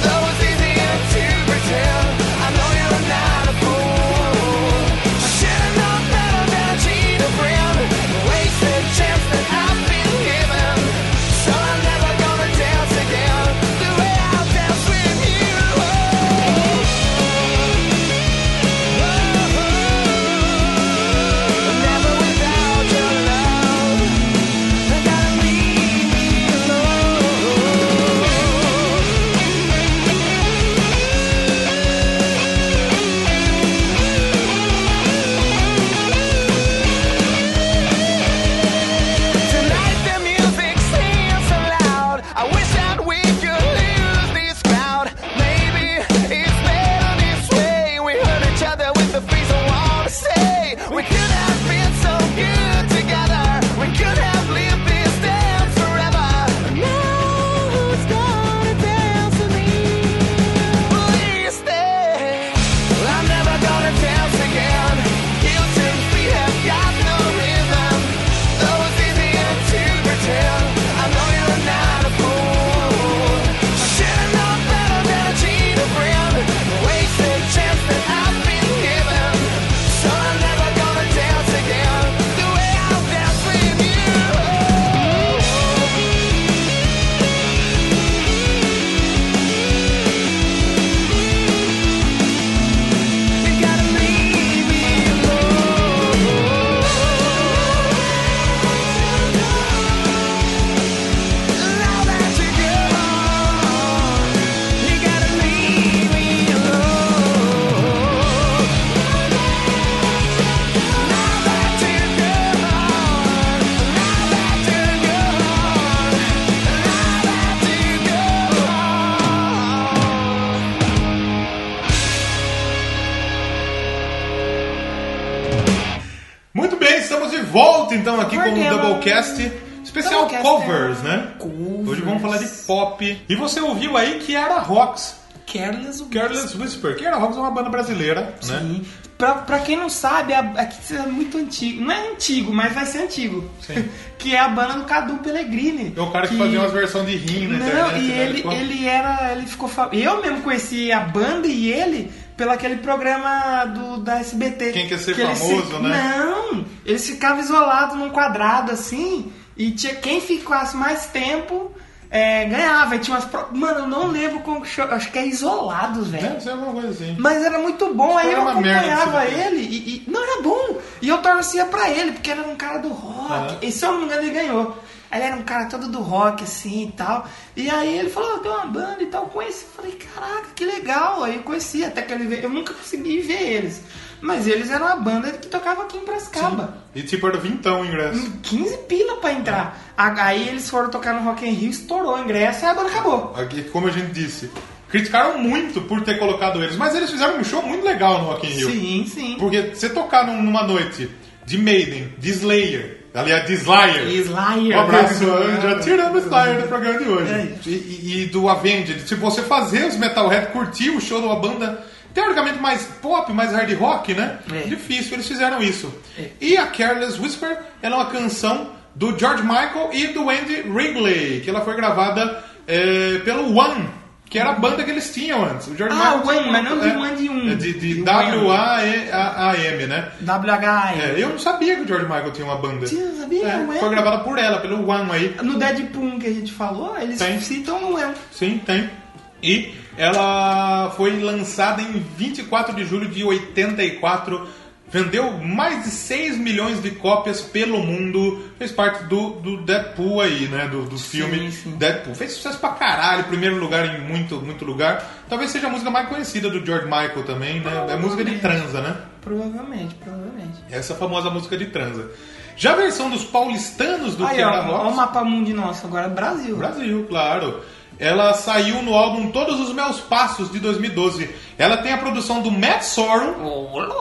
[SPEAKER 9] Though it's easier to pretend, I know you're not a fool. Should've known better than to cheat a friend. Waste the chance that I've been given. So I'm never gonna dance again the way I danced with you. Never without your love. Gotta leave me alone. Tonight the music seems so loud. I wish that we could lose this crowd. Maybe it's better this way. We hurt each other with the things I wanna say. We could have been so good together. We could have lived this dance forever. Now who's gonna dance with me? Please stay. I'm never gonna dance again. Guilt and feet have got no rhythm. Though it's easier to pretend, I know you're not a fool. Should've known better than to cheat a friend. Waste the chance that I've been given. So I'm never gonna dance again the way I danced with you. You gotta leave me alone. Now that you're gone, you gotta leave me alone. Now that you're gone, now that you're gone, now that you're gone.
[SPEAKER 2] Muito bem, estamos de volta então aqui com o
[SPEAKER 1] Voltemos.
[SPEAKER 2] Doublecast especial
[SPEAKER 1] Doublecast,
[SPEAKER 2] covers, né?
[SPEAKER 1] Covers.
[SPEAKER 2] Hoje vamos falar de pop. E você ouviu aí que era Rocks,
[SPEAKER 1] Careless Whisper.
[SPEAKER 2] Careless Whisper. Que era Rocks é uma banda brasileira, né?
[SPEAKER 1] Sim. Pra, pra quem não sabe, a- aqui é muito antigo. Não é antigo, mas vai ser antigo.
[SPEAKER 2] Sim.
[SPEAKER 1] que é a banda do Cadu Pellegrini.
[SPEAKER 2] É o cara que, fazia umas versões de rim na
[SPEAKER 1] Não,
[SPEAKER 2] internet.
[SPEAKER 1] e
[SPEAKER 2] né?
[SPEAKER 1] ele,
[SPEAKER 2] Ficou-
[SPEAKER 1] ele era. Ele ficou fa- Eu mesmo conheci a banda e ele pelo aquele programa do, da SBT.
[SPEAKER 2] Quem quer ser
[SPEAKER 1] Que eles
[SPEAKER 2] famoso, né?
[SPEAKER 1] Não! Eles ficavam isolados num quadrado assim, e tinha quem ficasse mais tempo. é, ganhava, e tinha umas. pro- Mano, eu não lembro como que chama. Acho que é isolados, velho.
[SPEAKER 2] Deve ser alguma coisa assim.
[SPEAKER 1] Mas era muito bom, aí eu
[SPEAKER 2] Programa merda
[SPEAKER 1] acompanhava
[SPEAKER 2] esse
[SPEAKER 1] ele e, e- Não, era bom! E eu torcia pra ele, porque ele era um cara do rock.
[SPEAKER 2] Aham.
[SPEAKER 1] E se eu não me engano, ele ganhou. Ele era um cara todo do rock, assim e tal. E aí ele falou, "Ah, tem uma banda e tal, conheci. Falei, caraca, que legal! Aí eu conheci, até que ele veio. Eu nunca consegui ver eles. Mas eles eram uma banda que tocava aqui em Prascaba.
[SPEAKER 2] E tipo, era vintão o ingresso.
[SPEAKER 1] 15 pila pra entrar.
[SPEAKER 2] É.
[SPEAKER 1] A- Aí eles foram tocar no Rock in Rio, estourou o ingresso e a banda acabou.
[SPEAKER 2] Aqui, como a gente disse, criticaram muito por ter colocado eles, mas eles fizeram um show muito legal no Rock in Rio.
[SPEAKER 1] Sim, sim.
[SPEAKER 2] Porque você tocar num- numa noite de Maiden, de Slayer, aliás, de Slayer.
[SPEAKER 1] Slayer.
[SPEAKER 2] Um abraço, já tirando o Slayer do programa de hoje.
[SPEAKER 1] É.
[SPEAKER 2] E, e- e do Avenged. Se você fazer os Metalhead curtir o show de uma banda teoricamente mais pop, mais hard rock, né?
[SPEAKER 1] É.
[SPEAKER 2] Difícil, eles fizeram isso. E a Careless Whisper ela é uma canção do George Michael e do Andy Wrigley, que ela foi gravada eh, pelo One, que era a banda que eles tinham antes. O George
[SPEAKER 1] Ah,
[SPEAKER 2] Michael
[SPEAKER 1] One,
[SPEAKER 2] tinha-
[SPEAKER 1] mas não de
[SPEAKER 2] é,
[SPEAKER 1] One de um.
[SPEAKER 2] é De, de
[SPEAKER 1] De
[SPEAKER 2] W-A-E-A-M, né?
[SPEAKER 1] WHI.
[SPEAKER 2] É, eu não sabia que o George Michael tinha uma banda.
[SPEAKER 1] Você não sabia?
[SPEAKER 2] É,
[SPEAKER 1] Ué?
[SPEAKER 2] foi gravada por ela, pelo One aí.
[SPEAKER 1] No Deadpool um que a gente falou, eles
[SPEAKER 2] Tem.
[SPEAKER 1] citam o El.
[SPEAKER 2] Sim, tem. E ela foi lançada em 24 de julho de 84. Vendeu mais de 6 milhões de cópias pelo mundo. Fez parte do, do Deadpool aí, né? Do, do filme
[SPEAKER 1] sim.
[SPEAKER 2] Deadpool. Fez sucesso pra caralho. Primeiro lugar em muito, muito lugar. Talvez seja a música mais conhecida do George Michael também, né? É música de transa, né?
[SPEAKER 1] Provavelmente, provavelmente.
[SPEAKER 2] Essa famosa música de transa. Já a versão dos paulistanos do
[SPEAKER 1] Aí, ó,
[SPEAKER 2] Quebra
[SPEAKER 1] ó, o
[SPEAKER 2] Rocks.
[SPEAKER 1] mapa mundo nosso agora, Brasil.
[SPEAKER 2] Brasil, claro. Ela saiu no álbum Todos os Meus Passos de 2012. Ela tem a produção do Matt Sorum.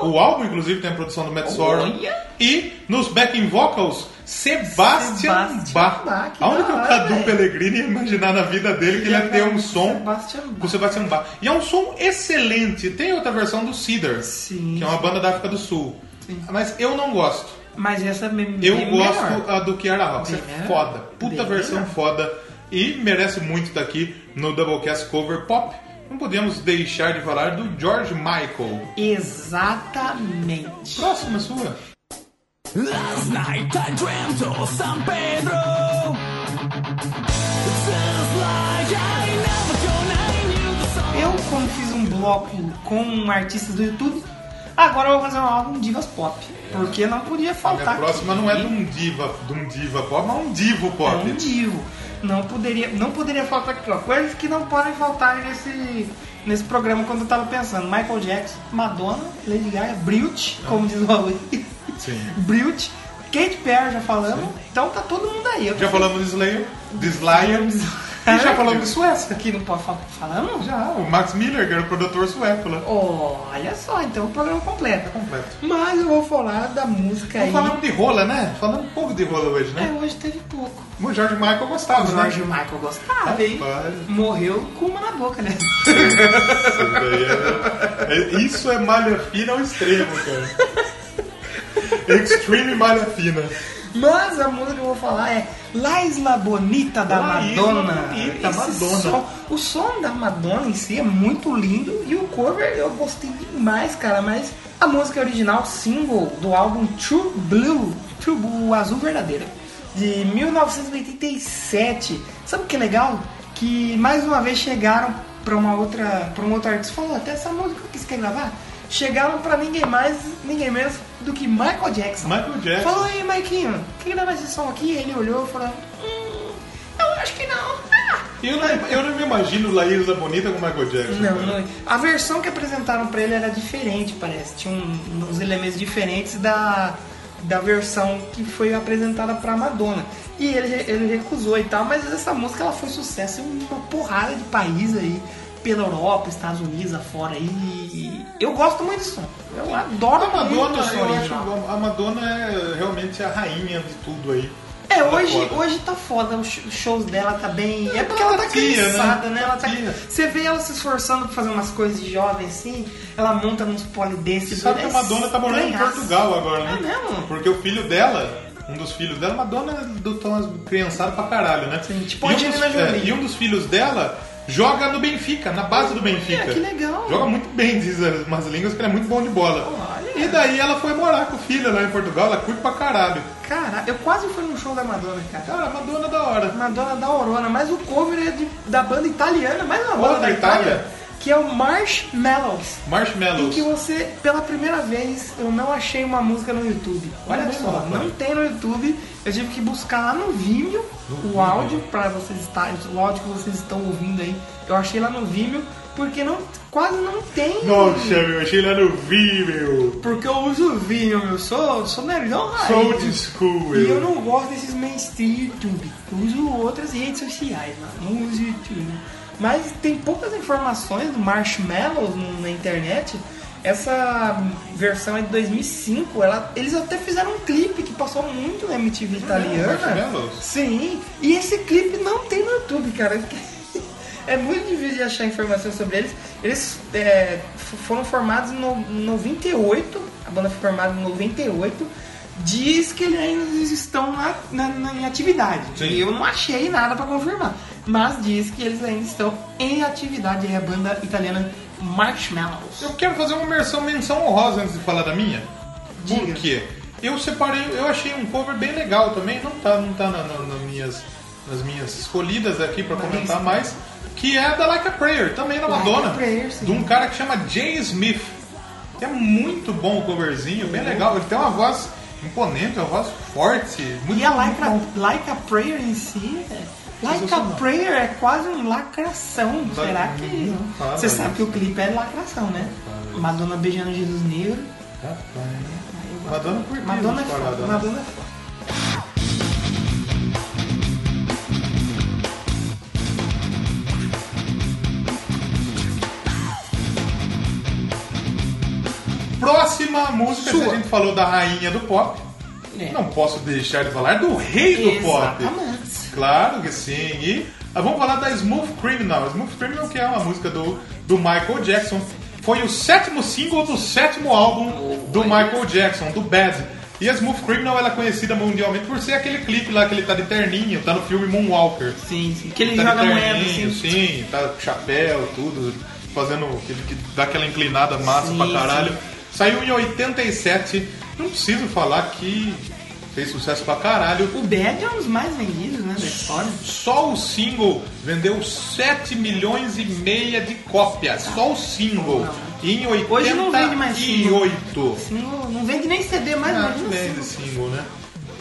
[SPEAKER 2] O álbum, inclusive, tem a produção do Matt Sorum.
[SPEAKER 1] Olha!
[SPEAKER 2] E nos backing vocals, Sebastian,
[SPEAKER 1] Sebastian
[SPEAKER 2] Bach.
[SPEAKER 1] Bach, né? que
[SPEAKER 2] Aonde que
[SPEAKER 1] da
[SPEAKER 2] o
[SPEAKER 1] hora,
[SPEAKER 2] Cadu
[SPEAKER 1] velho.
[SPEAKER 2] Pellegrini ia imaginar na vida dele que ele ia ter um som
[SPEAKER 1] Sebastian
[SPEAKER 2] com
[SPEAKER 1] Bach.
[SPEAKER 2] Sebastian Bach? E é um som excelente. Tem outra versão do Cedar,
[SPEAKER 1] Sim.
[SPEAKER 2] que é uma banda da África do Sul.
[SPEAKER 1] Sim.
[SPEAKER 2] Mas eu não gosto.
[SPEAKER 1] Mas essa é bem,
[SPEAKER 2] Eu
[SPEAKER 1] bem
[SPEAKER 2] gosto
[SPEAKER 1] menor.
[SPEAKER 2] a do Kiara Rocks, é
[SPEAKER 1] Bem melhor.
[SPEAKER 2] foda. Puta
[SPEAKER 1] Bem
[SPEAKER 2] versão
[SPEAKER 1] melhor.
[SPEAKER 2] foda. E merece muito daqui no Doublecast Cover Pop. Não podemos deixar de falar do George Michael.
[SPEAKER 1] Exatamente.
[SPEAKER 2] Próxima sua.
[SPEAKER 9] Last night I dreamt of San Pedro. It feels like I never gonna knew the song.
[SPEAKER 1] Eu, como fiz um bloco com artistas do YouTube, agora eu vou fazer um álbum Divas Pop. Porque não podia
[SPEAKER 2] A minha
[SPEAKER 1] faltar.
[SPEAKER 2] próxima não é de um diva, de um diva pop, mas um divo
[SPEAKER 1] É
[SPEAKER 2] pop.
[SPEAKER 1] um divo. Não poderia, não poderia faltar aqui, ó. Coisas que não podem faltar nesse, nesse programa quando eu tava pensando. Michael Jackson, Madonna, Lady Gaga, Briut, como diz o Raul.
[SPEAKER 2] Sim.
[SPEAKER 1] Briut, Kate Perry, já falamos. Então tá todo mundo aí. Eu É,
[SPEAKER 2] Já falamos de Slayer, de Slayer. E já falamos de Suécia.
[SPEAKER 1] Aqui não pode falar. Falamos?
[SPEAKER 2] Já, Ah, o Max Miller, que era o produtor sueco lá.
[SPEAKER 1] Olha só, então o programa completo.
[SPEAKER 2] Completo.
[SPEAKER 1] Mas eu vou falar da música
[SPEAKER 2] Não
[SPEAKER 1] aí.
[SPEAKER 2] falamos de rola, né? Falamos um pouco de rola hoje,
[SPEAKER 1] É,
[SPEAKER 2] né?
[SPEAKER 1] hoje teve pouco.
[SPEAKER 2] O George Michael
[SPEAKER 1] É. O
[SPEAKER 2] gostava,
[SPEAKER 1] Jorge
[SPEAKER 2] né?
[SPEAKER 1] Michael gostava, hein?
[SPEAKER 2] Rapaz.
[SPEAKER 1] Morreu com uma na boca, né?
[SPEAKER 2] É, Isso é malha fina ao extremo, cara. Extreme malha fina.
[SPEAKER 1] Mas a música que eu vou falar é La Isla Bonita da
[SPEAKER 2] La Isla
[SPEAKER 1] Madonna.
[SPEAKER 2] Bonita,
[SPEAKER 1] Esse
[SPEAKER 2] Madonna.
[SPEAKER 1] som- o som da Madonna em si é muito lindo e o cover eu gostei demais, cara. Mas a música original, single do álbum True Blue, True Blue Azul Verdadeiro, de 1987. Sabe o que é legal? Que mais uma vez chegaram pra uma outra, para um outro artista falou até essa música que você quer gravar. Chegaram pra ninguém mais, ninguém menos do que Michael Jackson.
[SPEAKER 2] Michael Jackson.
[SPEAKER 1] Falou aí, Maiquinho, quer gravar esse som aqui? Ele olhou e falou: Hum, eu acho que não. Ah!
[SPEAKER 2] Eu não, eu não me imagino Laís da Bonita com Michael Jackson.
[SPEAKER 1] Não,
[SPEAKER 2] cara.
[SPEAKER 1] não. A versão que apresentaram pra ele era diferente, parece. Tinha um- uns elementos diferentes da, da versão que foi apresentada pra Madonna. E ele, ele recusou e tal, mas essa música ela foi sucesso em uma porrada de país aí. Pela Europa, Estados Unidos, afora aí. E Eu gosto muito desse som. Eu adoro
[SPEAKER 2] A Madonna,
[SPEAKER 1] muito o som
[SPEAKER 2] eu acho,
[SPEAKER 1] original.
[SPEAKER 2] a Madonna é realmente a rainha de tudo aí.
[SPEAKER 1] É,
[SPEAKER 2] Tá
[SPEAKER 1] hoje,
[SPEAKER 2] foda.
[SPEAKER 1] hoje tá foda, os sh- os shows dela tá bem. É porque
[SPEAKER 2] ela
[SPEAKER 1] ela tá
[SPEAKER 2] tia, né?
[SPEAKER 1] cansada, né? Ela tá...
[SPEAKER 2] Tia.
[SPEAKER 1] Você vê ela se esforçando pra fazer umas coisas de jovem assim, ela monta nos polidenses.
[SPEAKER 2] Sabe que a Madonna tá morando em Portugal agora, né?
[SPEAKER 1] É mesmo?
[SPEAKER 2] Porque o filho dela, um dos filhos dela, Madonna é adotou umas criançadas pra caralho, né?
[SPEAKER 1] Sim, tipo
[SPEAKER 2] e um, dos,
[SPEAKER 1] Angelina Jolie.
[SPEAKER 2] e um dos filhos dela joga no Benfica, na base do Benfica.
[SPEAKER 1] É, que legal.
[SPEAKER 2] Joga muito bem, diz as umas línguas, que ele é muito bom de bola.
[SPEAKER 1] Olha.
[SPEAKER 2] E daí ela foi morar com o filho lá em Portugal, ela curte pra caralho.
[SPEAKER 1] Cara, eu quase fui num show da Madonna, cara.
[SPEAKER 2] Cara, Madonna é da hora.
[SPEAKER 1] Madonna da Aurora, mas o cover é de- da banda italiana, mais uma banda
[SPEAKER 2] é da
[SPEAKER 1] da Itália,
[SPEAKER 2] Itália?
[SPEAKER 1] que é o Marshmallows. Em
[SPEAKER 2] Marshmallows.
[SPEAKER 1] que você, pela primeira vez, eu não achei uma música no YouTube. Olha
[SPEAKER 2] Não,
[SPEAKER 1] só,
[SPEAKER 2] rapaz.
[SPEAKER 1] não tem no YouTube. Eu tive que buscar lá no Vimeo o áudio para vocês estarem, o áudio que vocês estão ouvindo aí. Eu achei lá no Vimeo porque não, quase não tem.
[SPEAKER 2] Nossa, meu, achei lá no Vimeo.
[SPEAKER 1] Porque eu uso o Vimeo, eu sou, sou nerdão raiz.
[SPEAKER 2] Old school,
[SPEAKER 1] Ah, E eu não gosto desses mainstream YouTube. Eu uso outras redes sociais, mano. Não uso YouTube. Mas tem poucas informações do Marshmallows no- na internet. Essa versão é de 2005. Ela, eles até fizeram um clipe que passou muito na MTV italiana.
[SPEAKER 2] Marshmallows?
[SPEAKER 1] Sim. E esse clipe não tem no YouTube, cara. É muito difícil de achar informações sobre eles. Eles é, f- foram formados em no- 98. A banda foi formada em 98. Diz que ele ainda estão lá na, na- em atividade.
[SPEAKER 2] Sim.
[SPEAKER 1] E eu não achei nada pra confirmar. Mas diz que eles ainda estão em atividade. É a banda italiana Marshmallows.
[SPEAKER 2] Eu quero fazer uma menção, menção honrosa antes de falar da minha.
[SPEAKER 1] Diga.
[SPEAKER 2] Por quê? Eu separei, eu achei um cover bem legal também, não tá, não tá na- na- nas, minhas, nas minhas escolhidas aqui pra
[SPEAKER 1] Na
[SPEAKER 2] comentar
[SPEAKER 1] lista.
[SPEAKER 2] mais, que é da Like a Prayer, também da
[SPEAKER 1] Like a
[SPEAKER 2] Madonna,
[SPEAKER 1] Prayer, sim.
[SPEAKER 2] de um cara que chama Jay Smith. É muito bom o coverzinho, bem legal, ele tem uma voz imponente, uma voz forte, muito
[SPEAKER 1] E a
[SPEAKER 2] muito
[SPEAKER 1] like a,
[SPEAKER 2] bom.
[SPEAKER 1] like a Prayer em si. é- Like a
[SPEAKER 2] Sensacional.
[SPEAKER 1] Prayer é quase um lacração.
[SPEAKER 2] Tá-
[SPEAKER 1] Será que.
[SPEAKER 2] não fala
[SPEAKER 1] Você sabe
[SPEAKER 2] isso.
[SPEAKER 1] que o clipe é lacração, né? Madonna beijando Jesus Negro.
[SPEAKER 2] Madonna curtiu
[SPEAKER 1] Madonna é
[SPEAKER 2] essa
[SPEAKER 1] foda,
[SPEAKER 2] parada, né?
[SPEAKER 1] Madonna é foda.
[SPEAKER 2] Próxima música, se
[SPEAKER 1] Sua.
[SPEAKER 2] a gente falou da rainha do pop,
[SPEAKER 1] É.
[SPEAKER 2] não posso deixar de falar é do rei do pop.
[SPEAKER 1] Exatamente.
[SPEAKER 2] Claro que sim. E ah, vamos falar da Smooth Criminal. Smooth Criminal que é uma música do, do Michael Jackson. Foi o sétimo single do sétimo álbum do Michael Jackson, do Bad. E a Smooth Criminal ela é conhecida mundialmente por ser aquele clipe lá que ele tá de terninho, tá no filme Moonwalker.
[SPEAKER 1] Sim, sim. Que ele
[SPEAKER 2] Tá de
[SPEAKER 1] joga moeda
[SPEAKER 2] terninho,
[SPEAKER 1] assim.
[SPEAKER 2] Sim, tá com chapéu, tudo, fazendo aquele que dá aquela inclinada massa
[SPEAKER 1] Sim,
[SPEAKER 2] pra caralho. Saiu em 87, não preciso falar que fez sucesso pra caralho.
[SPEAKER 1] O Bad é um dos mais vendidos, né? Da história.
[SPEAKER 2] Só o single vendeu 7 milhões e meia de cópias. Só o single. E em 88.
[SPEAKER 1] Tá. Hoje não vende mais single. Assim, não, não vende nem CD mais,
[SPEAKER 2] Ah,
[SPEAKER 1] imagina
[SPEAKER 2] vende
[SPEAKER 1] assim.
[SPEAKER 2] single, né?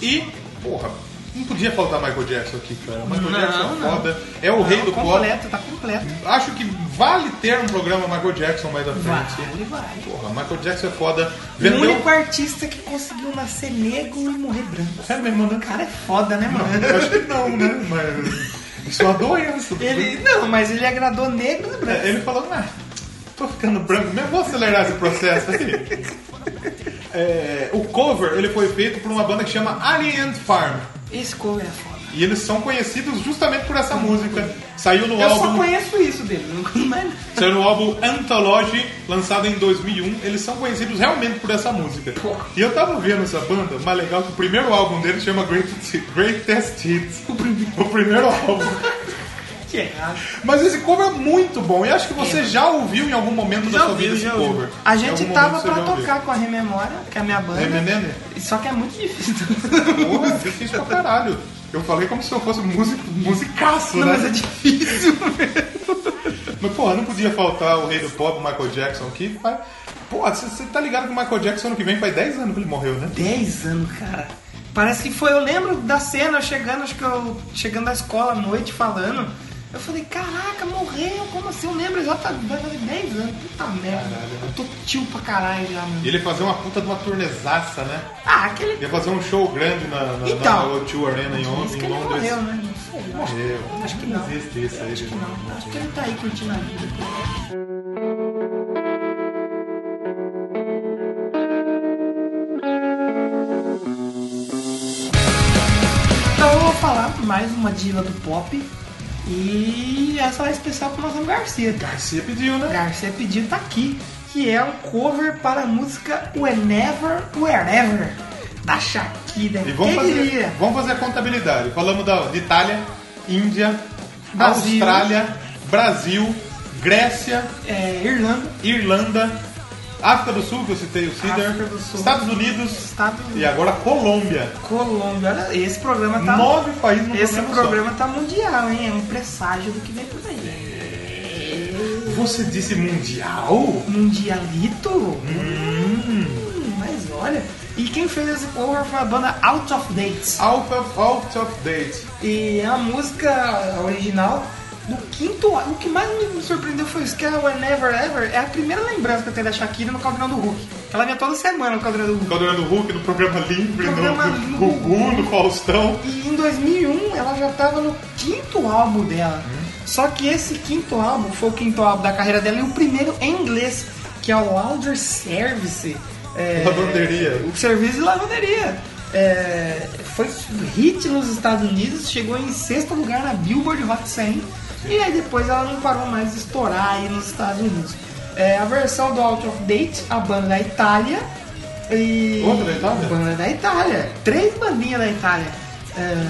[SPEAKER 2] E, porra, não podia faltar Michael Jackson aqui, cara. Michael
[SPEAKER 1] Não,
[SPEAKER 2] Jackson é
[SPEAKER 1] não.
[SPEAKER 2] foda. É o rei do pop.
[SPEAKER 1] completo, tá completo.
[SPEAKER 2] Acho que vale ter um programa Michael Jackson mais à frente.
[SPEAKER 1] Vale, vale.
[SPEAKER 2] Porra, Michael Jackson é foda.
[SPEAKER 1] O
[SPEAKER 2] Vendeu.
[SPEAKER 1] único artista que conseguiu nascer negro e morrer branco.
[SPEAKER 2] É mesmo, né?
[SPEAKER 1] O cara é foda, né, mano?
[SPEAKER 2] Eu Acho que não, né? Mas. Isso é uma doença.
[SPEAKER 1] Ele, não, mas ele agradou negros e brancos.
[SPEAKER 2] É, Ele falou, ah, tô ficando branco, mas vou acelerar esse processo aí. É, o cover ele foi feito por uma banda que chama Alien Ant Farm.
[SPEAKER 1] Esse cover é foda.
[SPEAKER 2] E eles são conhecidos justamente por essa música. Saiu no
[SPEAKER 1] Eu só
[SPEAKER 2] álbum.
[SPEAKER 1] conheço isso dele, não conheço mais nada.
[SPEAKER 2] Saiu no álbum Anthology, lançado em 2001. Eles são conhecidos realmente por essa música. E eu tava vendo essa banda, mas legal que o primeiro álbum deles chama Great, Greatest Hits. O primeiro, o primeiro álbum.
[SPEAKER 1] Que errado.
[SPEAKER 2] Mas esse cover é muito bom. E acho que você já ouviu em algum momento da
[SPEAKER 1] Já
[SPEAKER 2] sua
[SPEAKER 1] ouvi,
[SPEAKER 2] vida esse
[SPEAKER 1] já ouvi. A
[SPEAKER 2] cover. Em algum
[SPEAKER 1] gente
[SPEAKER 2] momento
[SPEAKER 1] tava
[SPEAKER 2] você
[SPEAKER 1] pra
[SPEAKER 2] já ouviu.
[SPEAKER 1] tocar com a Rememória, que é a minha banda.
[SPEAKER 2] Rememene?
[SPEAKER 1] Só que é muito difícil.
[SPEAKER 2] Porra, é difícil pra caralho. Eu falei como se eu fosse músico, musicaço,
[SPEAKER 1] Não,
[SPEAKER 2] né?
[SPEAKER 1] mas é difícil.
[SPEAKER 2] Mas, porra, não podia faltar o rei do pop, o Michael Jackson aqui. Mas, porra, você tá ligado que o Michael Jackson ano que vem faz 10 anos que ele morreu, né?
[SPEAKER 1] 10 anos, cara. Parece que foi. Eu lembro da cena eu chegando, acho que eu chegando da escola à noite falando. Eu falei, caraca, morreu, como assim? Eu lembro exatamente, vai fazer 10 anos, puta merda.
[SPEAKER 2] Caralho, né?
[SPEAKER 1] Eu tô tio pra caralho já, mano.
[SPEAKER 2] E ele ia fazer uma puta de uma turnezaça, né?
[SPEAKER 1] Ah, aquele.
[SPEAKER 2] Ia fazer um show grande na, na,
[SPEAKER 1] Então.
[SPEAKER 2] na O2 Arena em, Lond-
[SPEAKER 1] Diz que
[SPEAKER 2] em
[SPEAKER 1] ele
[SPEAKER 2] Londres.
[SPEAKER 1] morreu, né? Não sei. eu acho-
[SPEAKER 2] Morreu.
[SPEAKER 1] Acho que não.
[SPEAKER 2] Não existe isso aí, gente.
[SPEAKER 1] Não, acho que ele tá aí curtindo a vida. Então eu vou falar mais uma diva do pop. E essa é especial pro nosso Garcia.
[SPEAKER 2] Garcia pediu, né?
[SPEAKER 1] Garcia pediu tá aqui, que é um cover para a música É Whenever, Wherever, da Shakira.
[SPEAKER 2] E vamos
[SPEAKER 1] Quem
[SPEAKER 2] fazer,
[SPEAKER 1] diria?
[SPEAKER 2] vamos fazer a contabilidade. Falamos da, de Itália, Índia,
[SPEAKER 1] Brasil.
[SPEAKER 2] Austrália, Brasil, Grécia,
[SPEAKER 1] É, Irlanda,
[SPEAKER 2] Irlanda, África do Sul, que eu citei o Cider,
[SPEAKER 1] África do Sul.
[SPEAKER 2] Estados Unidos
[SPEAKER 1] Estados
[SPEAKER 2] e agora Colômbia.
[SPEAKER 1] Colômbia. Olha, esse programa tá.
[SPEAKER 2] Nove países no
[SPEAKER 1] Esse
[SPEAKER 2] programa só.
[SPEAKER 1] programa tá mundial, hein? É um presságio do que vem por aí.
[SPEAKER 2] Você disse mundial?
[SPEAKER 1] Mundialito? Hum, mas olha. E quem fez esse cover foi a banda Out of Dates.
[SPEAKER 2] Out of, out of date.
[SPEAKER 1] E é a música original do quinto álbum. O que mais me surpreendeu foi isso, que a Whenever Ever é a primeira lembrança que eu tenho da Shakira no Caldeirão do Hulk. Ela vinha toda semana no Caldeirão do Hulk.
[SPEAKER 2] Caldeirão do Hulk, no programa Livre,
[SPEAKER 1] Programa
[SPEAKER 2] no,
[SPEAKER 1] Livre.
[SPEAKER 2] no Gugu, no Faustão.
[SPEAKER 1] E em 2001 ela já tava no quinto álbum dela.
[SPEAKER 2] Hum.
[SPEAKER 1] Só que esse quinto álbum foi o quinto álbum da carreira dela e o primeiro em inglês, que é o Lauder Service. É,
[SPEAKER 2] Lavanderia.
[SPEAKER 1] O serviço de lavanderia. É, foi hit nos Estados Unidos, chegou em sexto lugar na Billboard Hot 100. E aí depois ela não parou mais de estourar aí nos Estados Unidos. É a versão do Out of Date, a banda da Itália. E...
[SPEAKER 2] Outra da Itália?
[SPEAKER 1] Banda é da Itália. Três bandinhas da Itália. É,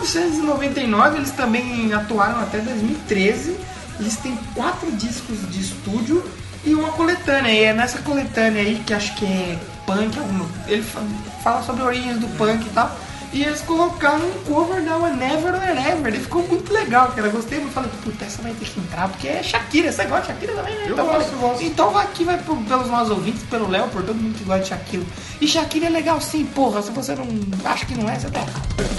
[SPEAKER 1] 1999, eles também atuaram até 2013. Eles têm quatro discos de estúdio e uma coletânea. E é nessa coletânea aí, que acho que é punk, alguma- ele fa- fala sobre a origem do punk e tal. E eles colocaram um cover da Whenever or Ever. E ficou muito legal, cara. Eu gostei muito. Falei, puta, essa vai ter que entrar, porque é Shakira. Você gosta de Shakira também, né?
[SPEAKER 2] Eu gosto,
[SPEAKER 1] falei,
[SPEAKER 2] eu gosto.
[SPEAKER 1] então aqui vai pro- pelos nossos ouvintes, pelo Léo, por todo mundo que gosta de Shakira. E Shakira é legal sim, porra. Se você não acha que não é, você tá errado.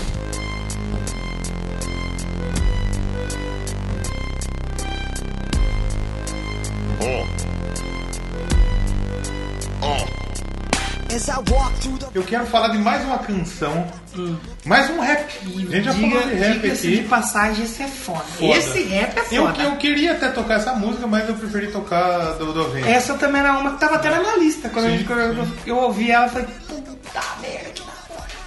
[SPEAKER 2] Eu quero falar de mais uma canção,
[SPEAKER 1] Hum.
[SPEAKER 2] mais um rap.
[SPEAKER 1] E
[SPEAKER 2] A gente já
[SPEAKER 1] diga,
[SPEAKER 2] falou de rap
[SPEAKER 1] diga-se
[SPEAKER 2] aqui.
[SPEAKER 1] de passagem, esse é foda.
[SPEAKER 2] Foda.
[SPEAKER 1] Esse rap é
[SPEAKER 2] Eu,
[SPEAKER 1] foda.
[SPEAKER 2] que- eu queria até tocar essa música, mas eu preferi tocar do do Avenida.
[SPEAKER 1] Essa também era uma que tava até na minha lista. Quando
[SPEAKER 2] Sim,
[SPEAKER 1] eu, quando eu-
[SPEAKER 2] sim.
[SPEAKER 1] eu ouvi ela, eu falei, puta merda.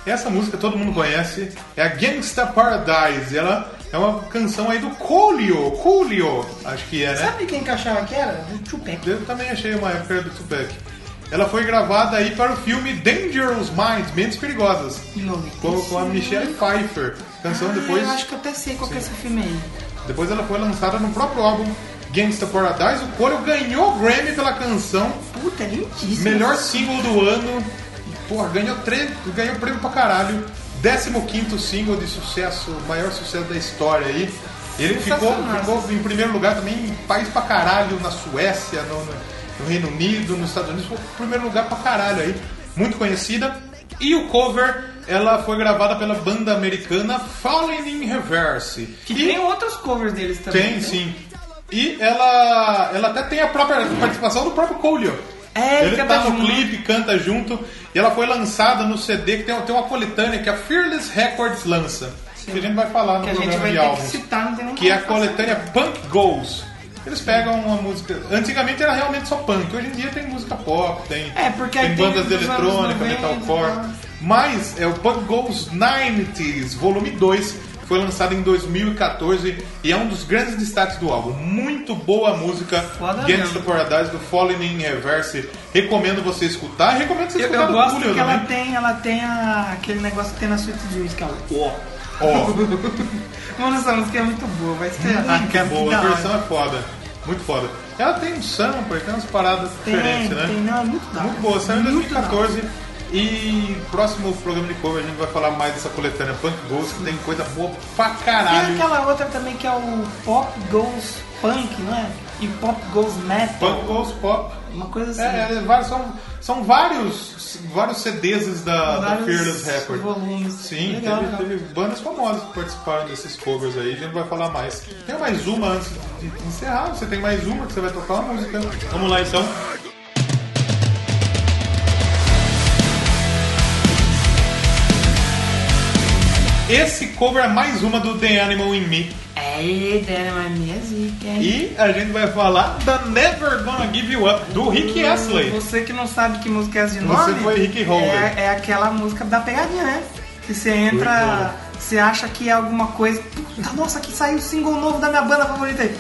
[SPEAKER 2] Essa música todo mundo conhece, é a Gangsta Paradise. Ela é uma canção aí do Coolio, Coolio, acho que é, né?
[SPEAKER 1] Sabe quem que eu achava que era? O Tupac.
[SPEAKER 2] Eu também achei uma época do Tupac. Ela foi gravada aí para o filme Dangerous Minds, Mentes Perigosas, com, com a Michelle Pfeiffer. Canção depois,
[SPEAKER 1] Ah, eu acho que eu até sei qual que é esse filme aí.
[SPEAKER 2] depois ela foi lançada no próprio álbum Gangsta Paradise. O Coolio ganhou o Grammy pela canção,
[SPEAKER 1] Puta, é lindíssimo.
[SPEAKER 2] melhor single do ano. E, Porra, ganhou, tre- ganhou prêmio pra caralho. 15 single de sucesso, maior sucesso da história aí. Ele ficou,
[SPEAKER 1] Sensacional.
[SPEAKER 2] ficou em primeiro lugar também em país pra caralho, na Suécia, no, no- no Reino Unido, nos Estados Unidos. Ficou em primeiro lugar pra caralho aí. Muito conhecida. E o cover, ela foi gravada pela banda americana Fallen in Reverse.
[SPEAKER 1] Que
[SPEAKER 2] E-
[SPEAKER 1] tem outros covers deles também.
[SPEAKER 2] tem,
[SPEAKER 1] né?
[SPEAKER 2] sim. E ela, ela até tem a própria participação do próprio Coolio.
[SPEAKER 1] É, ele
[SPEAKER 2] ele
[SPEAKER 1] canta
[SPEAKER 2] tá no
[SPEAKER 1] junto.
[SPEAKER 2] clipe, canta junto. E ela foi lançada no CD que tem, tem uma coletânea que a Fearless Records lança. Que a gente vai falar no
[SPEAKER 1] Que a gente
[SPEAKER 2] programa
[SPEAKER 1] vai
[SPEAKER 2] de
[SPEAKER 1] ter que
[SPEAKER 2] álbuns.
[SPEAKER 1] citar, não tem nem
[SPEAKER 2] que é a
[SPEAKER 1] como fazer.
[SPEAKER 2] coletânea Punk Goes. Eles pegam uma música. Antigamente era realmente só punk, hoje em dia tem música pop, tem,
[SPEAKER 1] É, porque aí
[SPEAKER 2] tem
[SPEAKER 1] tem
[SPEAKER 2] bandas
[SPEAKER 1] os
[SPEAKER 2] de
[SPEAKER 1] anos
[SPEAKER 2] eletrônica,
[SPEAKER 1] 90 e
[SPEAKER 2] metalcore.
[SPEAKER 1] tal.
[SPEAKER 2] Mas é o Punk Goes 90s, volume 2, que foi lançado em 2014 e é um dos grandes destaques do álbum. Muito boa a música
[SPEAKER 1] Foda
[SPEAKER 2] Gangsta
[SPEAKER 1] mesmo.
[SPEAKER 2] Paradise do Falling in Reverse. Recomendo você escutar, recomendo você
[SPEAKER 1] Eu,
[SPEAKER 2] escutar
[SPEAKER 1] eu
[SPEAKER 2] do
[SPEAKER 1] gosto
[SPEAKER 2] Julio
[SPEAKER 1] que ela
[SPEAKER 2] também.
[SPEAKER 1] tem, ela tem a- aquele negócio que tem na Sweet Dreams, que é o
[SPEAKER 2] Ó,
[SPEAKER 1] Mano, essa música é muito boa, vai estrear.
[SPEAKER 2] muito boa, a versão é foda, muito foda. Ela tem um sample, tem umas paradas
[SPEAKER 1] Tem,
[SPEAKER 2] diferentes, né?
[SPEAKER 1] tem, não, é muito da hora.
[SPEAKER 2] Muito boa, saiu em
[SPEAKER 1] Muito da hora.
[SPEAKER 2] 2014. E próximo programa de cover a gente vai falar mais dessa coletânea Punk Ghost, que tem coisa boa pra
[SPEAKER 1] Tem
[SPEAKER 2] caralho.
[SPEAKER 1] aquela outra também que é o Pop Goes Punk, não é? E Pop Goes Metal.
[SPEAKER 2] Punk Ghost Pop.
[SPEAKER 1] Uma coisa assim.
[SPEAKER 2] É, é, vários- são, são vários, vários CDs é, da, da
[SPEAKER 1] Vários
[SPEAKER 2] Fearless Records.
[SPEAKER 1] volumes.
[SPEAKER 2] Sim,
[SPEAKER 1] Legal,
[SPEAKER 2] teve,
[SPEAKER 1] legal.
[SPEAKER 2] teve bandas famosas que participaram desses covers aí, a gente vai falar mais. Tem mais uma antes de encerrar, você tem mais uma que você vai tocar uma música. Vamos lá então. Esse cover é mais uma do The Animal in Me.
[SPEAKER 1] É, Dynamite Music. é.
[SPEAKER 2] E a gente vai falar da Never Gonna Give You Up, do Rick Astley.
[SPEAKER 1] Você que não sabe que música é essa de
[SPEAKER 2] Você
[SPEAKER 1] nome...
[SPEAKER 2] foi Rick né? Holder.
[SPEAKER 1] É, é aquela música da pegadinha, né? Que você entra... Você acha que é alguma coisa... Puta, nossa, que saiu o single novo da minha banda favorita aí.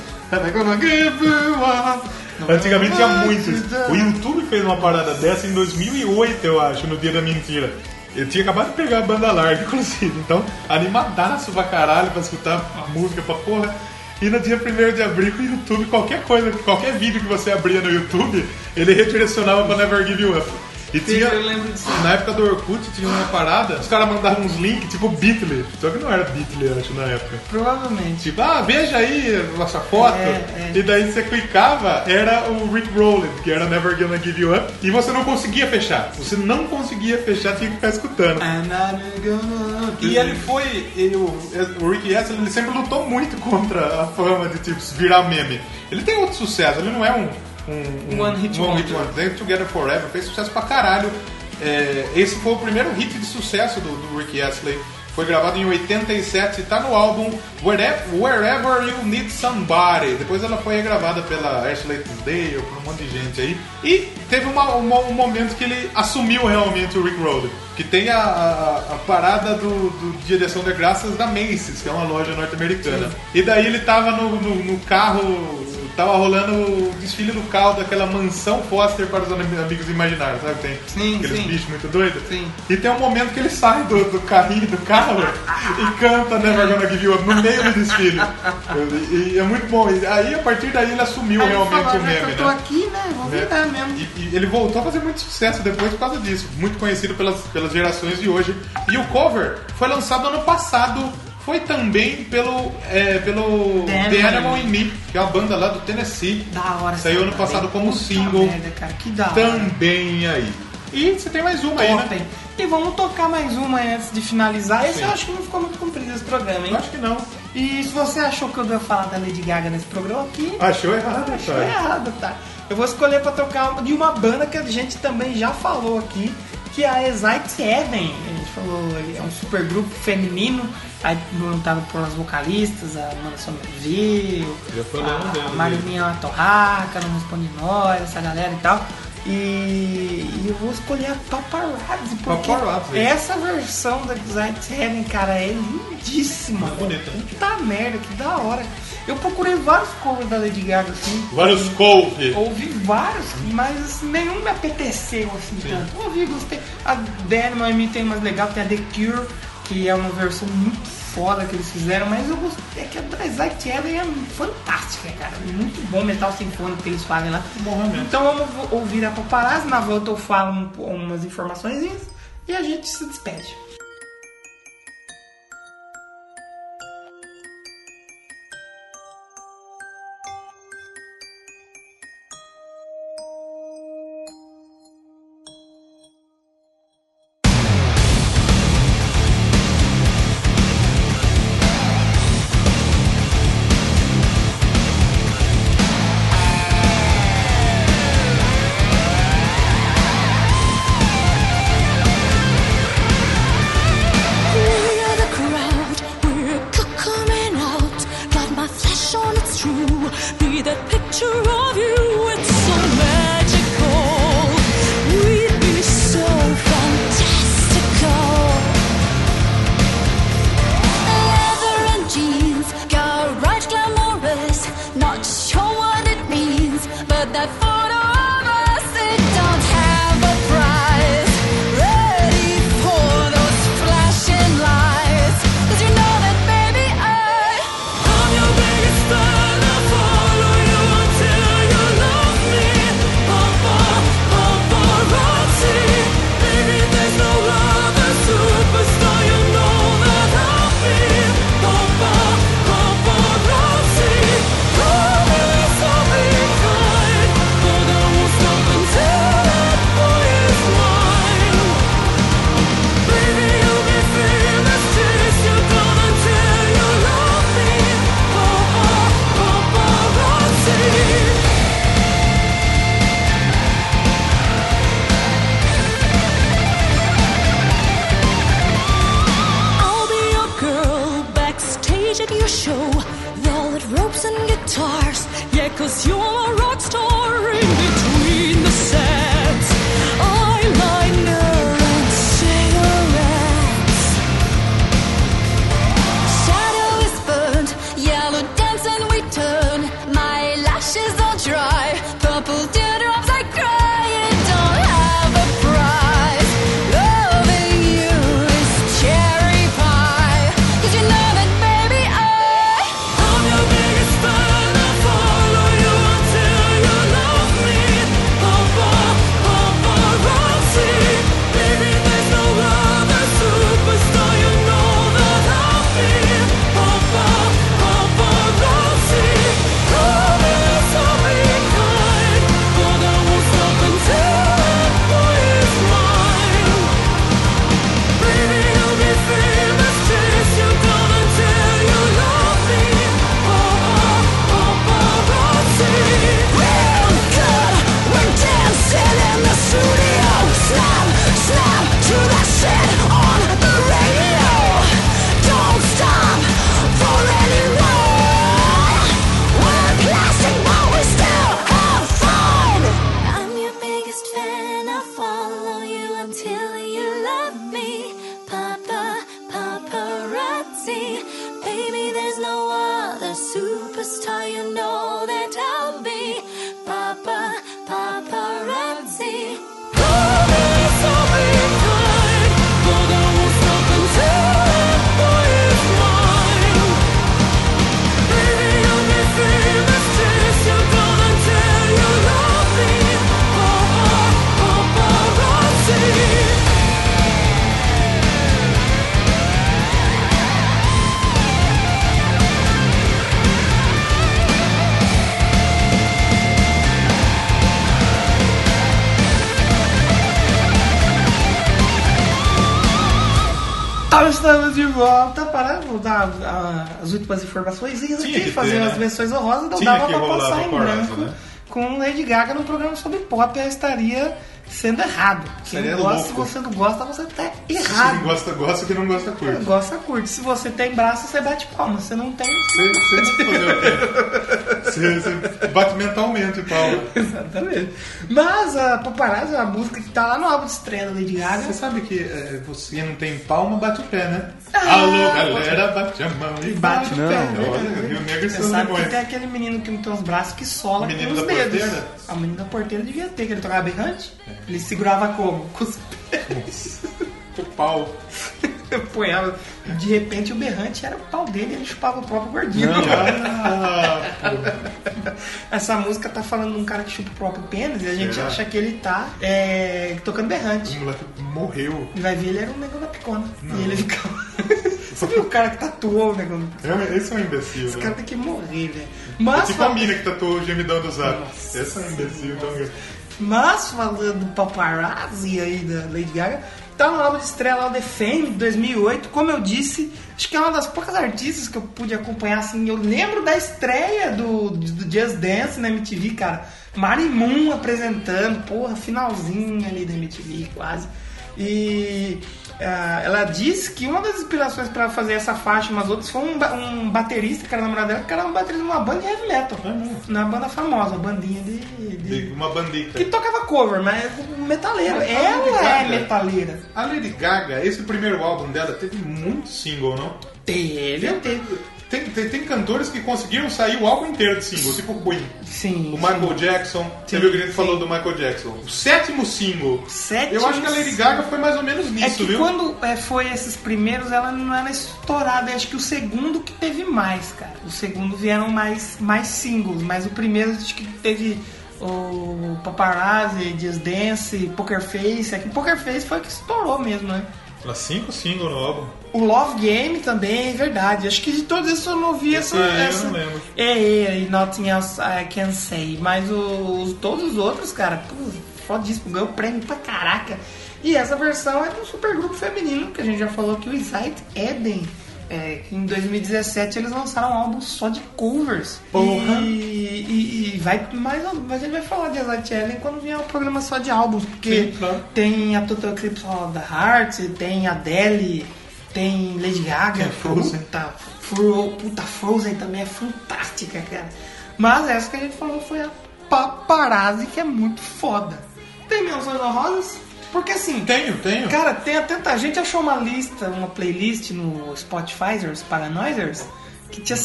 [SPEAKER 2] Antigamente tinha muitos. O YouTube fez uma parada dessa em 2008, eu acho, no Dia da Mentira. Eu tinha acabado de pegar a banda larga, inclusive. Então, animadaço pra caralho pra escutar a música pra porra. E no dia 1 de abril, o YouTube, qualquer coisa, qualquer vídeo que você abria no YouTube, ele redirecionava pra Never Give You Up. E tinha,
[SPEAKER 1] eu lembro disso.
[SPEAKER 2] na época do Orkut, tinha uma parada, os caras mandavam uns links, tipo Beatle. Só que não era Beatle, eu acho, na época.
[SPEAKER 1] Provavelmente.
[SPEAKER 2] Tipo, ah, veja aí nossa foto.
[SPEAKER 1] É, é.
[SPEAKER 2] E daí você clicava, era o Rick Rowland, que era Never Gonna Give You Up. E você não conseguia fechar. Você não conseguia fechar, tinha que ficar escutando.
[SPEAKER 1] I'm not gonna-
[SPEAKER 2] E ele foi. ele- o- o Rick Astley ele sempre lutou muito contra a fama de tipo, virar meme. Ele tem outro sucesso, ele não é um. um, um
[SPEAKER 1] One hit
[SPEAKER 2] one
[SPEAKER 1] wonder.
[SPEAKER 2] They Together Forever fez sucesso pra caralho. É, esse foi o primeiro hit de sucesso do, do Rick Astley. Foi gravado em 87 e tá no álbum Wherever, Wherever You Need Somebody. Depois ela foi gravada pela Ashley Tisdale, por um monte de gente aí. E teve uma- uma- um momento que ele assumiu realmente o Rick Road, que tem a, a- a parada do, do Direção de Graças da Macy's, que é uma loja norte-americana. E daí ele tava no- no- no carro tava rolando o desfile do carro daquela mansão Foster para os am- amigos imaginários, sabe? Tem
[SPEAKER 1] Sim,
[SPEAKER 2] aqueles
[SPEAKER 1] sim.
[SPEAKER 2] bichos muito doidos.
[SPEAKER 1] Sim.
[SPEAKER 2] E tem um momento que ele sai do, do carrinho do carro e canta né, Never Gonna Give You Up no meio do desfile. E, e é muito bom. E aí, a partir daí, ele assumiu
[SPEAKER 1] Aí ele
[SPEAKER 2] realmente
[SPEAKER 1] falou,
[SPEAKER 2] o
[SPEAKER 1] já que
[SPEAKER 2] meme,
[SPEAKER 1] eu tô
[SPEAKER 2] né?
[SPEAKER 1] aqui, né? Vou
[SPEAKER 2] É.
[SPEAKER 1] virar mesmo.
[SPEAKER 2] E, e ele voltou a fazer muito sucesso depois por causa disso. Muito conhecido pelas, pelas gerações de hoje. E o cover foi lançado ano passado. Foi também pelo, é, pelo
[SPEAKER 1] The
[SPEAKER 2] The
[SPEAKER 1] Animal.
[SPEAKER 2] Animal in Me, que é uma banda lá do Tennessee.
[SPEAKER 1] Da hora.
[SPEAKER 2] Saiu ano
[SPEAKER 1] essa
[SPEAKER 2] passado
[SPEAKER 1] banda,
[SPEAKER 2] como
[SPEAKER 1] hein? Puta
[SPEAKER 2] single.
[SPEAKER 1] merda, cara, que da hora.
[SPEAKER 2] Também aí. E você tem mais uma aí, né?
[SPEAKER 1] Ontem. E vamos tocar mais uma aí antes de finalizar. Esse
[SPEAKER 2] Sim.
[SPEAKER 1] eu acho que não ficou muito comprido esse programa, hein?
[SPEAKER 2] Eu acho que não.
[SPEAKER 1] E se você achou que eu ia falar da Lady Gaga nesse programa aqui,
[SPEAKER 2] Achou errado,
[SPEAKER 1] achou
[SPEAKER 2] cara.
[SPEAKER 1] errado, tá? Eu vou escolher pra tocar uma- de uma banda que a gente também já falou aqui, que é a Exite Seven. A gente falou, é um super grupo feminino, aí montado por umas vocalistas, a Amanda Somerville,
[SPEAKER 2] Já falamos
[SPEAKER 1] a,
[SPEAKER 2] dela,
[SPEAKER 1] a Marilinha Torraca, não responde nós, essa galera e tal. E, e eu vou escolher a Paparazzi, porque
[SPEAKER 2] Paparazzi.
[SPEAKER 1] essa versão da Exite Seven, cara, é lindíssima.
[SPEAKER 2] Muito bonita, né?
[SPEAKER 1] Puta merda, que da hora. Eu procurei vários covers da Lady Gaga, assim.
[SPEAKER 2] Vários couve.
[SPEAKER 1] Ouvi vários, mas assim, nenhum me apeteceu, assim, tanto. Ouvi, gostei. A Daniel me tem umas legais, tem a The Cure, que é uma versão muito foda que eles fizeram, mas eu gostei. É que a Dryzite Ellen é fantástica, cara. Muito bom metal sinfônico que eles fazem lá.
[SPEAKER 2] Bom, realmente.
[SPEAKER 1] Então vamos vo- ouvir a paparazzi, na volta eu falo um po- umas informações e a gente se despede.
[SPEAKER 7] Thank
[SPEAKER 1] Ah, estamos de volta para vou dar ah, as últimas informações e
[SPEAKER 2] Tinha que
[SPEAKER 1] aqui
[SPEAKER 2] ter,
[SPEAKER 1] fazer
[SPEAKER 2] né?
[SPEAKER 1] as menções honrosas, não
[SPEAKER 2] Tinha
[SPEAKER 1] dava
[SPEAKER 2] que
[SPEAKER 1] pra
[SPEAKER 2] rolar
[SPEAKER 1] passar
[SPEAKER 2] do
[SPEAKER 1] em
[SPEAKER 2] Corazon,
[SPEAKER 1] branco
[SPEAKER 2] né?
[SPEAKER 1] com Lady Gaga num programa sobre pop, ela estaria sendo errado. Quem
[SPEAKER 2] Seria
[SPEAKER 1] gosta,
[SPEAKER 2] louco.
[SPEAKER 1] se você não gosta, você tá
[SPEAKER 2] Quem
[SPEAKER 1] errado.
[SPEAKER 2] gosta, gosta, quem não gosta,
[SPEAKER 1] Quem
[SPEAKER 2] curte.
[SPEAKER 1] gosta, curte. Se você tem braço, você bate palma. Se não tem,
[SPEAKER 2] Você, você não vai fazer o quê? Você, você bate mentalmente, Paulo.
[SPEAKER 1] Exatamente. Mas a Paparazzi é uma música que tá lá no álbum de estreia da Lady Gaga.
[SPEAKER 2] Você sabe que é, você não tem palma, bate o pé, né?
[SPEAKER 1] Ah,
[SPEAKER 2] Alô, galera, bate a mão e
[SPEAKER 1] Bate
[SPEAKER 2] bate.
[SPEAKER 1] o pé.
[SPEAKER 2] Olha, Rio Negro e
[SPEAKER 1] Você
[SPEAKER 2] seus
[SPEAKER 1] sabe
[SPEAKER 2] demônios.
[SPEAKER 1] que tem aquele menino que não tem os braços que sola
[SPEAKER 2] Menino
[SPEAKER 1] com os
[SPEAKER 2] da
[SPEAKER 1] dedos.
[SPEAKER 2] porteira?
[SPEAKER 1] A menina da porteira devia ter, que ele tocava berrante. Ele segurava como? Com os pés.
[SPEAKER 2] O pau.
[SPEAKER 1] Apoiava. De repente o berrante era o pau dele, ele chupava o próprio gordinho.
[SPEAKER 2] Ah,
[SPEAKER 1] Essa música tá falando de um cara que chupa o próprio pênis e a gente
[SPEAKER 2] Será?
[SPEAKER 1] acha que ele tá é, tocando berrante.
[SPEAKER 2] o moleque morreu.
[SPEAKER 1] E vai ver ele era um negão da picona. E ele ficava. Você viu o cara que tatuou o negão?
[SPEAKER 2] É, Esse é um imbecil.
[SPEAKER 1] Esse
[SPEAKER 2] né?
[SPEAKER 1] cara tem que morrer, velho.
[SPEAKER 2] É
[SPEAKER 1] Mas
[SPEAKER 2] tipo a mina que tatuou o gemidão do zap. Esse é um imbecil. Tão... grande.
[SPEAKER 1] Mas falando do paparazzi aí da Lady Gaga, tá no álbum de estreia lá, o The Fame, de 2008. Como eu disse, acho que é uma das poucas artistas que eu pude acompanhar, assim. Eu lembro da estreia do, do Just Dance na MTV, cara. Mari Moon apresentando, porra, finalzinho ali da MTV, quase. E ah, ela disse que uma das inspirações pra fazer essa faixa e umas outras foi um, ba- um baterista, cara, namorado dela, que era um baterista de uma banda de heavy metal. Na banda famosa, uma bandinha de- de
[SPEAKER 2] De Uma bandita.
[SPEAKER 1] que tocava cover, mas metaleiro.
[SPEAKER 2] Mas a Lady
[SPEAKER 1] Ela é
[SPEAKER 2] Gaga-
[SPEAKER 1] metaleira.
[SPEAKER 2] A Lady Gaga, esse primeiro álbum dela teve muito single, não?
[SPEAKER 1] Teve, teve.
[SPEAKER 2] Tem, tem, tem cantores que conseguiram sair o álbum inteiro de single, tipo o Queen.
[SPEAKER 1] Sim.
[SPEAKER 2] O Michael Jackson. você
[SPEAKER 1] Sim,
[SPEAKER 2] viu que a gente
[SPEAKER 1] sim.
[SPEAKER 2] falou do Michael Jackson? O sétimo single.
[SPEAKER 1] Sétimo
[SPEAKER 2] Eu acho que a Lady
[SPEAKER 1] single.
[SPEAKER 2] Gaga foi mais ou menos nisso,
[SPEAKER 1] É que
[SPEAKER 2] viu?
[SPEAKER 1] quando é, foi esses primeiros, ela não era estourada. Acho que o segundo que teve mais, cara. O segundo vieram mais, mais singles, mas o primeiro acho que teve o Paparazzi, Just Dance, Poker Face. É que Poker Face foi o que estourou mesmo, né?
[SPEAKER 2] Ela cinco singles no álbum.
[SPEAKER 1] O Love Game também, é verdade. Acho que de todos esses eu não vi essa.
[SPEAKER 2] aí eu não
[SPEAKER 1] essa...
[SPEAKER 2] lembro.
[SPEAKER 1] É, é, e Nothing Else I Can Say. Mas o- os, todos os outros, cara, pô, fodíssimo, ganhou prêmio pra caraca. E essa versão é de um supergrupo feminino, que a gente já falou que o Insight Eden. É, que em 2017 eles lançaram um álbum só de covers.
[SPEAKER 2] Porra.
[SPEAKER 1] E, e- e vai mais. Mas a gente vai falar de Insight Eden quando vier um programa só de álbuns, porque
[SPEAKER 2] Sim, claro.
[SPEAKER 1] tem a Total Eclipse of the Heart, tem a Adele, tem Lady Gaga,
[SPEAKER 2] Frozen.
[SPEAKER 1] Puta, Fro- puta, Frozen também é fantástica, cara. Mas essa que a gente falou foi a paparazzi, que é muito foda. Tem menções honrosas? Porque assim,
[SPEAKER 2] Tenho, tenho.
[SPEAKER 1] cara, tem tanta gente achou uma lista, uma playlist no Spotify, os Paranoisers, que tinha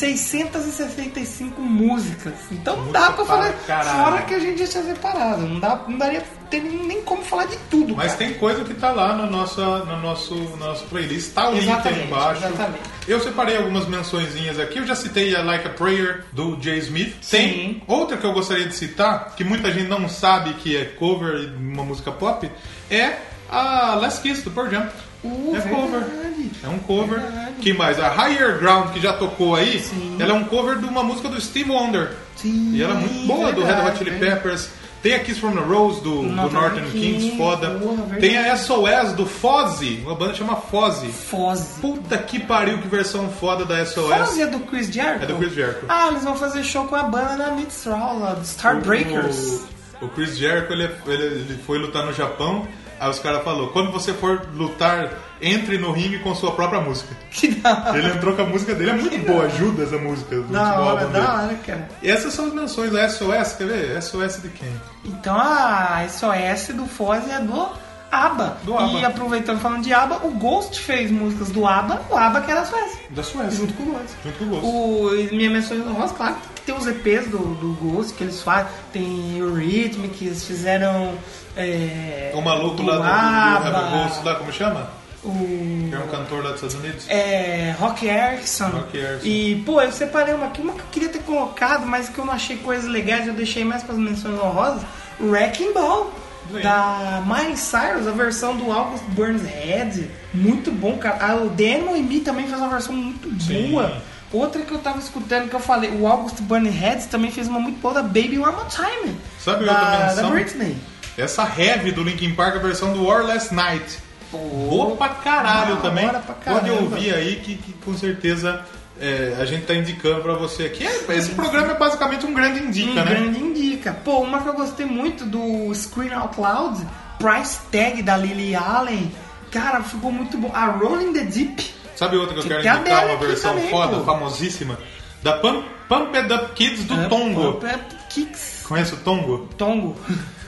[SPEAKER 1] 665 músicas. Então não dá pra
[SPEAKER 2] pra
[SPEAKER 1] falar,
[SPEAKER 2] caralho.
[SPEAKER 1] fora que a gente já tinha separado, não, dá, não daria ter nem nem como falar de tudo,
[SPEAKER 2] Mas
[SPEAKER 1] cara.
[SPEAKER 2] tem coisa que tá lá no nosso, no nosso, nosso playlist. Tá o link aí
[SPEAKER 1] Exatamente,
[SPEAKER 2] embaixo.
[SPEAKER 1] exatamente.
[SPEAKER 2] Eu separei algumas mençõezinhas aqui. Eu já citei a Like a Prayer do Jay Smith.
[SPEAKER 1] Sim.
[SPEAKER 2] Tem outra que eu gostaria de citar, que muita gente não sabe que é cover de uma música pop, é a Last Kiss do Pearl Jam.
[SPEAKER 1] Uh,
[SPEAKER 2] é cover.
[SPEAKER 1] verdade.
[SPEAKER 2] É um cover.
[SPEAKER 1] Verdade.
[SPEAKER 2] Que mais? A Higher Ground, que já tocou aí, ela é um cover de uma música do Steve Wonder.
[SPEAKER 1] Sim,
[SPEAKER 2] E ela é muito boa, do Red Hot
[SPEAKER 1] verdade,
[SPEAKER 2] Chili
[SPEAKER 1] verdade.
[SPEAKER 2] Peppers. Tem a Kiss from the Rose do, do
[SPEAKER 1] Northern
[SPEAKER 2] Northern Kings,
[SPEAKER 1] Kings,
[SPEAKER 2] foda.
[SPEAKER 1] porra, verdade.
[SPEAKER 2] Tem a SOS do Fozzy, uma banda chama Fozzy.
[SPEAKER 1] Foz.
[SPEAKER 2] Puta que pariu, que versão foda da SOS.
[SPEAKER 1] Foz é do Chris Jericho?
[SPEAKER 2] É do Chris Jericho.
[SPEAKER 1] Ah, eles vão fazer show com a banda da Mistral, lá, do Starbreakers.
[SPEAKER 2] O, o Chris Jericho ele, ele, ele foi lutar no Japão. Aí os caras falaram: quando você for lutar, entre no ringue com sua própria música.
[SPEAKER 1] Que da
[SPEAKER 2] Ele entrou com a música dele, é muito boa, ajuda essa música. do
[SPEAKER 1] da
[SPEAKER 2] último
[SPEAKER 1] hora,
[SPEAKER 2] álbum
[SPEAKER 1] da
[SPEAKER 2] dele.
[SPEAKER 1] hora, cara.
[SPEAKER 2] E essas são as menções da SOS, quer ver? SOS de quem?
[SPEAKER 1] Então a SOS do Foz é do ABBA.
[SPEAKER 2] Do ABBA.
[SPEAKER 1] E aproveitando falando de ABBA, o Ghost fez músicas do ABBA, o ABBA que era a SOS.
[SPEAKER 2] Da Suécia.
[SPEAKER 1] Junto com o Ghost.
[SPEAKER 2] Junto com o Ghost.
[SPEAKER 1] O, e minha menção do Ross, claro, que tem os EPs do, do Ghost que eles fazem. Tem o Rhythmic, eles fizeram. É,
[SPEAKER 2] O maluco
[SPEAKER 1] do
[SPEAKER 2] lá do, do, do
[SPEAKER 1] ABBA,
[SPEAKER 2] Heavy Ghost lá, como chama?
[SPEAKER 1] o
[SPEAKER 2] Que é um cantor lá dos Estados Unidos.
[SPEAKER 1] é, Rock Erickson.
[SPEAKER 2] Rock Erickson.
[SPEAKER 1] E, pô, eu separei uma aqui, uma que eu queria ter colocado, mas que eu não achei coisas legais, eu deixei mais para as menções honrosas. Wrecking Ball.
[SPEAKER 2] Bem.
[SPEAKER 1] Da Miley Cyrus, a versão do August Burns Head. Muito bom, cara. Ah, o Demo e Me também fez uma versão muito boa. Outra que eu tava escutando que eu falei, o August Burns Head também fez uma muito boa da Baby One More Time.
[SPEAKER 2] Sabe
[SPEAKER 1] da,
[SPEAKER 2] outra
[SPEAKER 1] da
[SPEAKER 2] menção?
[SPEAKER 1] Britney.
[SPEAKER 2] Essa heavy do Linkin Park, a versão do War Last Night. Boa pra caralho
[SPEAKER 1] Da
[SPEAKER 2] também.
[SPEAKER 1] hora pra
[SPEAKER 2] Pode
[SPEAKER 1] caramba.
[SPEAKER 2] ouvir aí que, que com certeza é, a gente tá indicando pra você aqui. É, esse programa é basicamente um grande indica,
[SPEAKER 1] Um
[SPEAKER 2] né?
[SPEAKER 1] grande indica. Pô, uma que eu gostei muito do Screen Out Loud, Price Tag da Lily Allen. Cara, ficou muito bom. A Rolling the Deep.
[SPEAKER 2] Sabe outra que eu
[SPEAKER 1] Tem
[SPEAKER 2] quero
[SPEAKER 1] que ter a
[SPEAKER 2] indicar?
[SPEAKER 1] dela
[SPEAKER 2] Uma
[SPEAKER 1] aqui
[SPEAKER 2] versão
[SPEAKER 1] também,
[SPEAKER 2] foda,
[SPEAKER 1] pô.
[SPEAKER 2] famosíssima. Da Pump, Pump It Up Kids do Tongo.
[SPEAKER 1] É, é, Kicks.
[SPEAKER 2] Conhece o Tongo?
[SPEAKER 1] Tongo.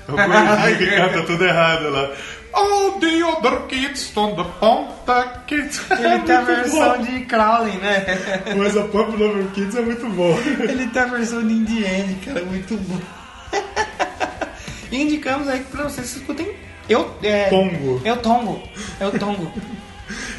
[SPEAKER 2] O gordinho que canta tá tudo errado lá. All the other kids on the ponta kids. É
[SPEAKER 1] Ele tem a
[SPEAKER 2] muito
[SPEAKER 1] versão
[SPEAKER 2] bom.
[SPEAKER 1] de Crowley, né?
[SPEAKER 2] Mas a Pump It Up Kids é muito bom.
[SPEAKER 1] Ele tem a versão de Indiana, cara, é muito bom. E indicamos aí pra vocês escutem. Eu, é,
[SPEAKER 2] Tongo.
[SPEAKER 1] Eu Tongo. Eu Tongo.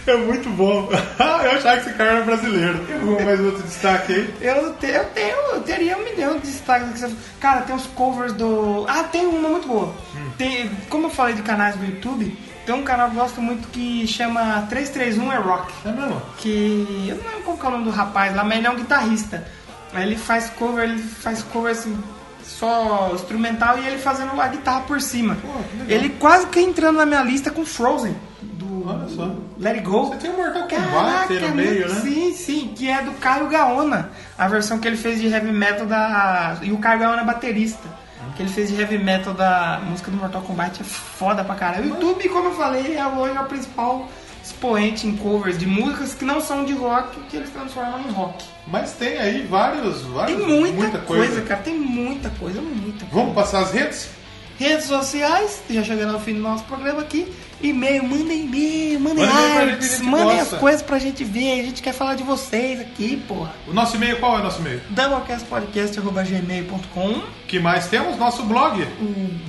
[SPEAKER 2] É muito bom. Ah, eu achava que esse cara era brasileiro. Tem mais outro destaque aí?
[SPEAKER 1] Eu, te- eu tenho, eu teria um milhão de destaques. que você- Cara, tem os covers do. Ah, tem uma muito boa.
[SPEAKER 2] Hum.
[SPEAKER 1] Tem, como eu falei de canais do YouTube, tem um canal que eu gosto muito que chama 331 é Rock.
[SPEAKER 2] É mesmo?
[SPEAKER 1] Que eu não lembro qual que é o nome do rapaz lá, mas ele é um guitarrista. Aí ele faz cover, ele faz cover assim, só instrumental e ele fazendo a guitarra por cima.
[SPEAKER 2] que legal.
[SPEAKER 1] ele quase que entrando na minha lista com Frozen. Do
[SPEAKER 2] Olha só.
[SPEAKER 1] Let It Go.
[SPEAKER 2] Você tem o Mortal Kombat
[SPEAKER 1] Caraca,
[SPEAKER 2] aí no meio,
[SPEAKER 1] muito-
[SPEAKER 2] né?
[SPEAKER 1] Sim, sim, que é do Caio Gaona. A versão que ele fez de heavy metal da. E o Caio Gaona é baterista. Que ele fez de heavy metal da música do Mortal Kombat é foda pra caralho. O YouTube, como eu falei, é hoje o principal expoente em covers de músicas que não são de rock, que eles transformam em rock.
[SPEAKER 2] Mas tem aí vários,
[SPEAKER 1] Tem
[SPEAKER 2] vários
[SPEAKER 1] muita, coisa. cara, tem muita coisa, muita coisa.
[SPEAKER 2] Vamos passar as redes?
[SPEAKER 1] Redes sociais, já chegando ao fim do nosso programa aqui. E-mail, mandem e-mail, mandem
[SPEAKER 2] Manda e-mail pra gente, a
[SPEAKER 1] artes,
[SPEAKER 2] gente
[SPEAKER 1] mandem as
[SPEAKER 2] gosta.
[SPEAKER 1] coisas pra gente ver. A gente quer falar de vocês aqui, porra.
[SPEAKER 2] O nosso e-mail, qual é o nosso e-mail?
[SPEAKER 1] doublecastpodcast.gmail.com
[SPEAKER 2] Que mais temos? Nosso blog,
[SPEAKER 1] o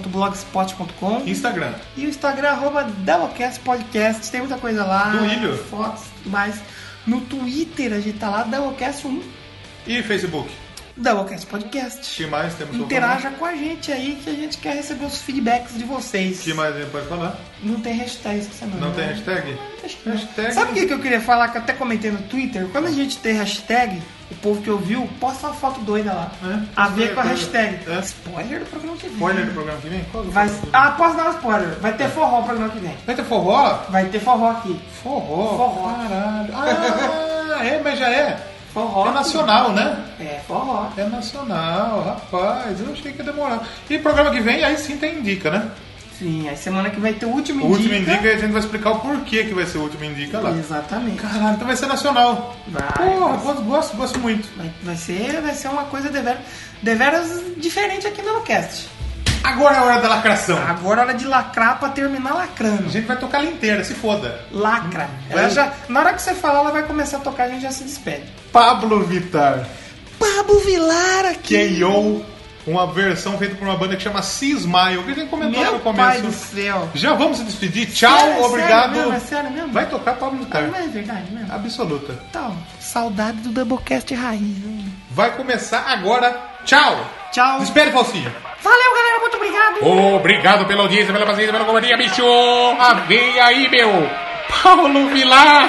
[SPEAKER 1] doublecastpodcast.blogspot.com
[SPEAKER 2] Instagram.
[SPEAKER 1] e o Instagram arroba doublecastpodcast. Tem muita coisa lá.
[SPEAKER 2] Duílio.
[SPEAKER 1] Fotos, tudo mais. No Twitter a gente tá lá, doublecast1,
[SPEAKER 2] E Facebook.
[SPEAKER 1] doublecast podcast.
[SPEAKER 2] Que mais temos? pra falar?
[SPEAKER 1] Interaja com a gente aí que a gente quer receber os feedbacks de vocês.
[SPEAKER 2] Que mais a gente pode falar?
[SPEAKER 1] Não tem hashtag essa semana.
[SPEAKER 2] Não
[SPEAKER 1] né?
[SPEAKER 2] tem hashtag?
[SPEAKER 1] Acho que não.
[SPEAKER 2] Hashtag-
[SPEAKER 1] Sabe o que que eu queria falar? Que eu até comentei no Twitter. Quando a gente tem hashtag, o povo que ouviu posta uma foto doida lá.
[SPEAKER 2] É.
[SPEAKER 1] a ver com a
[SPEAKER 2] É.
[SPEAKER 1] hashtag.
[SPEAKER 2] É.
[SPEAKER 1] Spoiler do programa que vem.
[SPEAKER 2] Spoiler do programa que vem? Qual do
[SPEAKER 1] Vai...
[SPEAKER 2] programa que vem?
[SPEAKER 1] Ah, posso dar um spoiler. Vai ter forró o programa que vem.
[SPEAKER 2] Vai ter forró?
[SPEAKER 1] Vai ter forró aqui.
[SPEAKER 2] Forró.
[SPEAKER 1] Forró.
[SPEAKER 2] Caralho. Ah, é, mas já é.
[SPEAKER 1] Forró.
[SPEAKER 2] É nacional, né?
[SPEAKER 1] É, forró.
[SPEAKER 2] É nacional, rapaz. Eu achei que ia demorar. E programa que vem, aí sim tem indica, né?
[SPEAKER 1] Sim, aí semana que vem tem o último
[SPEAKER 2] O último indica e a gente vai explicar o porquê que vai ser o último indica lá.
[SPEAKER 1] Exatamente.
[SPEAKER 2] Caralho, então vai ser nacional.
[SPEAKER 1] Vai.
[SPEAKER 2] Porra, gosto, gosto, gosto muito.
[SPEAKER 1] Vai, vai ser, vai ser uma coisa deveras, deveras diferente aqui no Cast.
[SPEAKER 2] Agora é a hora da lacração.
[SPEAKER 1] Agora é hora de lacrar pra terminar
[SPEAKER 2] A
[SPEAKER 1] lacrando.
[SPEAKER 2] gente vai tocar ela inteira, se foda.
[SPEAKER 1] Lacra. Ela já, na hora que você falar, ela vai começar a tocar, a gente já se despede.
[SPEAKER 2] Pablo Vittar,
[SPEAKER 1] Pablo Vilar aqui.
[SPEAKER 2] K.O., uma versão feita por uma banda que chama Sea Smile, que a gente comentou
[SPEAKER 1] Meu
[SPEAKER 2] no
[SPEAKER 1] pai do
[SPEAKER 2] começo.
[SPEAKER 1] céu.
[SPEAKER 2] Já vamos se despedir. Tchau,
[SPEAKER 1] Sério, sério
[SPEAKER 2] obrigado.
[SPEAKER 1] mesmo, é sério mesmo?
[SPEAKER 2] Vai tocar Pablo
[SPEAKER 1] Ah,
[SPEAKER 2] Vittar.
[SPEAKER 1] não é verdade mesmo.
[SPEAKER 2] Absoluta.
[SPEAKER 1] Então, saudade do Doublecast raiz. hein?
[SPEAKER 2] Vai começar agora. Tchau.
[SPEAKER 1] Tchau.
[SPEAKER 2] Despede, Falsinho.
[SPEAKER 1] Valeu, galera. Muito obrigado.
[SPEAKER 10] Obrigado pela audiência, pela paciência, pela companhia, bicho! Ah, vem aí, meu! Paulo Vilar!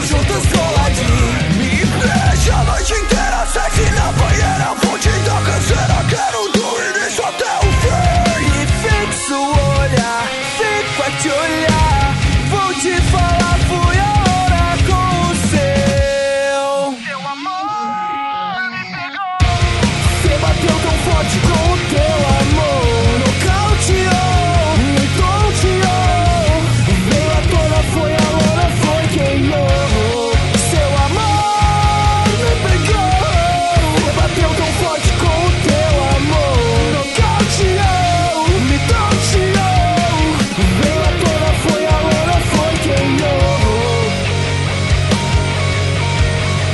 [SPEAKER 3] Juntas coladinho Me beija a noite inteira, sexy na banheira um um. um.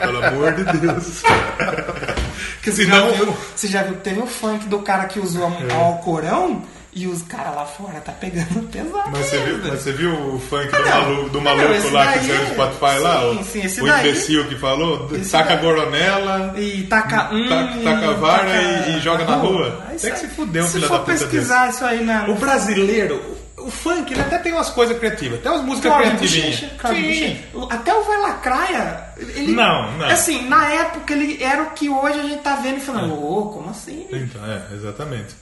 [SPEAKER 2] pelo amor de Deus.
[SPEAKER 1] Porque você,
[SPEAKER 2] Senão-
[SPEAKER 1] já viu, você já viu que teve o funk do cara que usou a-
[SPEAKER 2] É.
[SPEAKER 1] o Alcorão e os caras lá fora tá pegando pesado.
[SPEAKER 2] Mas você, viu, mas você viu o funk do
[SPEAKER 1] Ah, não.
[SPEAKER 2] maluco, do
[SPEAKER 1] Ah, não,
[SPEAKER 2] maluco
[SPEAKER 1] esse
[SPEAKER 2] lá que
[SPEAKER 1] daí
[SPEAKER 2] saiu no
[SPEAKER 1] é-
[SPEAKER 2] Spotify lá?
[SPEAKER 1] sim,
[SPEAKER 2] o-
[SPEAKER 1] sim, esse
[SPEAKER 2] o
[SPEAKER 1] daí-
[SPEAKER 2] imbecil que falou?
[SPEAKER 1] Esse
[SPEAKER 2] Taca a
[SPEAKER 1] daí.
[SPEAKER 2] goronela.
[SPEAKER 1] E taca um.
[SPEAKER 2] Hum, Taca- taca a vara
[SPEAKER 1] taca-
[SPEAKER 2] e- e joga na rua.
[SPEAKER 1] Ah, isso
[SPEAKER 2] Tem que
[SPEAKER 1] aí.
[SPEAKER 2] se fuder um
[SPEAKER 1] Se
[SPEAKER 2] filho
[SPEAKER 1] for
[SPEAKER 2] da puta
[SPEAKER 1] pesquisar isso aí na.
[SPEAKER 2] O brasileiro, o o funk, ele até tem umas coisas criativas, até umas músicas
[SPEAKER 1] Cláudio
[SPEAKER 2] criativinhas.
[SPEAKER 1] Bochecha, Cláudio
[SPEAKER 2] Sim.
[SPEAKER 1] Bochecha. O- Até o Vai Lacraia. Ele,
[SPEAKER 2] Não, não.
[SPEAKER 1] Assim, na época ele era o que hoje a gente tá vendo e falando, ô, como assim?
[SPEAKER 2] Então, é, exatamente.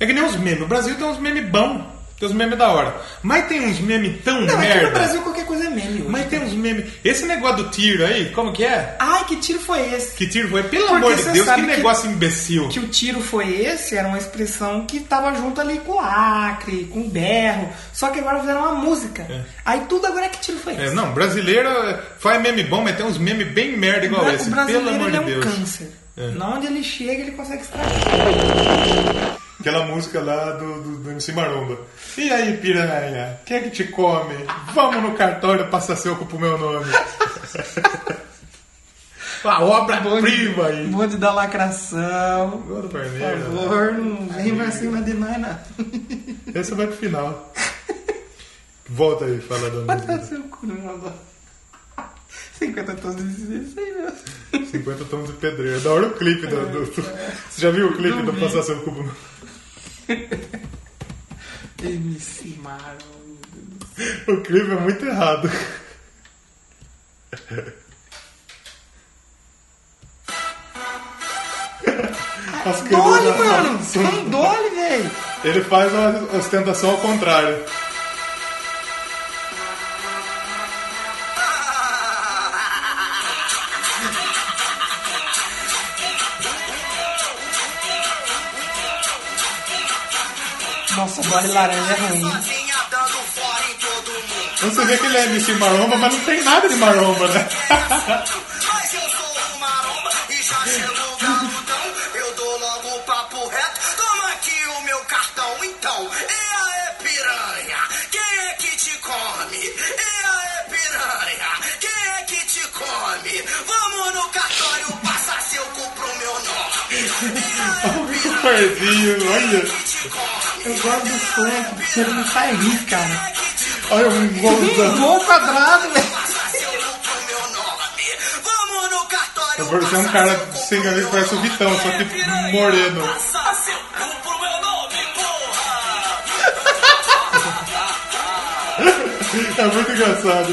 [SPEAKER 2] É que nem os memes. O Brasil tem uns memes bons, tem uns memes da hora. Mas tem uns memes tão
[SPEAKER 1] Não, é que no
[SPEAKER 2] merda.
[SPEAKER 1] Brasil qualquer coisa é meme hoje.
[SPEAKER 2] Mas tem uns memes. Esse negócio do tiro aí, como que é?
[SPEAKER 1] Ai, que tiro foi esse?
[SPEAKER 2] Que tiro foi? Pelo
[SPEAKER 1] Porque
[SPEAKER 2] amor de
[SPEAKER 1] você
[SPEAKER 2] Deus, que
[SPEAKER 1] sabe que-
[SPEAKER 2] negócio imbecil.
[SPEAKER 1] que o tiro foi esse era uma expressão que tava junto ali com o lacre, com o berro. Só que agora fizeram uma música. Aí tudo agora é que tiro foi esse.
[SPEAKER 2] É, não, brasileiro faz meme bom, mas tem uns memes bem merda
[SPEAKER 1] o
[SPEAKER 2] é igual
[SPEAKER 1] bra-
[SPEAKER 2] esse.
[SPEAKER 1] o
[SPEAKER 2] Pelo
[SPEAKER 1] brasileiro
[SPEAKER 2] amor
[SPEAKER 1] ele
[SPEAKER 2] de
[SPEAKER 1] é um
[SPEAKER 2] Deus.
[SPEAKER 1] câncer. Na onde ele chega, ele consegue extrair.
[SPEAKER 2] Aquela música lá do, do, do MC Maromba. E aí, piranha, quem é que te come? Vamos no cartório passar seco pro meu nome. A obra-prima Tá aí.
[SPEAKER 1] Bonde da lacração.
[SPEAKER 2] Gol do
[SPEAKER 1] Por
[SPEAKER 2] Parmeira.
[SPEAKER 1] favor, não vem pra cima de nós, não.
[SPEAKER 2] Essa vai pro final. Volta aí, fala da
[SPEAKER 1] Bota
[SPEAKER 2] música.
[SPEAKER 1] seu cu no meu dó. 50 tons de cinza, meu.
[SPEAKER 2] 50 tons de pedreiro. Da hora o clipe do. do- do- Você já viu o clipe do Passar Seco pro meu nome?
[SPEAKER 1] MC Marvel.
[SPEAKER 2] O clipe é muito errado. As
[SPEAKER 1] Dole,
[SPEAKER 2] crianças-
[SPEAKER 1] mano! é um São dole, velho!
[SPEAKER 2] Ele faz a ostentação ao contrário.
[SPEAKER 1] Nossa, dole laranja é ruim.
[SPEAKER 2] Então Você vê que ele é MC Maromba, mas não tem nada de Maromba, né?
[SPEAKER 9] Mas eu sou o maromba e já chegou o garotão. Eu dou logo o papo reto, toma aqui o meu cartão. Então, e aí, piranha, quem é que te come? E aí, piranha, quem é que te come? Vamos no cartório passar seu cu pro meu nome. E aí,
[SPEAKER 2] Que Gordinho, Um olha.
[SPEAKER 9] quem é te come?
[SPEAKER 1] Eu gosto do funk, porque ele me faz rir, cara.
[SPEAKER 2] Olha um
[SPEAKER 1] Um
[SPEAKER 2] golzão.
[SPEAKER 1] gol quadrado, velho.
[SPEAKER 9] Passar seu cu pro meu nome. Vamos no cartório.
[SPEAKER 2] Você é um
[SPEAKER 9] passar
[SPEAKER 2] cara
[SPEAKER 9] seu cu pro
[SPEAKER 2] sem cabelo
[SPEAKER 9] meu
[SPEAKER 2] que parece o
[SPEAKER 9] nome.
[SPEAKER 2] Vitão, só que
[SPEAKER 9] Piranha,
[SPEAKER 2] moreno.
[SPEAKER 9] Passar seu cu pro meu nome, porra.
[SPEAKER 2] É muito engraçado.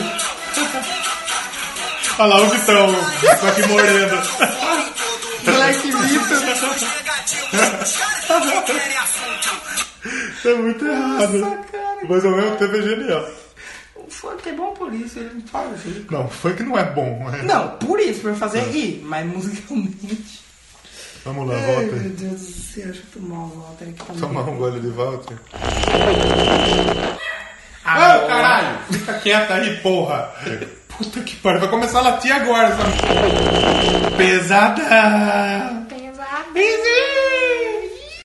[SPEAKER 2] Olha lá o Vitão, só que moreno.
[SPEAKER 1] Black né? Beatles.
[SPEAKER 2] É muito errado.
[SPEAKER 1] Nossa, cara.
[SPEAKER 2] Mas ao mesmo tempo é genial.
[SPEAKER 1] O funk é bom por isso, ele me faz rir.
[SPEAKER 2] Não, funk não é bom. né?
[SPEAKER 1] Não, por isso, pra fazer rir, mas musicalmente.
[SPEAKER 2] Vamos lá,
[SPEAKER 1] Ai,
[SPEAKER 2] volta
[SPEAKER 1] meu
[SPEAKER 2] aí.
[SPEAKER 1] Deus do céu, deixa eu tomar um Walter aqui pra mim.
[SPEAKER 2] Tomar um gole de Walter.
[SPEAKER 1] Ah,
[SPEAKER 2] Ô, caralho! Fica quieta aí, porra! Puta que pariu, vai começar a latir agora essa... Pesada!
[SPEAKER 1] Busy!